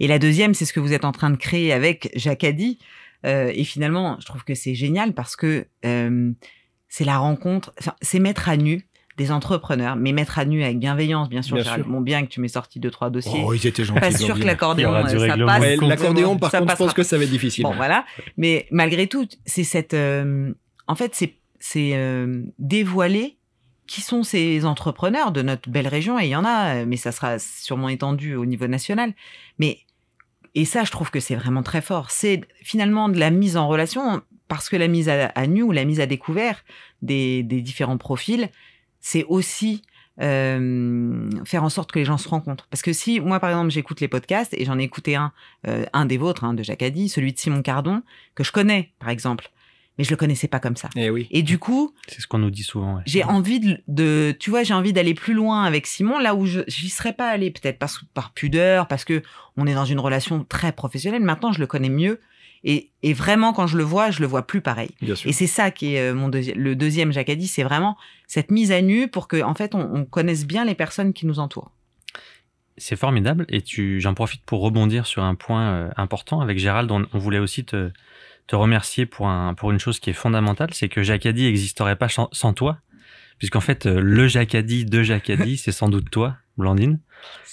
B: Et la deuxième, c'est ce que vous êtes en train de créer avec jacadi. Euh, et finalement, je trouve que c'est génial parce que euh, c'est la rencontre, enfin, c'est mettre à nu des entrepreneurs, mais mettre à nu avec bienveillance, bien sûr.
E: Bien
B: Gérald.
E: sûr.
B: Bon, bien que tu m'aies sorti deux, trois dossiers.
E: Oh, ils étaient gentils.
B: pas sûr que
E: Blandine.
B: l'accordéon,
D: Il y aura du
B: euh, ça
D: règlement.
E: Ouais,
B: passe.
E: L'accordéon, par
B: Ça
E: contre, je
B: passera
E: pense que ça va être difficile. hein.
B: Bon, voilà. Mais malgré tout, c'est cette. euh, en fait, c'est c'est euh, dévoiler qui sont ces entrepreneurs de notre belle région. Et il y en a, euh, mais ça sera sûrement étendu au niveau national. Mais. Et ça, je trouve que c'est vraiment très fort. C'est finalement de la mise en relation, parce que la mise à, à nu ou la mise à découvert des, des différents profils, c'est aussi euh, faire en sorte que les gens se rencontrent. Parce que si, moi, par exemple, j'écoute les podcasts, et j'en ai écouté un euh, un des vôtres, hein, de Jacques Addy, celui de Simon Cardon, que je connais, par exemple. mais je le connaissais pas comme ça.
E: Eh oui.
B: Et du coup,
D: C'est ce qu'on nous dit souvent. ouais.
B: j'ai envie de, de- tu vois, j'ai envie d'aller plus loin avec Simon, là où je j'y serais pas allée peut-être parce par pudeur, parce que on est dans une relation très professionnelle. Maintenant, je le connais mieux et, et vraiment quand je le vois, je le vois plus pareil.
E: Bien sûr.
B: Et c'est ça qui est euh, mon deuxi- le deuxième Jacadi, c'est vraiment cette mise à nu pour que en fait on, on connaisse bien les personnes qui nous entourent.
D: C'est formidable et tu, j'en profite pour rebondir sur un point euh, important. Avec Gérald, on, on voulait aussi te, te remercier pour, un, pour une chose qui est fondamentale, c'est que Jacadi n'existerait pas sans, sans toi. Puisqu'en fait, euh, le Jacadi de Jacadi, c'est sans doute toi, Blandine,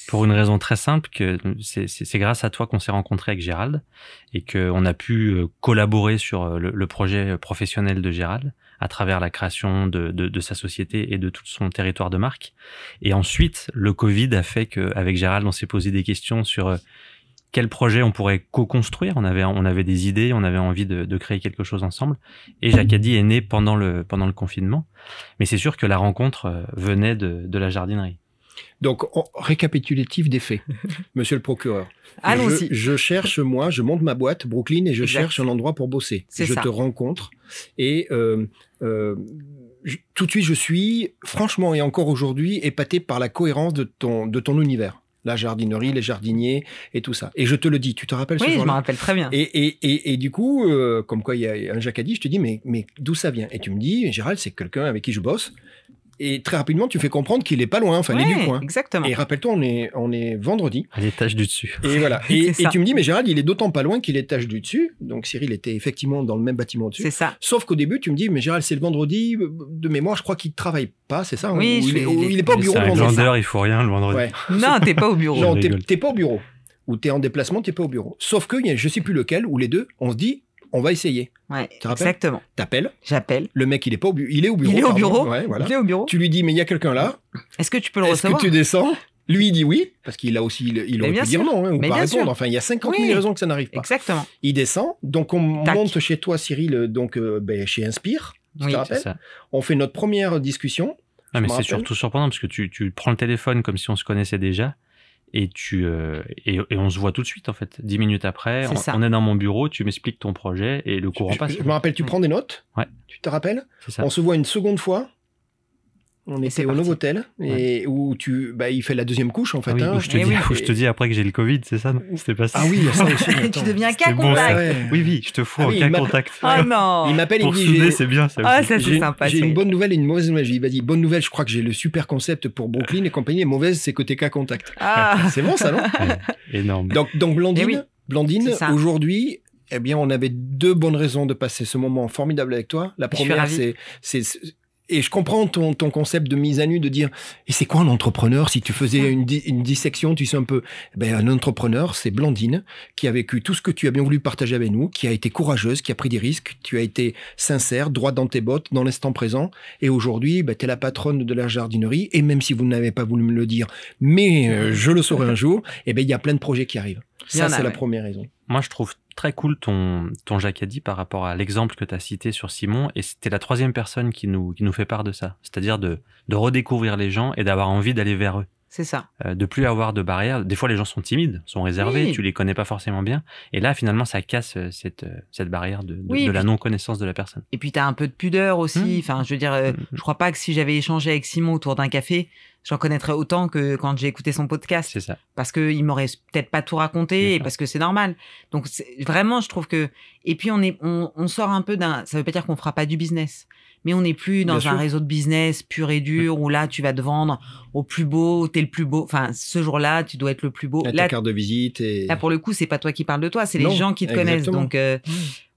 D: pour une raison très simple, que c'est- c'est c'est grâce à toi qu'on s'est rencontré avec Gérald et qu'on a pu euh, collaborer sur euh, le, le projet professionnel de Gérald à travers la création de, de- de sa société et de tout son territoire de marque. Et ensuite, le Covid a fait qu'avec Gérald, on s'est posé des questions sur euh, quel projet on pourrait co-construire. On avait, on avait des idées, on avait envie de, de créer quelque chose ensemble. Et Jacadi est né pendant le, pendant le confinement. Mais c'est sûr que la rencontre euh, venait de, de la jardinerie.
E: Donc, en- récapitulatif des faits, monsieur le procureur.
B: Allons-y.
E: Je, je cherche, moi, je monte ma boîte, Brooklyn, et je
B: Exact.
E: cherche un endroit pour bosser.
B: C'est
E: Je
B: ça.
E: te rencontre et euh, euh, je- tout de suite, je suis franchement et encore aujourd'hui épaté par la cohérence de ton, de ton univers. La jardinerie, les jardiniers et tout ça. Et je te le dis, tu te rappelles ce
B: Oui, je
E: jour-là
B: m'en rappelle très bien.
E: et, et, et, et du coup, euh, comme quoi il y a un jacadi, je te dis, mais, mais d'où ça vient Et tu me dis, Gérald, c'est quelqu'un avec qui je bosse. Et très rapidement, tu fais comprendre qu'il est pas loin, enfin, il est
B: Ouais,
E: du coin.
B: Exactement.
E: Et rappelle-toi, on est, on est vendredi.
D: À l'étage du dessus.
E: Et voilà.
B: C'est
E: Et,
B: ça.
E: et tu me dis, mais Gérald, il est d'autant pas loin qu'il est tâche du dessus. Donc Cyril était effectivement dans le même bâtiment dessus.
B: C'est ça.
E: Sauf qu'au début, tu me dis, mais Gérald, c'est le vendredi. euh, De mémoire, je crois qu'il travaille pas, c'est ça hein,
B: Oui,
E: Ou
B: je
E: il, est,
B: suis-
E: ou il est pas au
D: Mais
E: bureau
D: C'est
E: le
D: un
E: vendredi.
D: vendeur, il faut rien le vendredi.
E: Ouais.
B: Non, t'es pas au bureau.
E: Genre, t'es
D: rigole.
E: t'es pas au bureau. Ou t'es en déplacement, t'es pas au bureau. Sauf que, il y a, je sais plus lequel, ou les deux, on se dit, on va essayer.
B: Ouais,
E: te rappelles
B: exactement.
E: T'appelles,
B: J'appelle.
E: le mec, il est pas au bureau. Il est au bureau.
B: Il est au
E: pardon.
B: bureau.
E: Ouais, voilà.
B: Je vais au bureau.
E: Tu lui dis, mais il y a quelqu'un là.
B: Est-ce que tu peux le
E: Est-ce que
B: recevoir
E: tu descends Lui, il dit oui, parce qu'il a aussi, il, il
B: Mais
E: aurait pu
B: bien
E: dire
B: sûr.
E: non, hein, ou
B: Mais
E: pas
B: bien
E: répondre.
B: sûr.
E: Enfin, il y a 50 000
B: Oui.
E: raisons que ça n'arrive pas.
B: Exactement.
E: Il descend, donc on
B: Tac.
E: monte chez toi, Cyril, euh, donc euh, ben, chez Inspire. Tu
B: Oui.
E: te
D: C'est
E: rappelles
D: ça.
E: On fait notre première discussion.
D: Non, mais
E: me
D: c'est
E: rappelle.
D: surtout surprenant parce que tu, tu prends le téléphone comme si on se connaissait déjà et tu euh, et, et on se voit tout de suite en fait. Dix minutes après,
B: C'est
D: on,
B: ça.
D: on est dans mon bureau, tu m'expliques ton projet et le courant
E: Je-
D: passe.
E: je, me rappelle, tu
B: Oui.
E: prends des notes.
D: Ouais.
E: Tu te rappelles
D: C'est ça.
E: On se voit une seconde fois. On
B: Et
E: était
B: c'est
E: au
B: parti.
E: Novotel et où tu, bah, il fait la deuxième couche en fait.
D: Ah oui,
E: hein.
D: où je te
B: Eh
D: dis,
B: oui.
D: où je te dis après que j'ai le Covid, c'est ça non C'était pas ça.
E: Ah oui, il y a ça aussi.
B: tu
E: attends.
B: deviens
D: C'était
B: cas
D: bon, ça.
B: contact.
E: Ouais, ouais.
D: Oui, oui, je te fous
E: Ah
D: en
E: oui,
D: cas
E: il m'a-
D: contact.
B: Oh non.
E: Il m'appelle et il
D: Pour
E: me dit
D: souder,
E: j'ai-
D: c'est bien. Ça
B: Ah,
D: aussi.
B: ça
E: J'ai-
B: c'est sympa.
E: J'ai
B: c'est-
E: une bonne nouvelle et une mauvaise nouvelle. Il m'a dit bonne nouvelle, je crois que j'ai le super concept pour Brooklyn et compagnie. Et mauvaise, c'est côté cas contact.
B: Ah,
E: C'est bon ça, non
D: Énorme.
E: Donc, donc Blandine,
B: Eh oui.
E: Blandine
B: C'est ça.
E: aujourd'hui, eh bien, on avait deux bonnes raisons de passer ce moment formidable avec toi. La
B: Je suis
E: première,
B: ravie.
E: c'est c'est- et je comprends ton, ton concept de mise à nu, de dire, et c'est quoi un entrepreneur Si tu faisais une, di- une dissection, tu sais un peu, Eh ben, un entrepreneur, c'est Blandine, qui a vécu tout ce que tu as bien voulu partager avec nous, qui a été courageuse, qui a pris des risques, tu as été sincère, droit dans tes bottes, dans l'instant présent, et aujourd'hui, ben, tu es la patronne de la jardinerie, et même si vous n'avez pas voulu me le dire, mais euh, je le saurai un jour, eh ben, il y a plein de projets qui arrivent.
B: Il y en
E: Ça,
B: a,
E: c'est la
B: ouais.
E: première raison.
D: Moi, je trouve très cool ton, ton jacadi par rapport à l'exemple que tu as cité sur Simon. Et c'était la troisième personne qui nous, qui nous fait part de ça. C'est-à-dire de, de redécouvrir les gens et d'avoir envie d'aller vers eux.
B: c'est ça.
D: Euh, de plus avoir de barrières. Des fois, les gens sont timides, sont réservés,
B: Oui.
D: tu les connais pas forcément bien. Et là, finalement, ça casse euh, cette, euh, cette barrière de, de-
B: Oui,
D: de la
B: puis-
D: non-connaissance de la personne.
B: Et puis t'as un peu de pudeur aussi.
E: Hmm.
D: Mm.
B: Enfin, je veux dire, euh,
D: Mm.
B: je crois pas que si j'avais échangé avec Simon autour d'un café, j'en connaîtrais autant que quand j'ai écouté son podcast,
D: C'est ça.
B: parce que il m'aurait peut-être pas tout raconté,
D: Bien
B: et
D: sûr.
B: parce que c'est normal. Donc c'est- vraiment, je trouve que. Et puis on est, on, on sort un peu d'un. Ça veut pas dire qu'on fera pas du business, mais on n'est plus dans
E: Bien
B: un
E: sûr.
B: réseau de business pur et dur où là tu vas te vendre au plus beau, t'es le plus beau. Enfin, ce jour-là, tu dois être le plus beau.
E: Là,
B: Là,
E: ta carte de visite et
B: Là, pour le coup, c'est pas toi qui parles de toi, c'est les
E: Ah, Non,
B: gens qui te
E: exactement. Mmh.
B: connaissent. Donc, euh,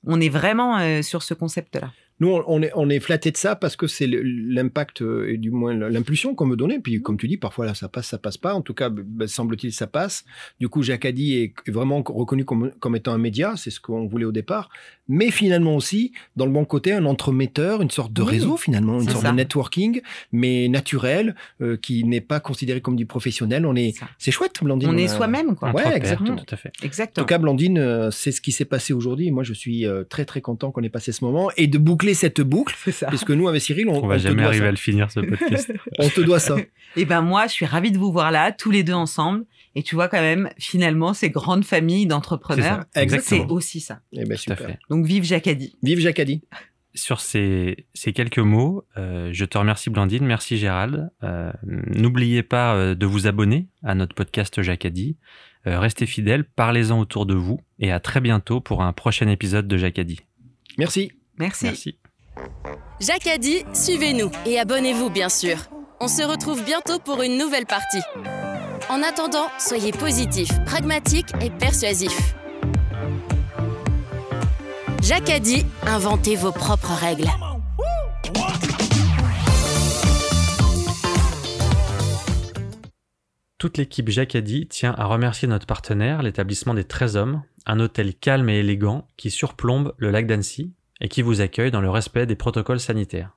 B: on est vraiment euh, sur ce concept-là.
E: nous, on- on est, on est flatté de ça parce que c'est le- l'impact euh, et du moins l'impulsion qu'on me donnait.
B: Mhm.
E: Puis, comme tu dis, parfois là, ça passe, ça passe pas. En tout cas, ben, semble-t-il, ça passe. Du coup, Jacadi est est vraiment reconnu comme, comme étant un média. C'est ce qu'on voulait au départ. Mais finalement aussi, dans le bon côté, un entremetteur, une sorte de
B: Oui,
E: réseau finalement, une
B: c'est
E: sorte
B: ça.
E: de networking, mais naturel, euh, qui n'est pas considéré comme du professionnel. On est,
B: C'est ça.
E: c'est chouette, Blandine.
B: on est
E: a-
B: soi-même, quoi.
E: Ouais,
D: Entre pairs,
E: exactement.
D: Tout à fait.
E: En
B: Exactement.
E: tout cas, Blandine, euh, c'est ce qui s'est passé aujourd'hui. Moi, je suis euh, très, très content qu'on ait passé ce moment et de boucler cette boucle.
B: c'est ça.
E: Parce que nous, avec Cyril, on,
D: On va
E: on
D: jamais
E: te doit
D: arriver à
E: ça.
D: le finir, ce podcast.
E: On te doit ça.
B: Et ben moi, je suis ravie de vous voir là, tous les deux ensemble. Et tu vois quand même, finalement, ces grandes familles
D: C'est
B: d'entrepreneurs,
D: ça.
E: Exactement.
B: c'est
D: Exactement.
B: aussi ça.
E: Eh ben,
D: Tout à
E: super.
D: fait.
B: Donc, vive Jacadi.
E: Vive Jacadi.
D: sur ces, ces quelques mots, euh, je te remercie Blandine, merci Gérald. Euh, N'oubliez pas euh, de vous abonner à notre podcast Jacadi. Euh, restez fidèles, parlez-en autour de vous et à très bientôt pour un prochain épisode de Jacadi.
E: Merci.
B: Merci.
D: Merci.
A: Jacques a dit, suivez-nous et abonnez-vous bien sûr. On se retrouve bientôt pour une nouvelle partie. En attendant, soyez positifs, pragmatiques et persuasifs. Jacques a dit, inventez vos propres règles.
D: Toute l'équipe Jacadi tient à remercier notre partenaire, l'établissement des 13 hommes, un hôtel calme et élégant qui surplombe le lac d'Annecy et qui vous accueille dans le respect des protocoles sanitaires.